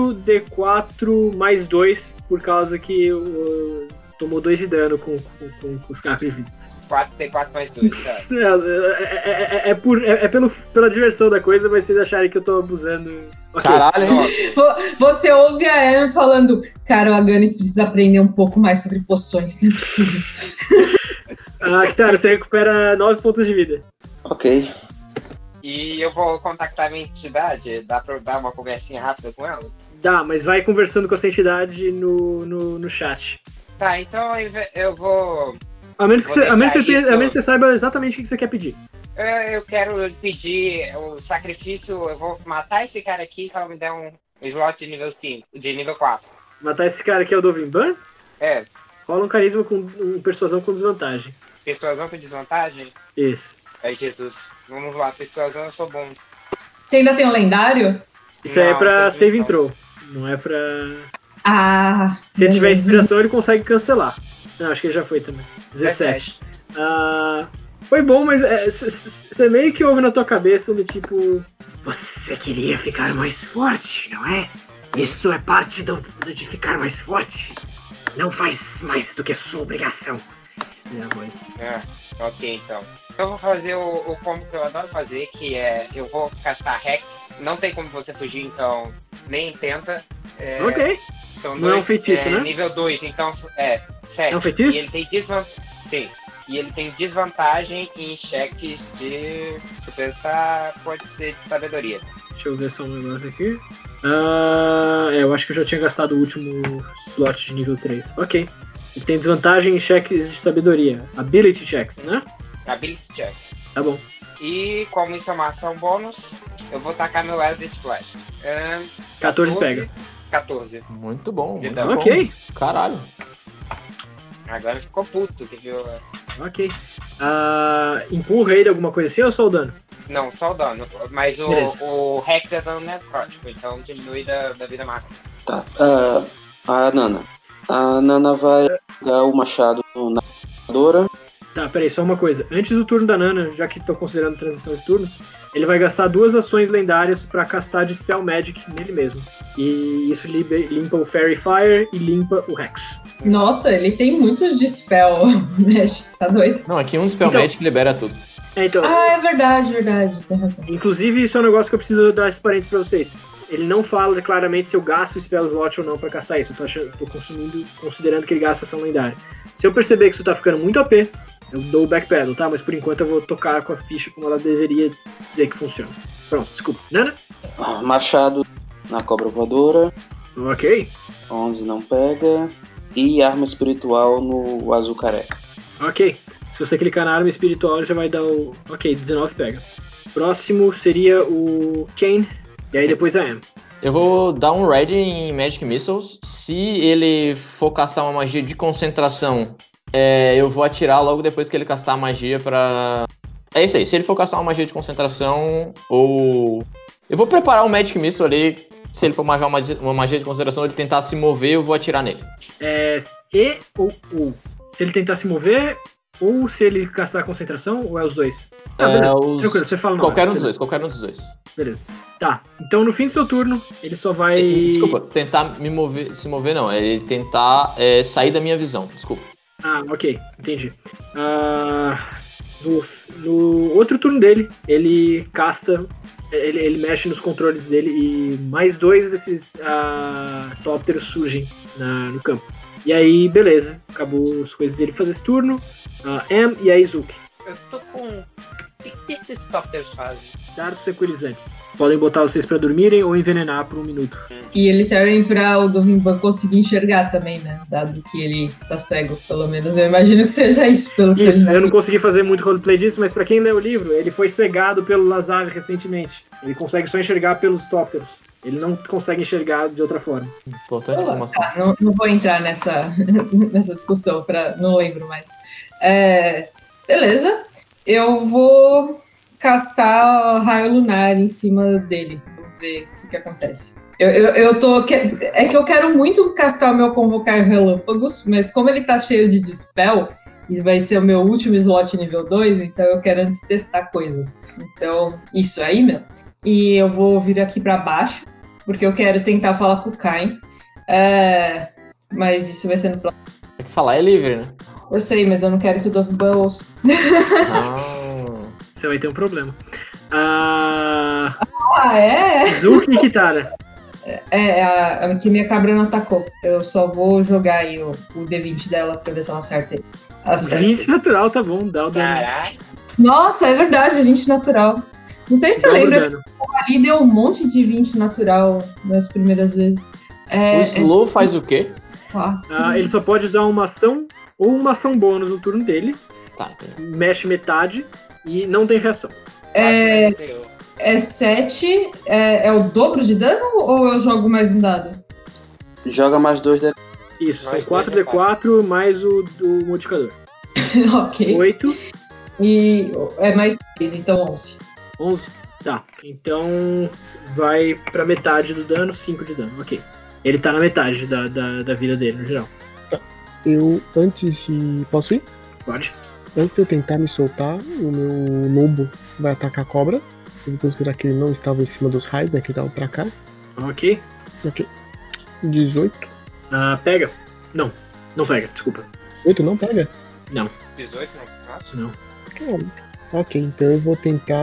B: 4d4 mais 2, por causa que o- tomou 2 de dano com, com, com, com os carros de vida.
E: 4D4 mais 2, tá?
B: É, é- é- é- é por, é, é pelo, pela diversão da coisa, mas vocês acharem que eu tô abusando. Ok.
G: Caralho, hein?
E: Ó,
C: Vo- Você ouve a Anne falando, cara, o Aganis precisa aprender um pouco mais sobre poções, não é possível.
B: Ah, Kitara, você recupera 9 pontos de vida.
I: Ok.
E: E eu vou contactar minha entidade, dá pra eu dar uma conversinha rápida com ela?
B: Dá, Tá, mas vai conversando com essa entidade no, no, no chat.
E: Tá, então ao invés- eu vou.
B: A menos que,
E: Vou
B: você, a menos que,
E: deixar
B: você,
E: isso-
B: a menos que você saiba exatamente o que você quer pedir.
E: Eu, eu quero pedir o sacrifício, eu vou matar esse cara aqui se ela me der um slot de nível 5, de nível 4.
B: Matar esse cara aqui é o Dovin Ban?
E: É,
B: Rola um carisma com um persuasão com desvantagem.
E: persuasão com desvantagem?
B: Isso.
E: Ai, Jesus. Vamos lá, persuasão eu sou bom.
C: Você ainda tem o lendário?
B: Isso aí é
E: Não,
B: pra
E: não sei se
B: save
E: não.
B: throw. Não é pra.
C: Ah,
B: Se ele tiver
C: beleza.
B: inspiração, ele consegue cancelar. Não, acho que ele já foi também. 17. Ah, foi bom, mas é, você meio que ouve na tua cabeça do tipo. Você queria ficar mais forte, não é? Isso é parte do, do- de ficar mais forte. Não faz mais do que a sua obrigação. Minha mãe.
E: Ah, ok, então. Eu vou fazer o, o combo que eu adoro fazer, que é eu vou castar Rex. Não tem como você fugir, então nem tenta. É,
B: Ok.
E: São
B: Não é um
E: dois,
B: feitiço,
E: é,
B: né?
E: Nível 2, então é 7.
B: É um feitiço?
E: E ele tem desvantagem. Sim. E ele tem desvantagem em cheques de. Deixa eu pensar. Pode ser de sabedoria.
B: Deixa eu ver só um negócio aqui. Ah, é, eu acho que eu já tinha gastado o último slot de nível 3. Ok. Ele tem desvantagem em cheques de sabedoria. Ability checks, né?
E: Ability check.
B: Tá bom.
E: E como isso é uma ação bônus, eu vou tacar meu Eldritch Blast. Ahn,
B: 14 pega.
E: 14.
G: Muito bom,
B: tá
G: muito
E: Então,
G: tá bom.
B: ok,
G: Caralho.
E: Agora ficou puto, que viu?
B: ok. Ah, empurra ele alguma coisa assim ou só o dano?
E: Não, só o dano. Mas o,
B: Beleza.
E: o Rex é dano necrótico, então diminui da, da vida máxima.
I: Tá. Ah, a Nana. A Nana vai dar o machado na nadadora
B: Tá, peraí, só uma coisa. Antes do turno da Nana, já que tô considerando transição de turnos, ele vai gastar duas ações lendárias pra castar Dispel Magic nele mesmo. E isso libe- limpa o Fairy Fire e limpa o Rex.
C: Nossa, ele tem muitos dispel, Magic. Tá doido?
G: Não, aqui um spell
B: Então-
G: magic libera tudo.
B: É, então,
C: Ah, é verdade, verdade. Tem razão.
B: Inclusive, isso é um negócio que eu preciso dar esse parênteses pra vocês. Ele não fala claramente se eu gasto o spell slot ou não pra caçar isso. Eu tô, achando, tô consumindo, considerando que ele gasta ação lendária. Se eu perceber que isso tá ficando muito AP, eu dou o backpedal, tá? Mas por enquanto eu vou tocar com a ficha como ela deveria dizer que funciona. Pronto, desculpa. Nana?
I: Machado na cobra voadora.
B: Ok,
I: 11 não pega. E arma espiritual no azul careca.
B: ok. Se você clicar na arma espiritual, ele já vai dar o. Ok, 19 pega. Próximo seria o Kane, e aí depois a Am.
G: Eu vou dar um red em Magic Missiles. Se ele for castar uma magia de concentração, é, eu vou atirar logo depois que ele castar a magia pra. É isso aí. Se ele for castar uma magia de concentração, ou. Eu vou preparar um Magic Missile ali. Se ele for magar uma, uma magia de concentração, ele tentar se mover, eu vou atirar nele.
B: É E ou U. Se ele tentar se mover, ou se ele caçar concentração, ou é os dois? Ah,
G: É,
B: beleza.
G: os-
B: Tranquilo, você fala não.
G: Qualquer um dos dois, qualquer um dos dois.
B: Beleza. Tá. Então no fim do seu turno, ele só vai.
G: Desculpa, tentar me mover, se mover não, é ele tentar é, sair da minha visão, desculpa.
B: Ah, ok. Entendi. Ah, no, no outro turno dele, ele casta. Ele, ele mexe nos controles dele e mais dois desses ah, tópteros surgem na- no campo. E aí, beleza. Acabou as coisas dele fazer esse turno. Ah, Am e a Izuki.
E: Eu tô com. O que, que esses tópteros fazem?
B: Dardos sequelizantes. Podem botar vocês pra dormirem ou envenenar por um minuto.
C: E eles servem pra o Dovimban conseguir enxergar também, né? Dado que ele tá cego, pelo menos. Eu imagino que seja isso, pelo que
B: Isso,
C: ele
E: né?
B: eu não consegui fazer muito roleplay disso, mas pra quem leu o livro, ele foi cegado pelo Lazar recentemente. Ele consegue só enxergar pelos tópteros. Ele não consegue enxergar de outra forma.
G: Importante informação.
C: Ah, não, não vou entrar nessa, nessa discussão, pra, não lembro mais. É, beleza. Eu vou castar raio lunar em cima dele. Vamos ver o que, que acontece. Eu, eu, eu tô. que- É que eu quero muito castar o meu convocar relâmpagos, mas como ele tá cheio de dispel, e vai ser o meu último slot nível 2, então eu quero antes testar coisas. Então, isso aí, meu. E eu vou vir aqui pra baixo, porque eu quero tentar falar com o Caim. É, mas isso vai ser no próximo.
G: Tem que falar, é livre, né?
C: Eu sei, mas eu não quero que o Dovban ouça.
G: Ah,
B: Você vai ter um problema. Ah,
C: Ah, é?
B: Zuki e Kitara.
C: É, a, a que minha cabra não atacou. Eu só vou jogar aí o, o D20 dela pra ver se ela acerta ele. Acerta.
B: 20 natural, tá bom, dá o dano.
E: Caralho.
C: Nossa, é verdade, 20 natural. Não sei se você
G: É
B: Dá o
C: lembra,
B: dano.
C: ali deu um monte de 20 natural nas primeiras vezes.
G: o
C: É, é
G: slow faz o quê?
C: lá.
B: Ah, ele só pode usar uma ação ou uma ação bônus no turno dele.
G: Tá, entendi.
B: Mexe metade e não tem reação.
C: É,
E: Eu-
C: é 7, é, é o dobro de dano ou eu jogo mais um dado?
I: Joga mais dois da.
B: Isso,
E: Mais
B: são
E: dois, né,
B: 4D4 mais o do modificador.
C: ok.
B: 8,
C: E é mais 3, então 11.
B: 11. Tá. Então vai pra metade do dano, 5 de dano. Ok. Ele tá na metade da, da, da vida dele, no geral.
F: Eu, antes de. Posso ir?
B: Pode?
F: Antes de eu tentar me soltar, o meu lobo vai atacar a cobra. Eu vou considerar que ele não estava em cima dos raios, né? Que ele estava pra cá.
B: Ok.
F: 18.
B: Ah, pega. Não. Não pega, desculpa.
F: 8 não pega?
E: 18 não faço?
B: Não.
F: Caramba. Ok, então eu vou tentar.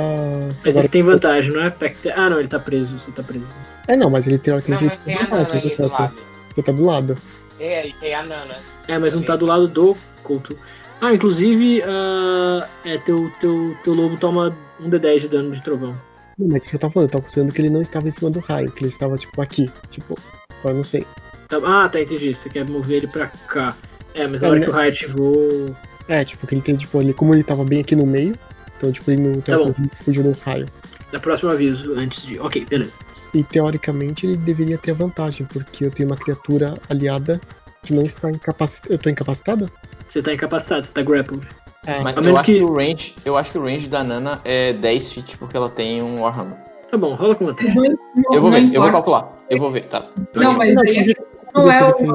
B: Mas ele
F: Agora-
B: tem vantagem, não é? Pega- Ah, não, ele tá preso. Você tá preso.
F: É, não, mas ele
E: Não,
F: teoricamente.
E: mas
G: é
E: tem a Nana
F: ele
E: aí do lado.
F: Ele tá do lado.
E: É, e tem a Nana.
B: É, mas não tá do lado do Couto. Ah, inclusive, ah, é, teu, teu, teu lobo toma um D10 de dano de trovão.
F: Não, mas isso que eu tava falando, eu tava considerando que ele não estava em cima do raio, que ele estava, tipo, aqui. Tipo, agora eu não sei.
B: Tá- ah, tá, entendi. Você quer mover ele pra cá. É, mas na
F: É,
B: hora
F: né?
B: que o raio ativou.
F: É, tipo, que ele tem, tipo, ele, como ele tava bem aqui no meio, então, tipo, ele não
B: Tá bom.
F: teoricamente, fugiu do raio.
B: Na próxima aviso, antes de. Ok, beleza.
F: E teoricamente ele deveria ter a vantagem, porque eu tenho uma criatura aliada que não está incapacitada. Eu tô incapacitada?
B: Você tá incapacitado, você tá grappled.
G: Mas
B: a
G: eu
B: menos
G: acho
B: que-
G: que... o range, eu acho que o range da Nana é 10 feet porque ela tem um Warhammer.
B: Tá bom, rola com vantagem.
C: Não,
G: Eu
C: não
G: vou ver, eu vou
C: importa.
G: calcular. Eu vou ver, tá.
C: Não, mas
F: Não,
C: aí
F: tipo,
C: Não é o
F: Sim.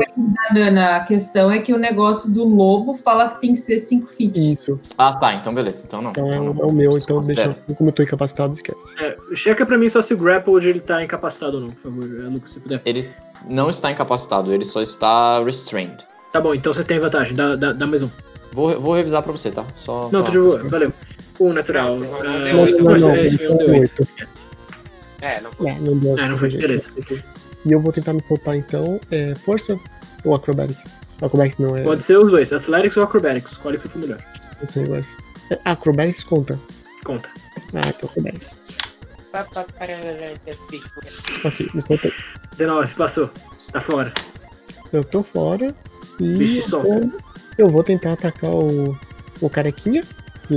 C: banana, a questão é que o negócio do lobo fala que tem que ser 5 feet.
F: Isso.
G: Ah, tá, então beleza. Então não.
F: Então é
G: não,
F: o, é o meu, então deixa.
G: Considero.
F: eu- Como eu tô incapacitado, esquece.
B: É, checa pra mim só se o Grappled ele tá incapacitado ou não, por favor, é, Lucas, se puder.
G: Ele não está incapacitado, ele só está restrained.
B: Tá bom, então você tem vantagem, dá, dá, dá mais um.
G: Vou, vou revisar pra você, tá? Só.
B: Não, tô
G: tá.
B: de boa, valeu. Um natural.
E: Não, você
B: Ah,
E: rolou um
F: Não,
E: D8,
F: não,
E: Oito,
F: não,
B: mas
F: não.
B: é,
F: Eles
B: isso foi
F: são
B: um D8.
F: oito.
B: Yes.
E: É, não foi.
F: Não, não deu.
B: Ah, não foi,
F: jeito.
B: beleza.
F: E eu vou tentar me poupar então. É força ou acrobatics? Acrobatics não é
B: Pode ser os dois, Athletics ou Acrobatics, escolhe o que você for melhor.
F: esse negócio. É, acrobatics conta.
B: Conta.
F: Ah, então acrobatics.
E: Pá, pá, parará, né, cinco.
F: Ok, me soltei.
B: 19, passou. Tá fora.
F: Eu tô fora e
B: Vixe,
F: eu,
B: solta.
F: vou, eu vou tentar atacar o, o carequinha de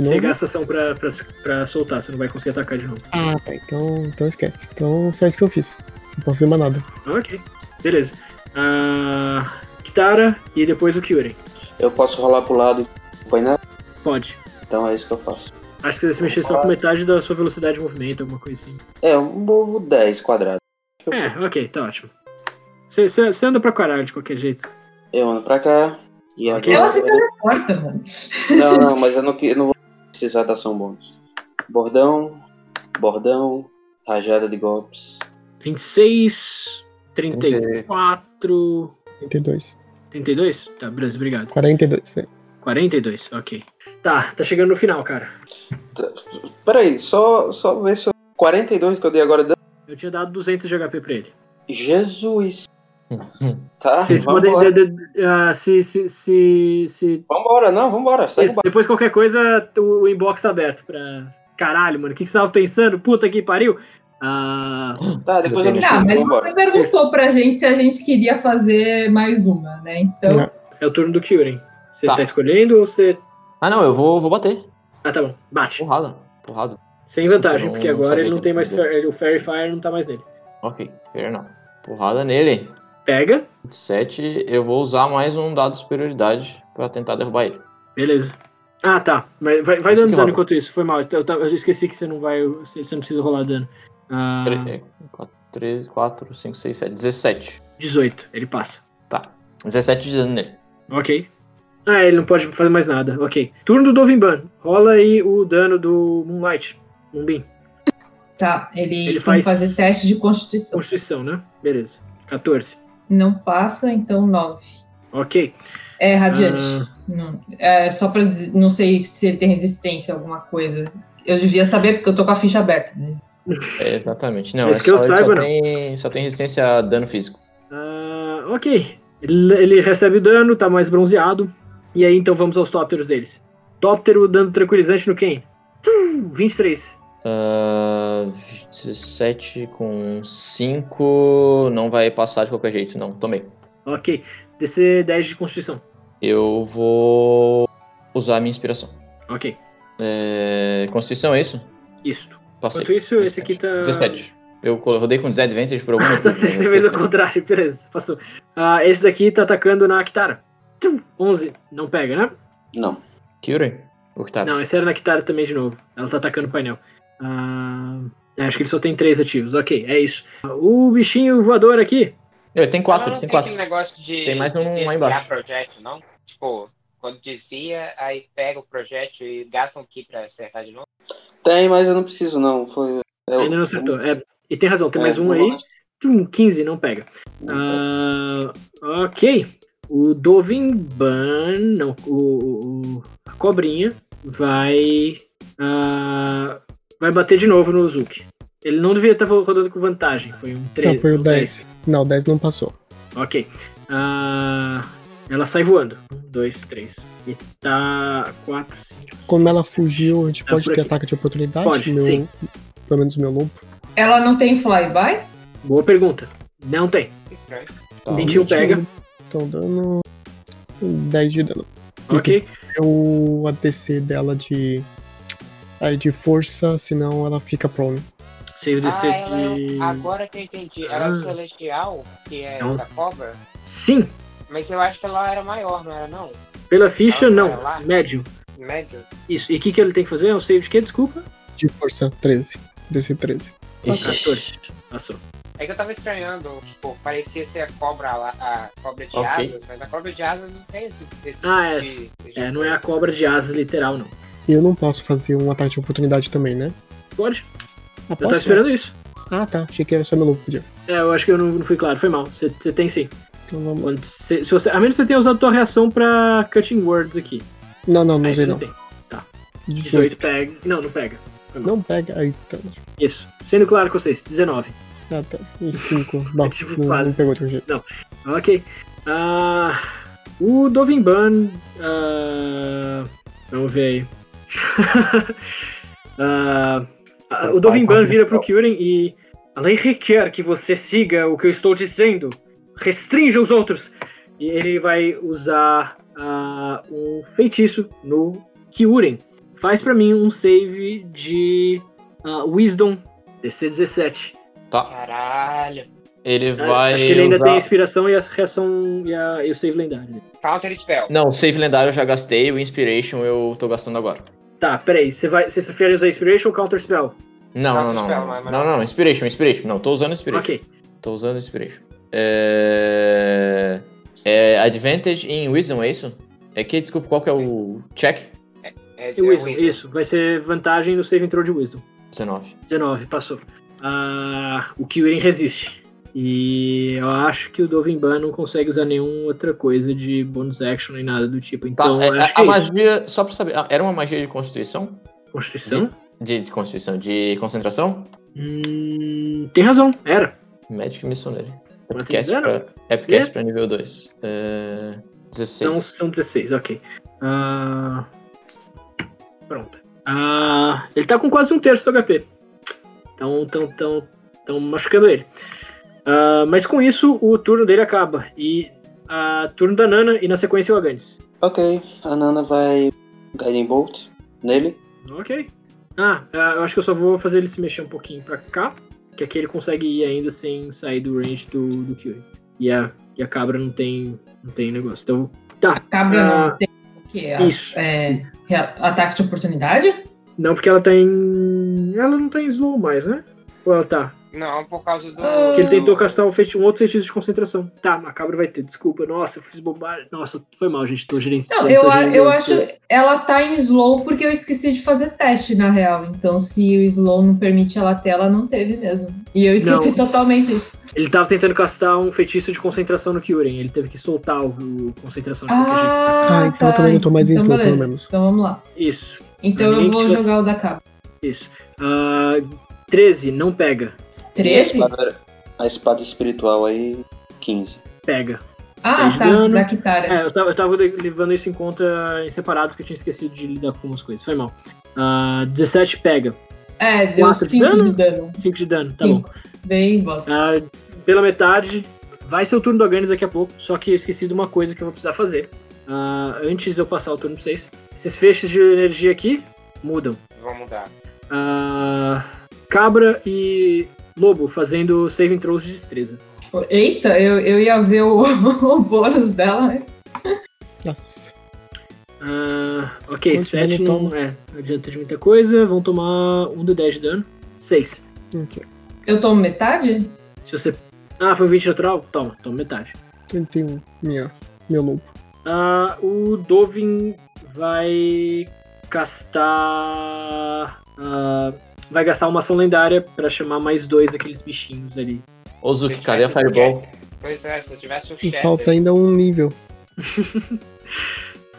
B: Você
F: novo.
B: gasta ação pra, pra, pra soltar, você não vai conseguir atacar de novo.
F: Ah, tá. Então, então esquece. Então só isso que eu fiz. Não posso fazer mais nada.
B: Ok, beleza. Ah, Kitara e depois o Kyurem.
I: Eu posso rolar pro lado e apanhar?
B: Pode.
I: Então é isso que eu faço.
B: Acho que você se mexer só com metade da sua velocidade de movimento, alguma coisa assim.
I: É, um novo 10 quadrado.
B: É, ok, tá ótimo. Você- Você você anda pra caralho de qualquer jeito.
I: Eu ando pra cá. E agora.
C: Ela se teleporta, mano.
I: Não, não, mas eu não, que- eu não vou precisar da ação bônus. Bordão, bordão, rajada de golpes.
B: 26, 34,
F: 42.
B: 32? Tá, beleza, obrigado.
F: 42, né?
B: 42, ok. Tá, tá chegando no final, cara.
I: Peraí, só, só ver se eu... 42 que eu dei agora. deu-
B: Eu tinha dado 200 de HP pra ele.
I: Jesus! Tá,
B: Vocês
I: vambora.
B: podem. de- de- ah, se, se, se, se-
I: Vambora, não, vambora. Segue o barco.
B: Depois qualquer coisa, o, o inbox tá aberto pra. Caralho, mano, o que, que você tava pensando? Puta que pariu. Ah,
I: Tá, depois eu me
C: Tá,
I: chamo.
C: mas
I: Vambora.
C: você perguntou pra gente se a gente queria fazer mais uma, né? Então,
B: é o turno do Kyurem. Você tá.
G: Tá.
B: escolhendo ou você.
G: Ah, não, eu vou, vou bater.
B: Ah, tá bom. Bate.
G: Porrada. Porrada.
B: Sem vantagem,
G: não-
B: porque
G: não
B: agora
G: sabia
B: ele não
G: que
B: tem
G: ele
B: mais.
G: podia.
B: fer- ele- O Fairy Fire não tá mais nele.
G: Ok, fair enough. Porrada nele.
B: Pega.
G: 27, eu vou usar mais um dado de superioridade pra tentar derrubar ele.
B: Beleza. Ah, tá. Mas vai, vai
G: Isso
B: dando dano
G: que rola.
B: enquanto isso. Foi mal. Eu, tava- eu esqueci que você não vai. Você você não precisa rolar dano. Ah,
G: é, 3, 4, 5, 6, 7, 17.
B: 18. Ele passa.
G: Tá. 17 de dano nele.
B: Ok. Ah, ele não pode fazer mais nada. Ok. Turno do Dovimban. Rola aí o dano do Moonlight. Moonbeam.
C: tá, ele,
B: Ele
C: tem
B: faz-
C: que fazer teste de constituição.
B: Constituição, né? Beleza. 14.
C: Não passa, então 9.
B: Ok.
C: É radiante.
B: Ah.
C: Não, é, só pra dizer, não sei se ele tem resistência a alguma coisa. Eu devia saber, porque eu tô com a ficha aberta, né?
G: É, exatamente. Não,
B: Mas
G: é
B: que eu
G: só- ele
B: saiba, né?
G: só
B: não.
G: Tem, só tem resistência a dano físico.
B: Ah, ok. Ele, ele recebe o dano, tá mais bronzeado. E aí, então, vamos aos tópteros deles. Tóptero dando tranquilizante no Ken. Tum, 23.
G: Ah, 17 com 5. Não vai passar de qualquer jeito, não. Tomei.
B: Ok. DC 10 de Constituição.
G: Eu vou usar a minha inspiração.
B: Ok.
G: É, Constituição é isso?
B: Isto.
G: Passei.
B: Enquanto isso, esse aqui tá.
G: 17. Eu colo- rodei com disadvantage por algum
B: Tá,
G: motivo.
B: Você fez o contrário, beleza, passou. Ah, esse daqui tá atacando na Kitara. Tum, 11, não pega, né?
I: Não.
G: Kyurem? O que tá?
B: Não, esse era na Kitara também de novo. Ela tá atacando o painel. Ah, acho que ele só tem três ativos, ok, é isso. O bichinho voador aqui.
G: Não, Tem
E: Mas
G: 4,
E: não
G: tem
E: tem
G: 4.
E: aquele negócio de,
G: Tem mais
E: de
G: um lá
E: desviar
G: embaixo.
E: projétil, não? Tipo, quando desvia, aí pega o projétil e gasta um ki pra acertar de novo.
I: Tem, mas eu não preciso, não. Foi. eu-
B: Ainda não acertou. É, e tem razão, tem mais
I: É,
B: um
I: não
B: aí.
I: acho.
B: Tum, 15, não pega. Ah, ok. O Dovinban, não, o, o- o- a cobrinha, vai. ah, vai bater de novo no Zuki. Ele não devia estar rodando com vantagem. Foi um 13.
F: Tá, foi o 10. Não, 10 não passou.
B: Ok. Ah, ela sai voando. Um, dois, três. E tá. Quatro, cinco.
F: Como ela fugiu, a gente
B: É
F: pode
B: por
F: ter
B: aqui.
F: ataque de oportunidade?
B: Pode,
F: meu,
B: sim.
F: Pelo menos o meu lobo.
C: Ela não tem flyby?
B: Boa pergunta. Não tem.
E: Estranho.
G: Tá,
B: 21 pega.
F: Então, dano. 10 de dano.
B: Ok.
F: É o ADC dela de. Aí de força, senão ela fica prone.
B: Save
E: Ah,
B: DC
E: ela é um-
B: de.
E: agora que eu entendi. Ela é
B: Ah.
E: um celestial, que é
B: Então-
E: essa cobra.
B: Sim,
E: Mas eu acho que ela era maior, não era não?
B: pela ficha,
E: Ela
B: não.
E: vai lá.
B: Médio.
E: Médio.
B: Isso. E o que, que ele tem que fazer? É um save de quê? Desculpa.
F: De força, 13. DC 13.
G: Ixi.
B: 14. Passou.
E: É que eu tava estranhando, tipo, parecia ser a cobra lá, a cobra de
G: Ok.
E: asas, mas a cobra de asas não tem esse, esse
B: Ah,
E: tipo de, de-
B: É, não é a cobra de asas literal, não.
F: Eu não posso fazer um ataque de oportunidade também, né?
B: Pode?
F: Ah,
B: Eu tava esperando isso.
F: Ah, tá. Achei que era só meu lobo. podia.
B: É, eu acho que eu não, não fui claro, foi mal. Você você tem sim.
F: Então vamos.
B: Quando você- se você, a menos que você tenha usado tua reação pra Cutting Words aqui.
F: Não, não, não
B: Aí você
F: usei
B: não
F: não.
B: tem. 18
F: 18.
B: pega. Não, não pega.
F: Não pega. Aí tá.
B: Isso. Sendo claro com vocês, 19.
F: Ah, tá. E 5. Não,
B: tipo
F: não,
B: quase.
F: não pegou de qualquer jeito.
B: Ok. Ah, o Dovimban. ah, vamos ver aí. Ah, ah, o Dovimban vira pro Kyuren e. A lei requer que você siga o que eu estou dizendo. Restrinja os outros. E ele vai usar ah, um feitiço no Kyuren. Faz pra mim um save de ah, Wisdom DC17.
G: Tá.
E: Caralho.
G: Ele
B: Ah,
G: vai.
B: Acho que ele ainda
G: usar-
B: tem a inspiração e a reação e, a- e o save lendário.
E: Counter Tá, spell.
G: Não, o save lendário eu já gastei, o Inspiration eu tô gastando agora.
B: Tá, peraí, você vai, vocês preferem usar Inspiration ou Counter Spell?
E: Não,
G: Não, não, não.
E: Inspiration,
G: Não,
E: mas-
G: não, não, Inspiration, Inspiration. Não, tô usando Inspiration.
B: Ok.
G: Tô usando Inspiration. É. É. Advantage em Wisdom, é isso? É que, desculpa, qual que é o check?
E: É, é
B: E Wisdom,
E: wisdom.
B: isso. Vai ser vantagem no save intro de Wisdom.
G: 19.
B: 19, passou. Ah, o Kyuren resiste. E eu acho que o Dovimban não consegue usar nenhuma outra coisa de bonus action nem nada do tipo.
G: Tá,
B: Então,
G: é-
B: eu acho
G: a,
B: que é
G: a
B: isso.
G: magia, só pra saber, ah, era uma magia de Constituição?
B: Constituição?
G: De, de Constituição, de Concentração?
B: Hum, tem razão, era.
G: Magic Missionary.
B: Quanto
G: Epicast
B: eles eram?
G: pra, Epicast pra nível 2. É,
B: Então
G: 16.
B: são 16, ok. Ah, pronto. Ah, ele tá com quase um terço do HP. Então, tão, tão, tão machucando ele. Ah, mas com isso, o turno dele acaba. E a turno da Nana e na sequência o Aganis.
I: Ok, a Nana vai Guiding Bolt nele.
B: Ok. Ah, ah, eu acho que eu só vou fazer ele se mexer um pouquinho pra cá. Que aqui ele consegue ir ainda sem sair do range do, do Kyuri. E a, e a cabra não tem, não tem negócio. Então,
C: A cabra
B: Ah.
C: não tem o quê? A-
B: isso.
C: é, rea- ataque de oportunidade?
B: Não, porque ela tá em. Ela não tá em slow mais, né? Ou ela tá?
E: Não, por causa do.
C: Ah.
B: Porque ele tentou castar um, feiti- um outro feitiço de concentração. Tá, a cabra vai ter, desculpa. Nossa, eu fiz bobagem. Nossa, foi mal, gente. Tô gerenciando.
C: Não, eu, a- eu acho ela tá em slow porque eu esqueci de fazer teste, na real. Então, se o slow não permite ela ter, ela não teve mesmo. E eu esqueci
B: Não.
C: totalmente isso.
B: Ele tava tentando castar um feitiço de concentração no Kyuren. Ele teve que soltar o, o concentração de qualquer jeito.
F: Ah,
C: Ah,
F: então
C: tá.
F: eu também não tô mais em
C: então,
F: slow,
C: beleza.
F: pelo menos.
C: Então vamos lá.
B: Isso,
C: Então
B: Ninguém
C: eu vou
B: que tivesse-
C: jogar o da capa.
B: isso. Ah, 13, não pega.
C: 13?
I: A espada, a espada espiritual aí, 15.
B: Pega.
C: Ah,
B: Três
C: tá.
B: dano.
C: Da Kitara.
B: É, eu tava, eu tava de- levando isso em conta em separado, porque eu tinha esquecido de lidar com umas coisas. Foi mal. Ah, 17 pega.
C: É, deu
B: Quatro de
C: 5
B: dano?
C: de dano.
B: 5 de dano, tá bom.
C: 5. Bem bosta.
B: Ah, pela metade. Vai ser o turno do Aganis daqui a pouco, só que eu esqueci de uma coisa que eu vou precisar fazer. Ah, antes de eu passar o turno pra vocês. Esses feixes de energia aqui mudam.
E: Vou mudar.
B: Ah, cabra e Lobo fazendo saving throws de destreza.
C: Tipo, Eita, eu, eu ia ver o, o bônus dela, mas.
F: Nossa.
B: Ah, ok,
F: Quantos
B: 7
F: dano
B: não, é, não adianta de muita coisa. Vão tomar 1 do 10 de dano. 6.
F: Ok.
C: Eu tomo metade?
B: Se você. Ah, foi um 20 natural? Toma, toma metade.
F: 31. Minha, meu lobo.
B: Ah, o Dovin vai castar. ah, vai gastar uma ação lendária pra chamar mais dois daqueles bichinhos ali.
G: Ozuki,
E: Se eu
G: cadê a
E: tivesse
G: Fireball?
E: o- Pois é, se eu tivesse o
F: E
E: Shatter.
F: falta ainda um nível.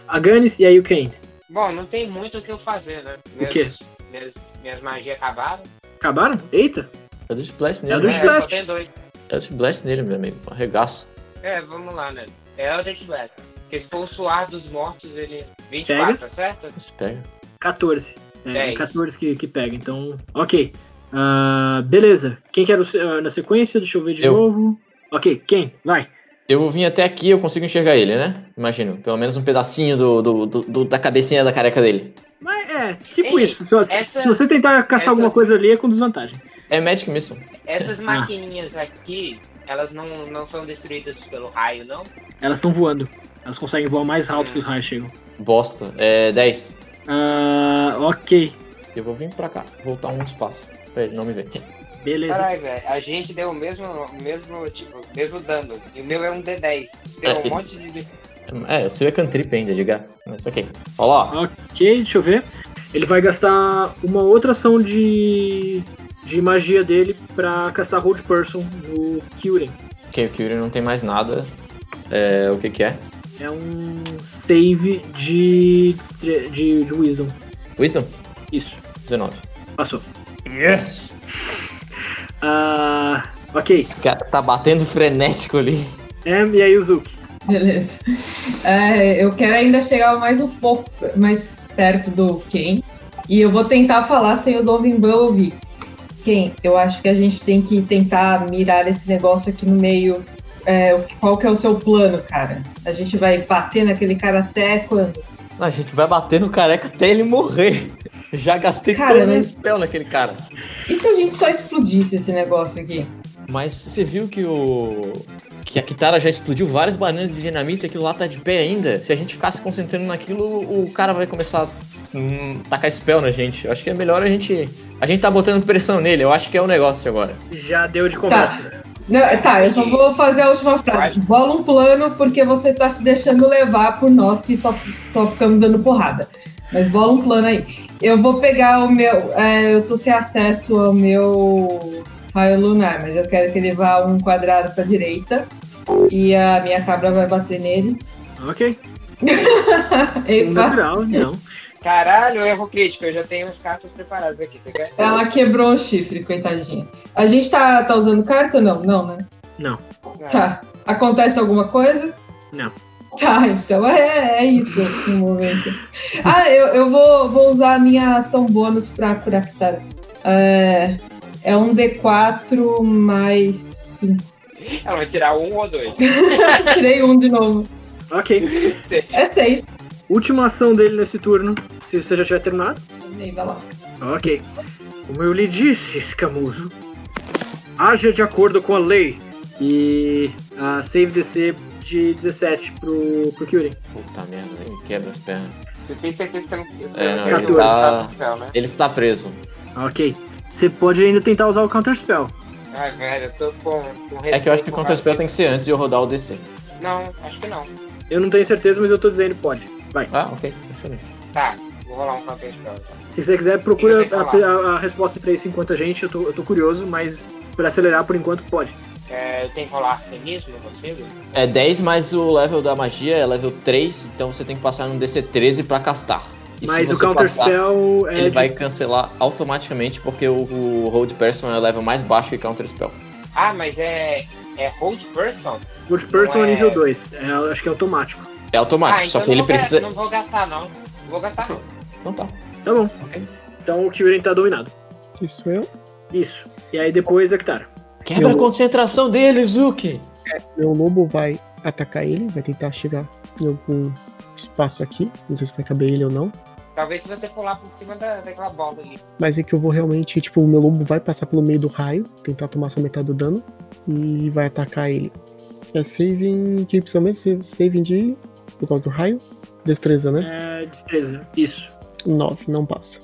B: A Ganis e aí o Kane.
E: Bom, não tem muito o que eu fazer, né?
B: quê?
E: Minhas, minhas magias acabaram.
B: Acabaram? Eita!
G: Eldritch Blast
B: Eldritch
E: É,
G: nele, né?
E: eu
B: Blast.
E: só tenho dois.
G: Eldritch Blast nele, meu amigo. Arregaço.
E: É, vamos lá, né? É Eldritch Blast. Porque se for o suar dos mortos, ele... 24, tá certo?
G: Isso pega.
B: 14. É,
E: Dez.
B: 14 que, que pega, então. Ok. Ah, beleza. Quem quer o se- ah, na sequência? Deixa eu ver de
G: Eu.
B: novo. Ok, quem? Vai.
G: Eu vim até aqui, eu consigo enxergar ele, né? Imagino. Pelo menos um pedacinho do, do- do- do- da cabecinha da careca dele.
B: Mas é, tipo
E: Ei,
B: isso. Se, você-
E: essas-
B: se você tentar caçar
E: essas-
B: alguma coisa ali, é com desvantagem.
G: É Magic Missile.
E: Essas
B: Ah.
E: maquininhas aqui, elas não, não são destruídas pelo raio, não?
B: Elas estão voando. Elas conseguem voar mais alto que os raios chegam.
G: Bosta. É 10.
B: Ah, ok.
G: Eu vou vir pra cá. Voltar um espaço. Pra ele não me ver.
B: Beleza.
E: Caralho, velho, a gente deu o mesmo, o mesmo, tipo, o mesmo dano. E o meu é um D10. Você
G: É,
E: é um
G: e-
E: monte de.
G: É, o seu é cantrip ainda, de graça. Mas ok. Ó lá.
B: Ok, deixa eu ver. Ele vai gastar uma outra ação de, de magia dele pra caçar Hold Person no Kyurem.
G: Ok, o Kyuri não tem mais nada. É, o que que é?
B: É um save de, distre- de, de Wisdom.
G: Wisdom?
B: Isso,
G: 19.
B: passou. Ah, ok.
G: Esse cara tá batendo frenético ali.
B: É, e aí, Uzuki?
C: Beleza. É, eu quero ainda chegar mais um pouco mais perto do Ken. E eu vou tentar falar sem o Dovimban ouvir. Ken, eu acho que a gente tem que tentar mirar esse negócio aqui no meio. É, o que- qual que é o seu plano, cara? A gente vai bater naquele cara até quando?
G: A gente vai bater no careca até ele morrer. Já gastei
C: Cara,
G: todos os
C: mas-
G: meus spells naquele cara.
C: E se a gente só explodisse esse negócio aqui?
G: Mas você viu que o. Que a Kitara já explodiu várias bananas de dinamite e aquilo lá tá de pé ainda. Se a gente ficar se concentrando naquilo, o cara vai começar a hum, tacar spell na gente. Eu acho que é melhor a gente. A gente tá botando pressão nele, eu acho que é o negócio agora.
B: Já deu de conversa.
C: Não, tá, eu só vou fazer a última frase. Bola um plano porque você tá se deixando levar por nós que só, só ficamos dando porrada. Mas bola um plano aí. Eu vou pegar o meu. é, eu tô sem acesso ao meu raio lunar, mas eu quero que ele vá um quadrado pra direita. E a minha cabra vai bater nele.
B: Ok. Um
C: Epa,
B: Natural, então. não.
E: Caralho, erro crítico. Eu já tenho as cartas preparadas aqui. Você quer?
C: ela quebrou o chifre, coitadinha. A gente tá, tá usando carta ou não? Não, né?
E: Ah,
C: Tá. Acontece alguma coisa?
B: Não.
C: Tá, então é, é isso no momento. Ah, eu, eu vou, vou usar a minha ação bônus pra curar Kitara. É, é um D4 mais 5.
E: Ela vai tirar um ou dois.
C: Tirei um de novo.
B: Ok.
C: É 6.
B: Última ação dele nesse turno, se você já tiver terminado.
C: Vai lá.
B: Ok. Como eu lhe disse, escamujo, haja de acordo com a lei. E a save DC de 17 pro, pro Kyurem.
G: Puta merda, ele quebra as pernas.
E: Eu tenho certeza que eu não. Isso
G: É, não,
E: eu
B: ele
E: não
G: tá-
E: papel, né?
G: Ele está preso.
B: Ok. Você pode ainda tentar usar o Counter Spell.
E: Ai, velho, eu tô com, com
G: É que eu acho que o Counter Spell
E: Spell
G: tem que ser antes de eu rodar o DC.
E: Não, acho que não.
B: Eu não tenho certeza, mas eu tô dizendo pode. Vai.
G: Ah, ok, excelente.
E: Tá, vou rolar um Counter Spell. então.
B: Se você quiser,
E: Eu
B: procura
E: tenho que
B: a, a- a resposta pra isso enquanto a gente. Eu tô, eu tô curioso, mas pra acelerar por enquanto pode.
E: É, eu tenho que rolar arcanismo, eu consigo?
G: É 10 mais o level da magia, é level 3, então você tem que passar no DC 13 pra castar. E se
B: mas o
G: você
B: Counter
G: passar,
B: Spell é
G: Ele
B: de
G: vai cancelar automaticamente porque o, o Hold Person é o level mais baixo que Counter Spell.
E: Ah, mas é. É Hold Person?
B: Good Person
E: Não
B: é
E: é-
B: nível 2. É, acho que é automático.
G: É automático,
E: ah,
G: só
E: então
G: que
E: não,
G: ele
E: vou, ga-
G: precisa.
E: não vou gastar, não. Não vou gastar, não.
G: Não tá.
B: Tá bom. Então o Kyurem tá dominado.
F: Isso é eu.
B: Isso. E aí depois a Kitara.
G: Quebra
F: Eu-
G: a concentração dele, Zuki!
F: Meu lobo vai atacar ele, vai tentar chegar em algum espaço aqui. Não sei se vai caber ele ou não.
E: Talvez se você pular por cima da, daquela bola ali.
F: Mas é que eu vou realmente, tipo, o meu lobo vai passar pelo meio do raio, tentar tomar só metade do dano e vai atacar ele. É saving, que precisa mesmo, Sa- saving de, por causa do raio, destreza, né?
B: É, destreza. Isso.
F: 9, não passa.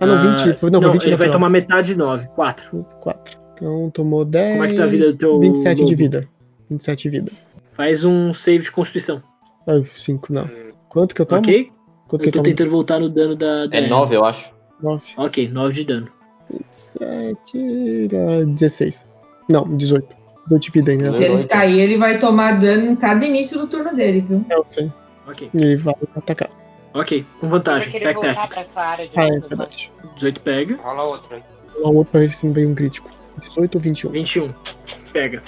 F: Ah, não, 20, foi, não,
B: não
F: foi 20
B: ele
F: no
B: vai
F: final.
B: tomar metade de 9. 4.
F: 4. Então tomou 10,
B: é que tá a vida do teu
F: 27 de
B: lobo?
F: vida. 27 de vida.
B: Faz um save de constituição.
F: Ah, 5 não. Quanto que eu tomo?
B: Hum. Ok?
F: Quanto que
B: Eu
F: eu
B: tô
F: tomo?
B: tentando voltar no dano da. da-
G: É 9, eu acho.
F: 9,
B: Ok, 9 de dano.
F: 7, 16. Não, 18. 18 de vida ainda.
C: Se ele ficar aí, ele vai tomar dano em cada início do turno dele, viu?
F: Eu sei.
B: Ok.
F: Ele vai atacar.
B: Ok. Com
E: Eu
B: vantagem.
E: vou querer
B: Pack
E: voltar pra
B: Tactics.
E: essa área de
F: Ah, é
E: novo, né?
F: verdade.
B: 18 pega.
E: Rola outro.
F: Rolar outro pra ver se não veio um crítico. 18 ou 21?
B: 21. Pega.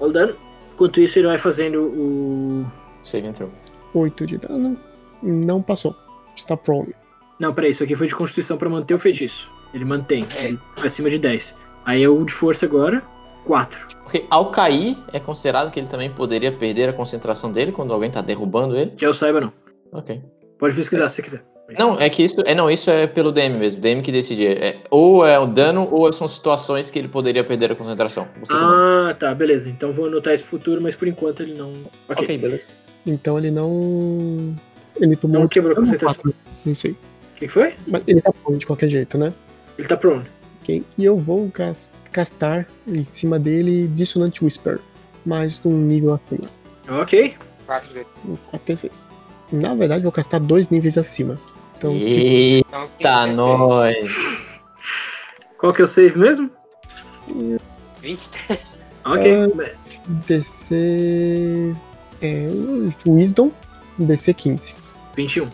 B: Olha o dano. Enquanto isso, ele vai fazendo o.
G: Save entrou.
F: 8 de dano. Não passou. Está prone.
B: Não, peraí, isso aqui foi de constituição pra manter o feitiço. Ele mantém.
G: É.
B: Ele vai acima de 10. Aí é o de força agora. 4.
G: Porque ao cair, é considerado que ele também poderia perder a concentração dele quando alguém tá derrubando ele.
B: Que eu saiba, não.
G: Ok.
B: Pode pesquisar se você quiser.
G: Não, é que isso. É não, isso é pelo DM mesmo. DM que decide. É, ou é o dano, ou são situações que ele poderia perder a concentração. Você que manda.
B: Ah, tá, beleza. Então vou anotar isso pro futuro, mas por enquanto ele não. Ok.
G: ok, beleza.
F: Então ele não. Ele tomou.
B: Não é quebrou a
F: Não,
B: concentração.
F: quatro, Não sei.
B: O que que foi?
F: Mas ele tá prone de qualquer jeito, né?
B: Ele tá pronto.
F: ok? E eu vou gas- gastar em cima dele Dissonant Whisper, mais um nível acima,
B: Ok.
E: 4 vezes.
F: um 4d6. Na verdade, eu vou gastar dois níveis acima. Então, se
G: Eita,
E: São os cinco vezes
G: nós.
B: Qual que é o save mesmo?
E: três. 23.
B: Ok.
F: DC. É, Wisdom, DC 15.
B: 21.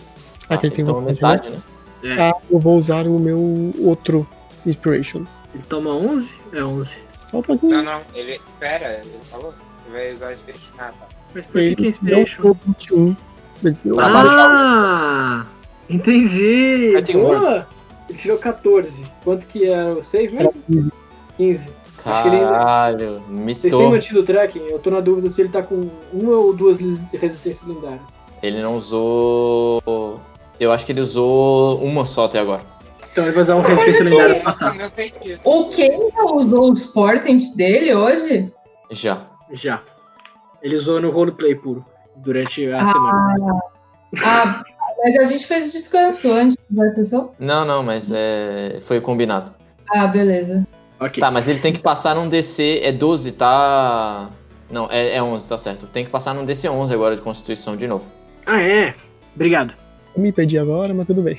F: Ah, que ele tem
G: então
F: uma
G: metade, né?
B: É,
F: Ah, eu vou usar o meu outro Inspiration.
B: ele toma 11? É 11.
F: Só pra que
E: Não, não. Ele. Pera, ele falou? Ele vai usar o espírito. Ah, tá.
B: Mas por que
F: ele
B: que é
F: não
B: Inspiration?
F: tirou 21. Ele tirou-
G: Ah,
B: Ah! Entendi!
G: Vai ter um
B: Boa! Ele tirou 14. Quanto que era o save
F: Era
B: mesmo? 15. Acho que ele ainda-
G: Caralho,
B: Vocês têm
G: mitou.
B: mantido o tracking? Eu tô na dúvida se ele tá com uma ou duas lis- resistências lendárias.
G: Ele não usou. Eu acho que ele usou uma só até agora.
B: Então ele vai usar um
C: Mas
B: resistência
C: ele-
B: lendária pra
E: Não,
B: passar.
E: não tem isso.
C: O Kenga usou os portent dele hoje?
G: Já.
B: Já. Ele usou no roleplay puro. Durante a semana.
C: Ah, mas a gente fez o descanso antes é, da sessão.
G: Não, não, mas é... foi combinado.
C: Ah, beleza.
B: Ok.
G: Tá, mas ele tem que passar num DC. É 12, tá. Não, é, é 11, tá certo. Tem que passar num DC 11 agora de Constituição de novo.
B: Ah, é. Obrigado.
F: Me perdi agora, mas tudo bem.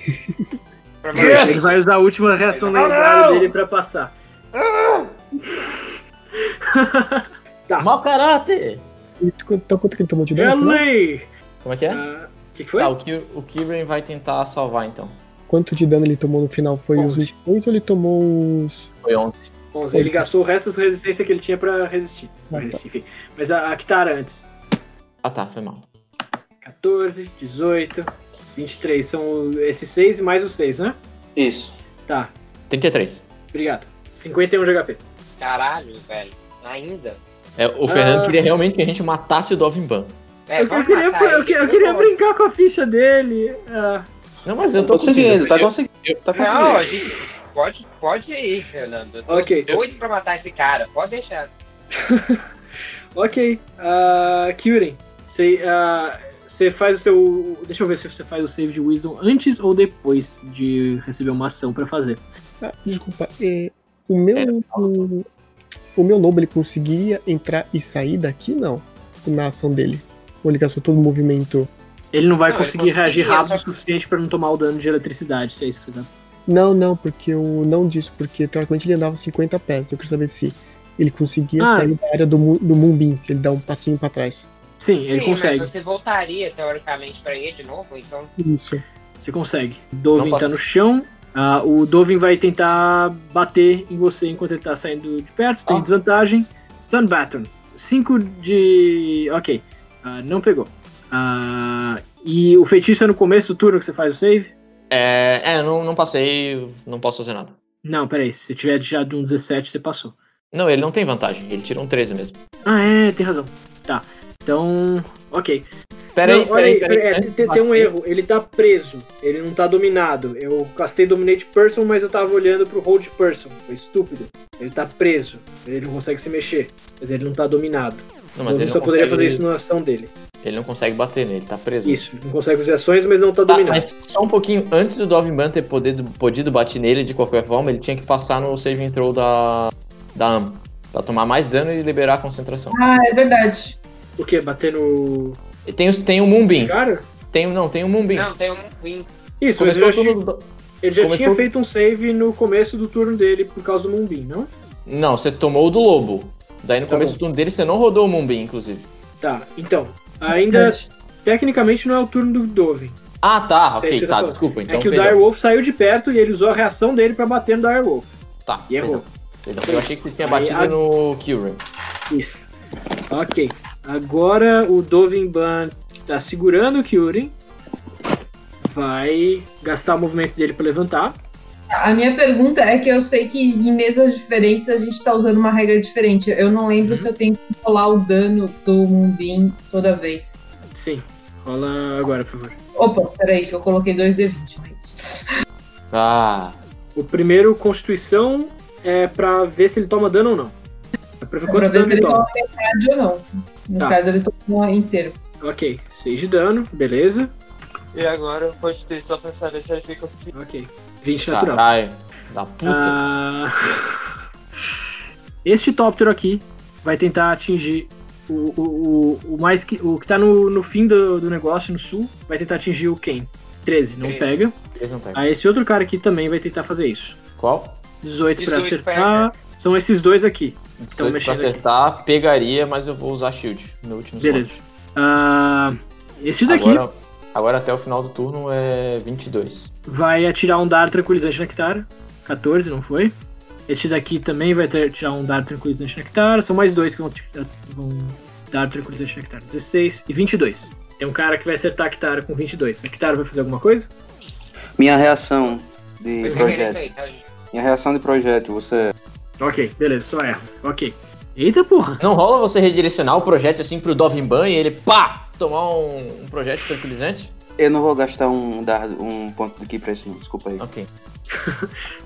E: Provavelmente-
B: Ele vai usar a última reação
E: Não,
B: lendária
E: não!
B: dele pra passar. Tá.
G: Mau caráter!
F: E tu- Então, quanto que ele tomou de dano? afinal?
B: Ellie!
G: Como é que é?
B: Ah, O que, que foi?
G: Tá, o, Ki- o Kirin vai tentar salvar então.
F: Quanto de dano ele tomou no final? Foi os
B: Onze.
F: 23 ou ele tomou os.
G: Foi 11.
B: 11. Ele gastou o resto das resistências que ele tinha pra resistir.
F: Ah,
B: Mas,
F: tá.
B: Enfim. Mas a, a que tá antes.
G: Ah tá, foi mal.
B: 14, 18, 23. São o- esses 6 e mais os 6, né?
I: Isso.
B: Tá.
G: 33.
B: Obrigado. 51 de HP.
E: Caralho, velho. Ainda?
G: É, o Fernando
B: Ah.
G: queria realmente que a gente matasse o Dovimban.
E: É,
B: eu, eu
E: vamos
B: queria,
E: matar
B: eu,
E: ele,
B: que- eu
E: por
B: queria
E: favor.
B: brincar com a ficha dele. Ah,
G: Não, mas eu
I: Eu
G: tô
I: tô conseguindo,
G: contigo.
I: tá conseguindo.
G: eu-
I: Tá conseguindo.
E: Não, a gente. Pode, pode ir, Fernando. Eu tô
B: Ok.
E: doido pra matar esse cara. Pode deixar.
B: ok. Uh, Kyuren, você ah, você faz o seu. Deixa eu ver se você faz o save de Wisdom antes ou depois de receber uma ação pra fazer.
F: Ah, desculpa. é, o meu. o, meu lobo ele conseguiria entrar e sair daqui? Não. Na ação dele. Ou ele gastou todo o movimento.
B: Ele não vai
E: Não, ele
B: conseguir reagir
E: conseguiria,
B: rápido o
E: só-
B: suficiente pra não tomar o dano de eletricidade, se é isso que você tá.
F: Não, não, porque eu não disse, porque teoricamente ele andava 50 pés. Eu queria saber se ele conseguia
B: Ah.
F: sair da área do, mu- do Mumbim, que ele dá um passinho pra trás.
B: Sim, ele
E: Sim,
B: consegue.
E: mas você voltaria teoricamente pra ele de novo, então.
F: Isso.
B: Você consegue.
G: Não
B: Dovin
G: passa.
B: tá no chão. Ah, o Dovin vai tentar bater em você enquanto ele tá saindo de perto. Tem
G: Ah.
B: desvantagem. Stun Baton. 5 de. Ok. Ah, não pegou. Ah, e o feitiço é no começo do turno que você faz o save?
G: É, é não, não passei, não posso fazer nada.
B: Não, peraí. Se você tiver já de um 17, você passou.
G: Não, ele não tem vantagem, ele tira um 13 mesmo.
B: Ah, é, tem razão. Tá. Então. Ok.
G: Pera aí,
B: Não, olha
G: pera aí,
B: aí,
G: pera
B: é,
G: aí.
B: tem, tem um erro, ele tá preso, ele não tá dominado. Eu castei Dominate Person, mas eu tava olhando pro Hold Person. Foi estúpido. Ele tá preso, ele não consegue se mexer, mas ele não tá dominado.
G: Não,
B: Mas
G: mas
B: eu
G: ele
B: só
G: não,
B: poderia
G: consegue,
B: fazer isso na ação dele.
G: ele não consegue bater nele, tá preso.
B: Isso, não consegue fazer ações, mas não tá
G: Tá,
B: dominado.
G: mas só um pouquinho antes do Dovimban ter podido, podido bater nele de qualquer forma, ele tinha que passar no save and throw da, da AM. Pra tomar mais dano e liberar a concentração.
C: Ah, é verdade.
B: O quê? Bater no.
G: E tem, os- tem o Mumbin.
B: Cara?
G: Tem, não, tem o Mumbin.
E: Não, tem um win.
B: Isso, ele
G: Começou
B: já,
G: o turno
B: tinha-
G: do-
B: ele já tinha
G: começou-
B: feito um save no começo do turno dele por causa do Mumbin, não?
G: Não, você tomou o do Lobo. Daí no
B: Tá
G: começo
B: bom.
G: do turno dele você não rodou o Mumbin, inclusive.
B: Tá, então. Ainda
C: Uhum.
B: tecnicamente não é o turno do Dovin.
G: Ah, tá,
B: É isso que
G: ok,
B: eu
G: tá,
B: tô falando.
G: desculpa. Então,
B: é que o
G: perdão.
B: Direwolf saiu de perto e ele usou a reação dele pra bater no Direwolf.
G: Tá,
B: E errou.
G: perdão, perdão. Eu achei que você tinha
B: Aí,
G: batido
B: a-
G: no Kyuren.
B: Isso. Ok. Agora o Dovinban que tá segurando o Kyurin vai gastar o movimento dele pra levantar.
C: A minha pergunta é que eu sei que em mesas diferentes a gente tá usando uma regra diferente. Eu não
B: Uhum.
C: lembro se eu tenho que rolar o dano do Mumbim toda vez.
B: Sim. Rola agora, por favor.
C: Opa, peraí, que eu coloquei 2D20, não é isso?
G: Ah,
B: O primeiro, Constituição, é pra ver se ele toma dano ou não. É pra ver
C: Pra
B: quanto
C: ver
B: dano
C: se
B: ele
C: ele
B: toma.
C: toma metade ou não. No
B: Tá.
C: caso, ele toma inteiro.
B: Ok. 6 de dano, beleza.
E: E agora eu postei só pra saber se ele fica.
G: Tá,
B: Ok. 20 natural.
G: caralho. Da puta.
B: Tá Ah, este tóptero aqui vai tentar atingir o, o, o, o mais que, o que tá no, no fim do, do negócio, no sul, vai tentar atingir o Ken. 13, não
E: Treze.
B: pega.
G: Eles não pegam.
B: Aí esse outro cara aqui também vai tentar fazer isso.
G: um Qual?
B: 18 pra
E: 18
B: acertar. São esses dois aqui.
G: 18 pra
B: Então mexendo aqui.
G: acertar, pegaria, mas eu vou usar shield no último slot.
B: Beleza. Ah, esse daqui
G: Agora, agora até o final do turno é 22.
B: vai atirar um dado tranquilizante na Kitara. 14, não foi? Este daqui também vai ter, tirar um dado tranquilizante na Kitara. São mais dois que vão, ti- vão dar tranquilizante na Kitara. 16 e 22. Tem um cara que vai acertar a Kitara com 22. A Kitara vai fazer alguma coisa?
I: Minha reação de
E: Pois é, que é isso
I: projeto.
E: aí, tá?
I: Minha reação de projeto, você.
B: Ok, beleza, só erra. Ok. Eita porra!
G: Não rola você redirecionar o projeto assim pro Dovinban e ele pá! Tomar um, um projeto tranquilizante?
I: Eu não vou gastar um dardo, um ponto daqui pra isso, não. Desculpa aí.
G: Ok.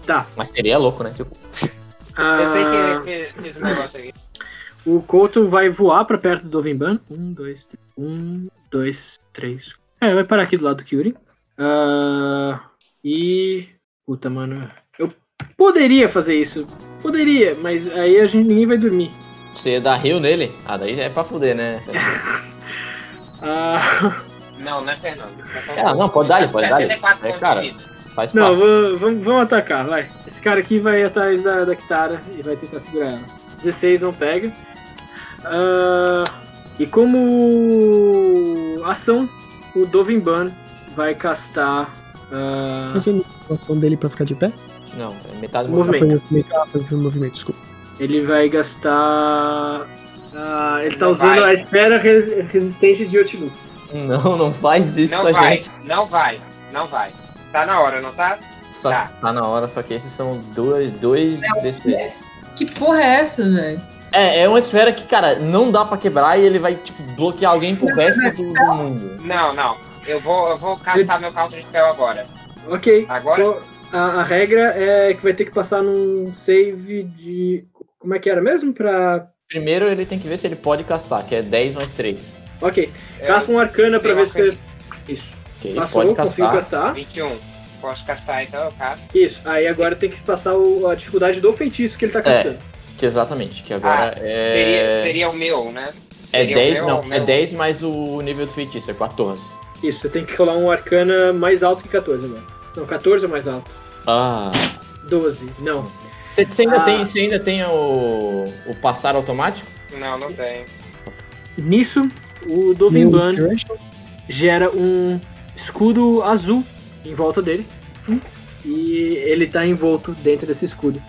B: Tá.
G: Mas seria louco, né? Tipo,
E: Eu sei que
B: Ah,
E: ele fez, fez um negócio aqui.
B: O Couto vai voar pra perto do Dovimban. Um, dois, três. Um, dois, três. É, vai parar aqui do lado do Kyuri. Ah, e. Puta, mano. Eu poderia fazer isso. Poderia, mas aí a gente ninguém vai dormir.
G: você dá rio nele? Ah, daí é pra fuder, né?
B: Ah,
E: Não, não é Fernando.
G: Ah, não, pode dar, pode dar.
E: 74
G: É,
E: pontos
G: cara.
E: de vida.
G: Faz
B: não,
G: parte.
B: vamos, vamos- vamos atacar, vai. Esse cara aqui vai atrás da, da Kitara e vai tentar segurar ela. 16 não pega. Ah, e como ação, o Dovimban vai castar. ah,
F: Mas eu não a ação dele pra ficar de pé?
G: Não, é metade do
F: Ah,
B: Movimento.
F: Foi o movimento, ah, foi o movimento, desculpa.
B: Ele vai gastar. ah, ele tá
E: Não
B: usando
E: vai.
B: a esfera res- resistente de Yotilu.
G: Não, não faz isso com
E: Não
G: a
E: vai,
G: gente.
E: não vai, não vai. Tá na hora, não tá?
G: Só
E: Tá. É um
G: tá na hora, só que esses são dois, dois desses.
C: Que porra é essa, velho?
G: É, é uma esfera que, cara, não dá pra quebrar e ele vai, tipo, bloquear alguém pro resto do,
E: é
G: do mundo.
E: Não, não. Eu vou, eu vou castar meu counter spell agora.
B: Ok.
E: Agora
B: Então, a, a regra é que vai ter que passar num save de. Como é que era mesmo? Pra.
G: Primeiro ele tem que ver se ele pode castar, que é 10 mais 3.
B: Ok.
E: eu
B: Casta um arcana pra
E: tenho
B: ver
E: uma
B: se. Isso.
G: Que ele
B: Passou,
G: pode
B: conseguiu
G: castar.
B: castar.
E: 21. Posso castar então, eu casto.
B: Isso. Aí agora tem que passar o- a dificuldade do feitiço que ele tá castando.
G: Que exatamente, que agora é.
E: Ah, Seria, seria o meu, né?
G: É
E: Seria o
G: 10,
E: meu,
G: não,
E: o
G: é
E: meu.
G: 10 mais o nível do feitiço, é 14.
B: Isso, você tem que rolar um arcana mais alto que 14 agora. Não, 14 é mais alto.
G: Ah.
B: 12. Não.
G: Você, você ainda,
B: Ah.
G: tem, você ainda tem o, o passar automático?
E: Não, não tem.
B: Nisso, o
F: Meu
B: Dovimban.
F: Deus.
B: gera um escudo azul em volta dele. E ele tá envolto dentro desse escudo.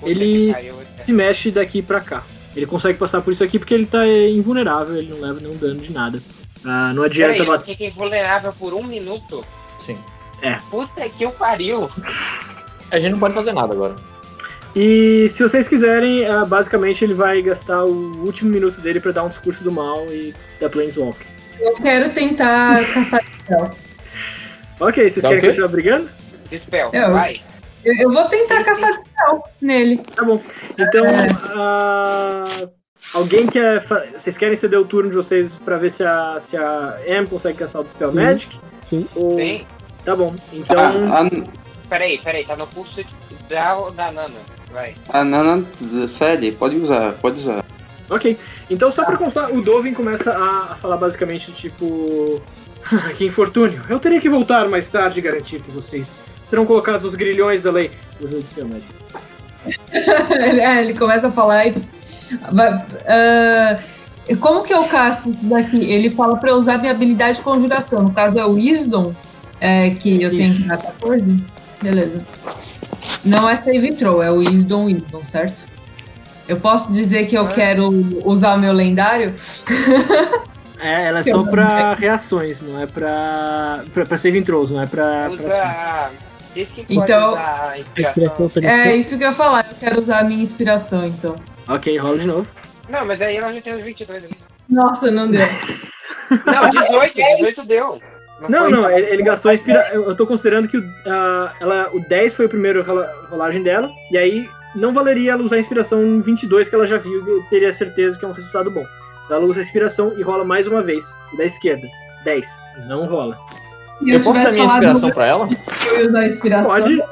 E: Puta
B: Ele-
E: que pariu,
B: Se mexe daqui pra cá. Ele consegue passar por isso aqui porque ele tá é, invulnerável, ele não leva nenhum dano de nada. Ah, não
E: Peraí,
B: adianta
E: eu
B: bater.
E: fiquei vulnerável por um minuto.
G: Sim.
E: Puta que eu pariu.
G: A gente não pode fazer nada agora.
B: E se vocês quiserem, ah, basicamente ele vai gastar o último minuto dele pra dar um discurso do mal e da Planeswalk.
C: Eu quero tentar caçar.
B: Ok, vocês
G: Dá o
B: querem
G: quê?
B: continuar brigando?
E: Dispel,
C: Eu-
E: vai.
C: Eu, eu vou tentar caçar Tchau nele.
B: Tá bom. Então, ah, alguém quer. fa- Vocês querem ceder o turno de vocês pra ver se a, se a M consegue caçar o Dispel
F: Uhum.
B: Magic?
F: Sim.
B: Ou-
E: Sim.
B: Tá bom. Então,
I: Ah,
E: Peraí, peraí, tá no curso de- da, da Nana. Vai.
I: a, a Nana, série, pode usar, pode usar.
B: ok. Então, só pra constar, o Dovin começa a, a falar basicamente tipo. "Ah, que infortúnio. Eu teria que voltar mais tarde e garantir que vocês serão colocados os grilhões da lei. Usando o Dispel Magic.
C: ele, é, ele começa a falar e. vai- ah, como que eu caço isso daqui? Ele fala pra eu usar minha habilidade de conjuração. No caso é o Wisdom, é, que eu tenho que dar 14. Beleza. Não é save throw, é o Wisdom, Wisdom, certo? Eu posso dizer que eu
E: Ah.
C: quero usar o meu lendário?
B: É, ela é
C: Que
B: só
C: bom.
B: pra reações, não é pra. pra, pra saving throws, não é pra.
E: Usa.
B: pra...
E: a- Diz que pode
C: Então-
E: usar a
F: A
E: inspiração.
F: inspiração seria.
C: É isso que eu ia falar, eu quero usar a minha inspiração, então.
B: Ok, rola de novo.
E: Não, mas aí ela já tem os 22 ali.
C: Nossa, não deu.
E: Não, 18, 18 deu.
B: Não,
E: foi?
B: não, é- ele, ele gastou a inspira... Eu eu tô considerando que o, a- ela, o 10 foi o primeiro rola- rolagem dela, e aí não valeria ela usar a inspiração em 22, que ela já viu, que eu teria certeza que é um resultado bom. Então ela usa a inspiração e rola mais uma vez, o da esquerda. 10. Não rola.
C: Se
G: Eu, posso dar minha inspiração pra ela?
C: que eu ia usar a inspiração,
B: Pode.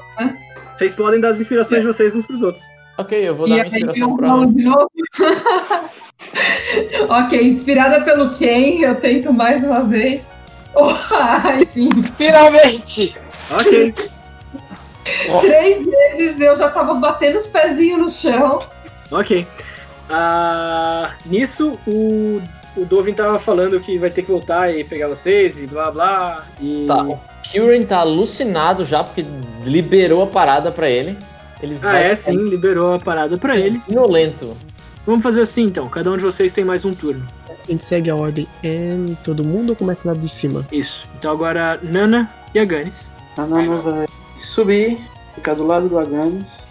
B: Vocês podem dar as inspirações de vocês uns pros outros.
G: Ok, eu vou
C: E
G: dar minha
C: aí tem
G: inspiração
C: um
G: pra
C: rolo de novo. ok, inspirada pelo Ken, eu tento mais uma vez. Oh, ai, sim.
E: Finalmente!
B: Ok.
C: Três vezes eu já tava batendo os pezinhos no chão.
B: Ok. Ah, nisso, o, o Dovin tava falando que vai ter que voltar e pegar vocês e blá blá. E...
G: Tá, o Kieran tá alucinado já, porque liberou a parada pra ele. Ele
B: Ah,
G: vai
B: é,
G: ficar
B: sim, liberou a parada pra ele.
G: violento.
B: Vamos fazer assim então, cada um de vocês tem mais um turno.
F: A gente segue a ordem em todo mundo ou começa lá tá de cima?
B: Isso. Então agora, Nana e Aganis.
I: Nanana vai subir, ficar do lado do Agames,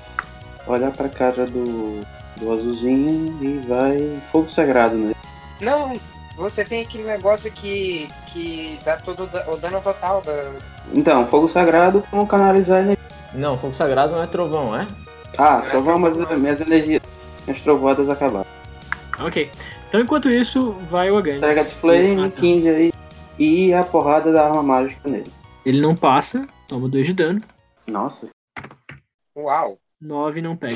I: olhar pra cara do, do azulzinho e vai. Fogo sagrado, né?
E: Não, você tem aquele negócio que, que dá todo o da- o dano total. da-
I: Então, fogo sagrado, vamos canalizar energia.
G: Não, fogo sagrado não é trovão, é?
I: Ah, trovão, mas minhas energias, minhas trovoadas acabaram.
B: Ok. Então enquanto isso, vai o Aganis.
I: Pega flame,
B: Ah, tá.
I: 15 aí e a porrada da arma mágica nele.
B: Ele não passa, toma 2 de dano.
I: Nossa.
E: Uau!
B: 9 não pega.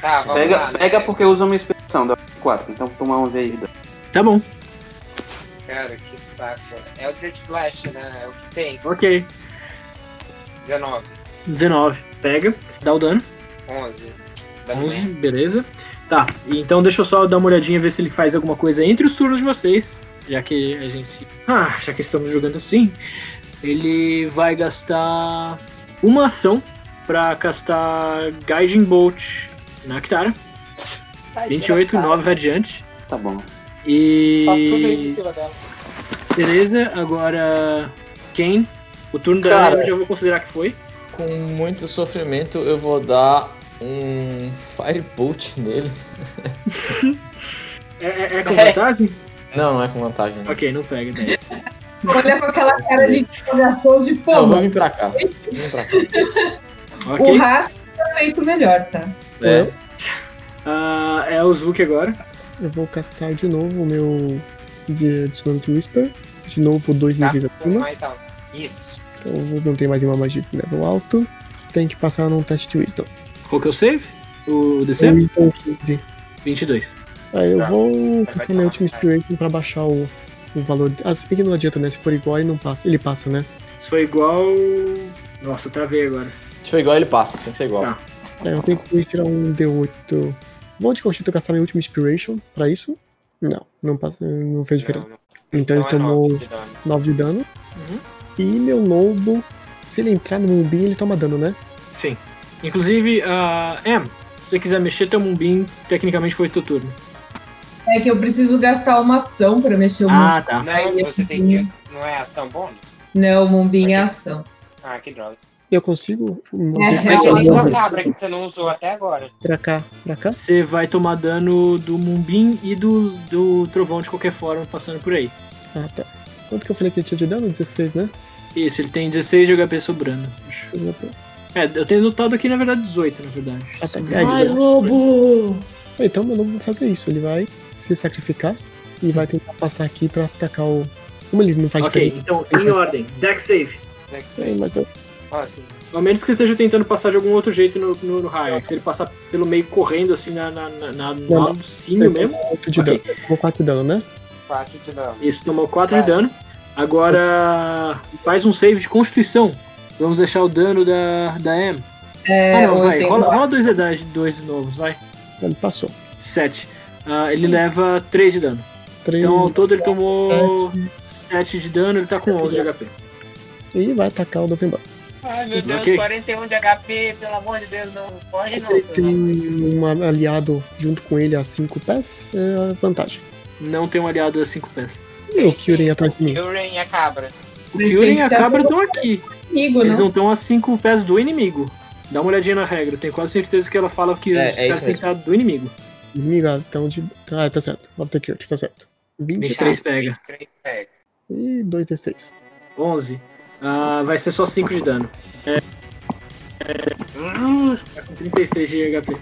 E: Tá, vamos lá.
I: Pega,
E: né?
I: pega porque usa uma expressão, dá 4, então vou tomar 11 aí. de dano.
B: Tá bom,
E: Cara, que saco. É o Great Blast, né? É o que tem.
B: ok.
E: 19,
B: 19, pega, dá o dano.
E: 11. Dá
B: 11, beleza. Tá, e então deixa eu só dar uma olhadinha ver se ele faz alguma coisa entre os turnos de vocês. Já que a gente. Ah, já que estamos jogando assim. Ele vai gastar uma ação pra castar Guiding Bolt na Kitara.
E: Tá
B: 28,
E: engraçado.
B: 9 radiante.
I: Tá bom.
B: E.
E: Tá tudo em cima dela.
B: Beleza, agora. Quem? O turno da
G: Cara.
B: Ana eu já vou considerar que foi.
G: Com muito sofrimento, eu vou dar um Firebolt nele.
B: É, é, é com vantagem?
G: Não, não é com vantagem. Não,
B: ok, não pega. né?
C: Olha com aquela cara de interrogação de
G: não
C: pô.
G: vamos vir pra cá. Vamos pra cá.
C: O
B: Ok.
C: rastro tá feito melhor, tá?
G: É,
B: Ah, é o Zuki agora.
F: Eu vou castar de novo o meu de- Dissonant Whisper. De novo, dois
E: Tá?
F: níveis acima.
E: Mais alto. Isso.
F: Então eu vou- não tem mais nenhuma magia de level alto. Tem que passar num teste de Wisdom.
B: Qual que é o save? O DC?
F: Wisdom 15.
B: 22.
F: Aí eu
E: Tá.
F: vou
E: vai
F: colocar meu
E: tomar,
F: Ultimate
E: vai.
F: Inspiration pra baixar o, o valor. Ah, se bem que não adianta, né? Se for igual, ele não passa. Ele passa, né?
B: Isso foi igual. Nossa, eu travei agora.
G: se for igual, ele passa. Tem que ser igual.
B: Tá.
F: É, eu tenho que tirar um D8. Vou de conchito gastar meu Ultimate Inspiration pra isso? Não, não, passa, não fez diferença.
E: Não, não.
F: então ele
E: é
F: tomou
E: nove de dano.
F: 9 de dano. E meu lobo, se ele entrar no mumbinho, ele toma dano, né?
B: Sim. Inclusive, a M, se você quiser mexer teu Mumbin, tecnicamente foi teu turno.
C: É que eu preciso gastar uma ação pra mexer o mumbinho.
B: Ah, tá.
E: Não, você tem que. Não é ação bônus?
C: Não, o mumbinho é ação.
E: Ah, que droga.
F: Eu consigo mover
C: É,
E: Mas
C: é
E: você tem que
C: uma-
F: é,
E: cabra que você não usou até agora.
F: pra cá, pra cá.
B: Você vai tomar dano do Mumbin e do, do Trovão de qualquer forma passando por aí.
F: Ah, tá. Quanto que eu falei que ele tinha de dano? 16, né?
B: Isso, ele tem 16 de HP sobrando.
F: Você não tem-
B: É, eu tenho notado aqui, na verdade, 18, na verdade.
F: Ah, tá. Ah,
G: Vai,
F: ele-
G: lobo!
F: Então meu lobo vai fazer isso. Ele vai se sacrificar e vai tentar passar aqui pra atacar o. Como ele não faz
B: Ok,
F: diferença.
B: então, em ordem. Deck save.
E: Como é que
F: É,
E: você- assim,
F: mas eu-
E: Nossa,
B: Ao menos que você esteja tentando passar de algum outro jeito no, no, no raio. que Se ele passar pelo meio correndo assim na, na, na, na, no
F: Não, não.
B: alcínio mesmo.
F: 8 de
B: Ok.
F: dano. Tomou 4 de dano, né?
E: quatro de dano.
B: Isso, tomou 4 de
E: Vai.
B: dano. Agora faz um save de constituição. Vamos deixar o dano da, da M.
C: É,
B: ah, não,
C: ou eu
B: vai.
C: tenho
B: Rola, rola dois edades, dois novos, vai.
F: Ele passou.
B: 7. ele leva 3 de dano.
F: 3.
B: Então ao todo ele tomou 7 de dano, ele tá com 11 de HP.
F: E vai atacar o Dovimba.
E: Ai, meu Deus,
B: Ok.
E: 41 de HP, pelo amor de Deus, não foge não.
F: Ele tem um aliado junto com ele a 5 pés. É a vantagem.
B: Não tem um aliado a 5 peças.
F: E o Kyurem atrás de mim.
E: Kyurem e a é cabra.
B: O
C: Ele
B: Kyurem
C: tem
B: e
C: que
B: a
C: ser assim.
B: Cabra
C: ação
B: estão aqui.
C: comigo,
B: Eles
C: não?
B: não estão a 5 pés do inimigo. Dá uma olhadinha na regra, tenho quase certeza que ela fala que
G: É,
B: os
G: é
B: caras
G: isso
B: têm que estar do inimigo.
F: Inimigo, ah, então de. Ah, tá certo. Of the Kyurem, tá certo. 20
B: 23 pega.
E: Três pega.
F: e 2 D6.
B: 11. Ah, vai ser só 5 de dano.
E: Hum,
B: Tá com 36 de HP.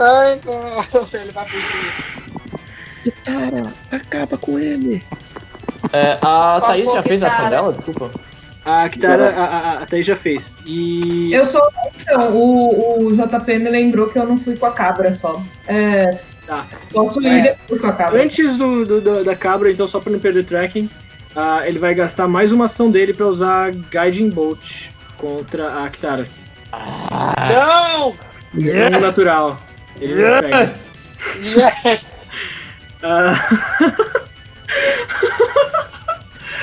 E: Ai, não. Ele vai fugir.
F: Cara, acaba com ele!
G: É, a
E: Por
G: Thaís já
E: favor,
B: Tá
G: fez É, a ação
E: cara.
G: dela? Desculpa.
B: A Kitara, a, a, a Thaís já fez. E.
C: Eu sou. Então, o, o JP me lembrou que eu não fui com a cabra só. É,
B: Tá.
C: posso ir
B: É.
C: depois com a cabra.
B: Antes do, do- do- da cabra, então, só pra não perder o tracking, ah, ele vai gastar mais uma ação dele pra usar Guiding Bolt contra a Kitara. Ah.
E: Não!
B: É um natural. Ele não pega.
E: é,
B: Ah,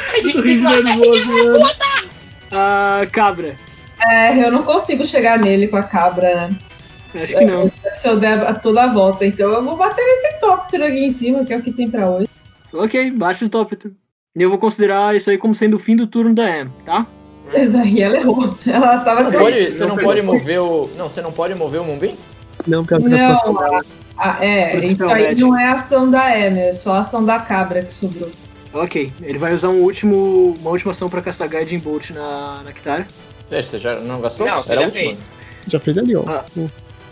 E: A gente
B: tô
E: tem que
B: rindo
E: matar esse
B: nervoso, mano. Ah, cabra.
C: É, eu não consigo chegar nele com a cabra, né?
B: Acho que não.
C: Se eu der a- toda a volta, então eu vou bater nesse tóptero aqui em cima, que é o que tem pra hoje.
B: Ok, baixa o top. E eu vou considerar isso aí como sendo o fim do turno da Am, tá?
C: Mas aí ela errou. Ela tava
G: Não
C: com.
G: pode- você não
B: Não,
G: pode
B: perdão.
G: mover o. Não, você não pode mover o Mumbim?
F: Não, porque ela tá
C: Não, a- a- é,
B: Proteção
C: então aí
B: médica.
C: não é a ação da Amy, é só a ação da cabra que sobrou.
B: Ok, ele vai usar um último, uma última ação pra castar Guiding Bolt na, na Kitara.
G: Gente, É, você já não gastou?
E: Não, você
G: Era
E: já
G: a última.
E: fez.
F: já fez ali, ó.
B: Ah.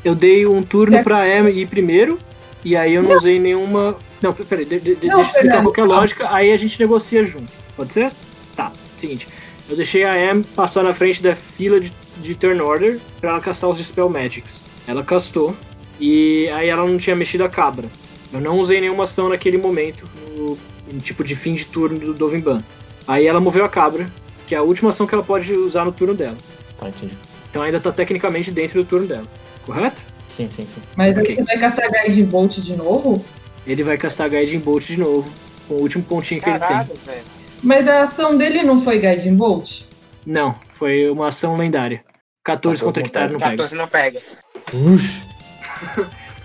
B: Eu dei um turno
C: Certo.
B: pra Am ir primeiro, e aí eu não, usei nenhuma. Não, peraí, de, de, de-
C: Não,
B: deixa eu explicar
C: Fernando,
B: qualquer
C: calma.
B: lógica, aí a gente negocia junto. Pode ser? Tá, seguinte. Eu deixei a Am passar na frente da fila de, de turn order pra ela castar os Dispel Magics. Ela castou, e aí ela não tinha mexido a cabra. Eu não usei nenhuma ação naquele momento, no, no tipo de fim de turno do Dovinban. Aí ela moveu a cabra, que é a última ação que ela pode usar no turno dela.
G: Tá, entendi.
B: Então ainda tá tecnicamente dentro do turno dela, correto?
G: Sim, sim, sim.
C: Mas aí
B: Ok.
C: você vai castar Guide Bolt de novo?
B: Ele vai castar Guiding Bolt de novo, com o último pontinho que ele
E: Caralho, velho.
C: Mas a ação dele não foi Guide Bolt?
B: tem. Não, foi uma ação lendária. 14
G: 14
B: contra Kitara não pega.
E: 14 não pega.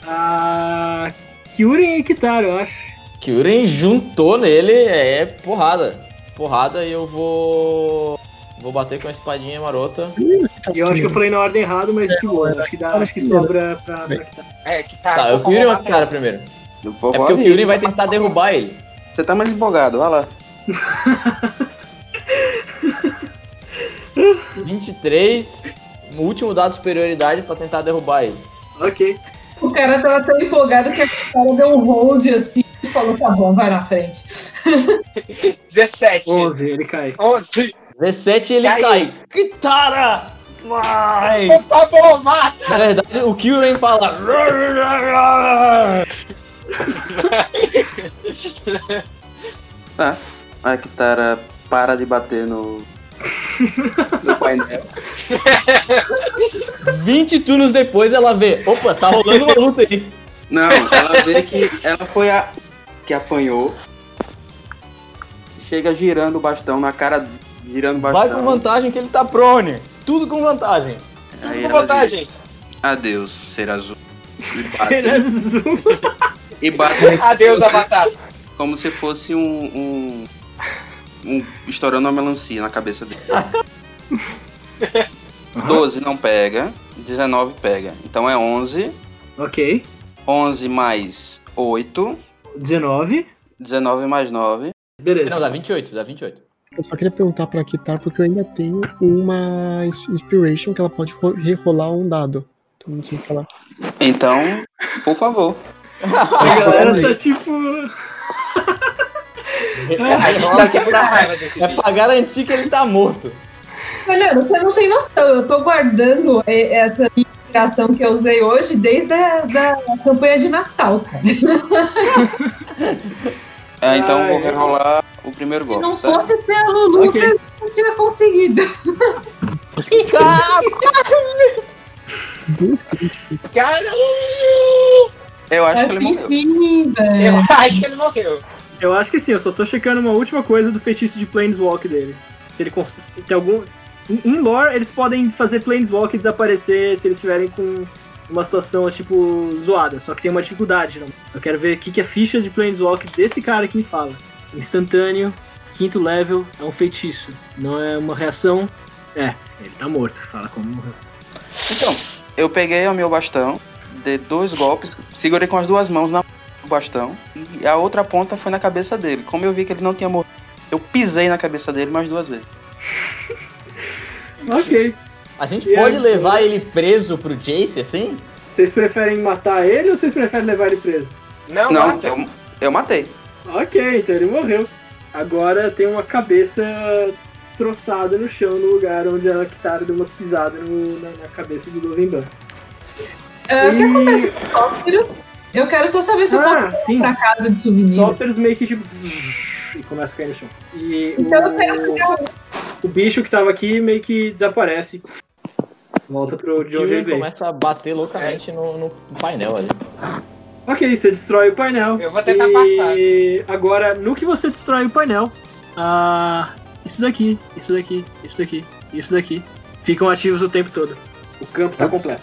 B: Ah, Kyurem e Kitara, eu acho.
G: Kyurem juntou nele, é porrada. Porrada e eu vou. Vou bater com a espadinha marota.
B: E eu acho que eu falei na ordem errada, mas que bom. Acho que, dá, acho que sobra pra, pra
F: Bem.
B: Kitara.
E: É, que tá.
G: Tá,
E: por
G: o Kyurem
E: favor,
G: ou a
E: mata
G: Kitara
E: ele.
G: primeiro?
I: Eu vou
G: É porque o
I: ali.
G: Kyurem vai tentar derrubar ele.
I: Você tá mais empolgado, vai lá.
G: 23, no último dado de superioridade pra tentar derrubar ele.
B: Ok.
C: O cara tava tão empolgado que a cara deu um hold assim e falou: tá bom, vai na frente.
E: 17.
B: 11, ele cai.
E: 11.
G: 17 ele
E: Caiu.
G: cai. Kitara! Vai!
E: Por favor, mata!
G: Na verdade, o Kyurem fala.
I: Tá. A Kitara para de bater no. no painel.
G: 20 turnos depois ela vê. Opa, tá rolando uma luta aí.
I: Não, ela vê que ela foi a que apanhou. Chega girando o bastão na cara, girando o bastão.
G: Vai com vantagem que ele tá prone. Tudo com vantagem.
I: Aí
E: Tudo com
I: ela
E: vantagem.
I: diz, Adeus, ser azul. E
B: Ele é
I: bate,
B: azul.
I: e bate
E: Adeus, Avatar.
I: como se fosse um, um, um- estourando uma melancia na cabeça dele. 12 não pega, 19 pega. Então é 11.
B: ok.
I: 11 mais 8,
B: 19.
I: 19 mais 9.
G: Não,
B: Beleza.
G: dá 28, dá 28.
F: Eu só queria perguntar pra Kitar, porque eu ainda tenho uma ins- Inspiration que ela pode ro- rerolar um dado. Então não sei se ela.
I: Então, por favor.
B: A galera tá tipo.
E: A gente tá com muita raiva desse
G: É
E: vídeo.
G: pra garantir que ele tá morto.
C: Olha, você não tem noção, eu tô guardando e- essa inspiração que eu usei hoje desde a da campanha de Natal, cara.
I: É, então
B: Ai,
I: vou rerolar o primeiro
C: Se
I: golpe. tá?
C: não
I: certo?
C: fosse pelo Lucas,
B: Ok.
C: eu não tinha conseguido.
E: Cara,
I: Eu
B: é
I: acho que ele
C: Assim
I: morreu.
C: sim,
E: eu
C: velho.
E: acho que ele morreu.
B: Eu acho que sim, eu só tô checando uma última coisa do feitiço de Planeswalk dele. Se ele cons- se tem algum. Em- Em lore, eles podem fazer Planeswalk desaparecer se eles estiverem com uma situação, tipo, zoada. Só que tem uma dificuldade, não. Eu quero ver o que que é a ficha de Planeswalk desse cara que me fala. Instantâneo, quinto level, é um feitiço. Não é uma reação. É, ele tá morto. Fala como morreu.
I: Então, eu peguei o meu bastão, dei dois golpes, segurei com as duas mãos na do bastão e a outra ponta foi na cabeça dele. Como eu vi que ele não tinha morrido, eu pisei na cabeça dele mais duas vezes.
B: Ok.
G: A gente
B: E
G: pode
B: aí?
G: levar ele preso pro Jace assim?
B: Vocês preferem matar ele ou vocês preferem levar ele preso?
E: Não,
I: não,
E: mata.
I: eu, eu matei.
B: Ok, então ele morreu. Agora tem uma cabeça destroçada no chão, no lugar onde a Kitara deu umas pisadas no- na, na cabeça do Govenban.
C: Ah, O que
B: Hum.
C: acontece com o cóptero? Eu quero só saber se eu posso
B: Ah, sim.
C: pra casa de souvenir.
B: Toppers meio que tipo. E começa a cair no chão. E
C: Então eu quero
B: o,
C: pegar um.
B: o bicho que tava aqui meio que desaparece. Volta pro de onde ele
G: Kyuri
B: veio.
G: começa a bater loucamente no, no painel ali.
B: Ok, você destrói o painel.
E: Eu vou tentar passar.
B: E agora, no que você destrói o painel, ah, isso daqui, isso daqui, isso daqui, isso daqui, ficam ativos o tempo todo. O campo tá completo.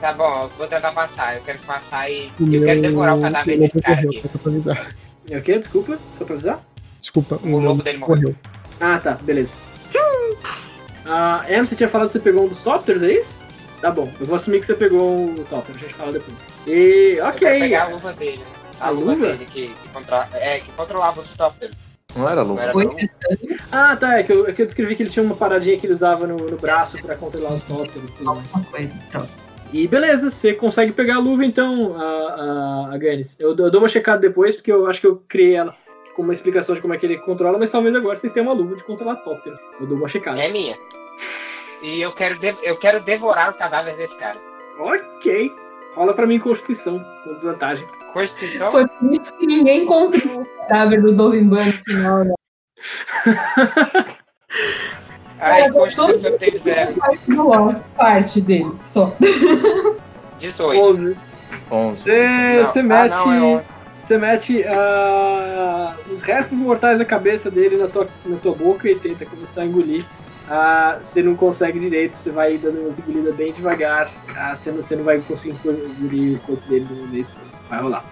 E: Tá bom, eu vou tentar passar. Eu quero passar e. Eu quero devorar o cadáver desse cara aqui.
B: É o quê? Desculpa, só pra avisar?
F: Desculpa,
E: O lobo dele morreu.
B: Ah, tá, beleza. Tchum! Ah, Em, você tinha falado que você pegou um dos Topters, é isso? Tá bom, eu vou assumir que você pegou o Topter, a gente fala depois. E,
E: Eu quero
B: ok.
E: pegar um. a luva dele. A,
B: A
E: luva,
B: luva?
E: dele que, que, controla, é, que controlava os toppers.
G: Não era louco.
E: Era
C: Oi,
E: pra-
B: Ah, tá, é que, eu, é que eu descrevi que ele tinha uma paradinha que ele usava no, no braço pra controlar os Topters e tudo mais.
C: alguma coisa. Pronto.
B: E beleza, você consegue pegar a luva então, a, a, a Gannis. Eu, dou- eu dou uma checada depois, porque eu acho que eu criei ela com uma explicação de como é que ele controla, mas talvez agora vocês tenham uma luva de controlar tóptero. Eu dou uma checada.
E: É minha. E eu quero, de- eu quero devorar o cadáver desse cara.
B: Ok. Rola pra mim Constituição, com desvantagem. Então.
E: Constituição?
C: Foi por isso que ninguém encontrou o cadáver do Dovimban no final, né?
E: Ai,
C: Cara,
E: Constituição
C: todo-
E: tem zero.
C: Parte do LOL, parte dele, só.
E: 18.
B: 11.
G: 11.
B: Você você
E: ah,
B: mete,
E: não, é 11.
B: você mete ah, os restos mortais da cabeça dele na tua, na tua boca e tenta começar a engolir. Ah, você não consegue direito, você vai dando umas engolidas bem devagar. Ah, você, não, você não vai conseguir engolir o corpo dele de uma vez. então Vai rolar.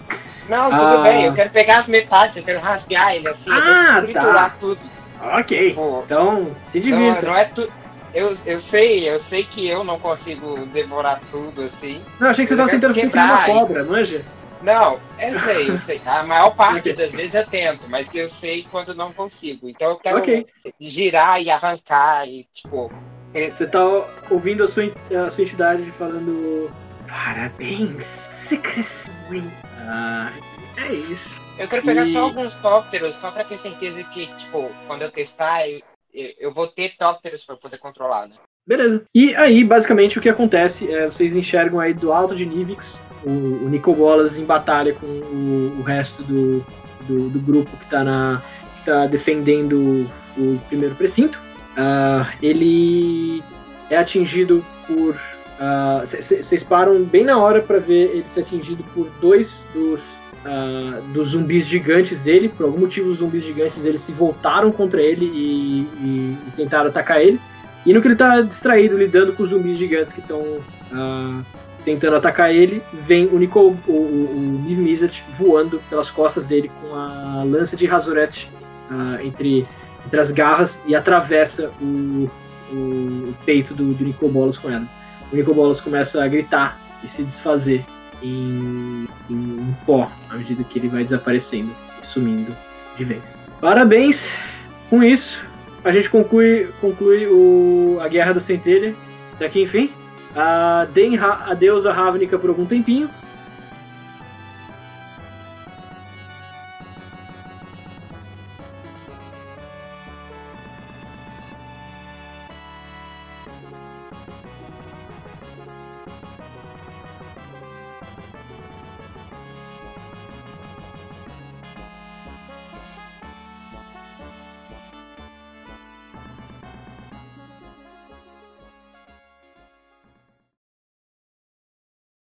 E: Não, tudo
B: Ah.
E: bem. Eu quero pegar as metades. Eu quero rasgar ele assim. eu
B: Ah,
E: quero triturar tudo.
B: Ok.
E: Tipo,
B: Então, se
E: não,
B: divirta. Não,
E: não é tudo. Eu, eu sei, eu sei que eu não consigo devorar tudo assim.
B: achei que você
E: eu
B: tava tentando
E: quero
B: sentir uma
E: quebrar, hein?
B: cobra, manja.
E: Não, eu sei, eu sei. A maior parte das vezes eu tento, mas eu sei quando não consigo. Então eu quero
B: Ok.
E: girar e arrancar e, tipo,
B: Você tá ouvindo a sua, a sua entidade falando. Parabéns, você cresceu, hein? Ah, é isso.
E: eu quero pegar
B: E-
E: só alguns tópteros, só pra ter certeza que, tipo, quando eu testar, eu, eu- eu vou ter tópteros pra poder controlar, né?
B: Beleza. E aí, basicamente, o que acontece é vocês enxergam aí do alto de Nivix o, o Nicobolas em batalha com o, o resto do, do, do grupo que tá, na, que tá defendendo o primeiro precinto. Ah, ele é atingido por. ah, Vocês param bem na hora pra ver ele ser atingido por dois dos, ah, dos zumbis gigantes dele. Por algum motivo, os zumbis gigantes eles se voltaram contra ele e, e- e tentaram atacar ele. E no que ele tá distraído, lidando com os zumbis gigantes que estão ah, tentando atacar ele, vem o Nico, o, o, o Niv Mizzet voando pelas costas dele com a lança de Razorette ah, entre, entre as garras e atravessa o, o peito do, do Nicobolas com ela. O Nicobolas começa a gritar e se desfazer em, em, em pó à medida que ele vai desaparecendo e sumindo de vez. Parabéns! Com isso, a gente conclui, conclui o, a Guerra da Centelha. Até aqui, enfim. Ah, deem ra- adeus a Ravnica por algum tempinho.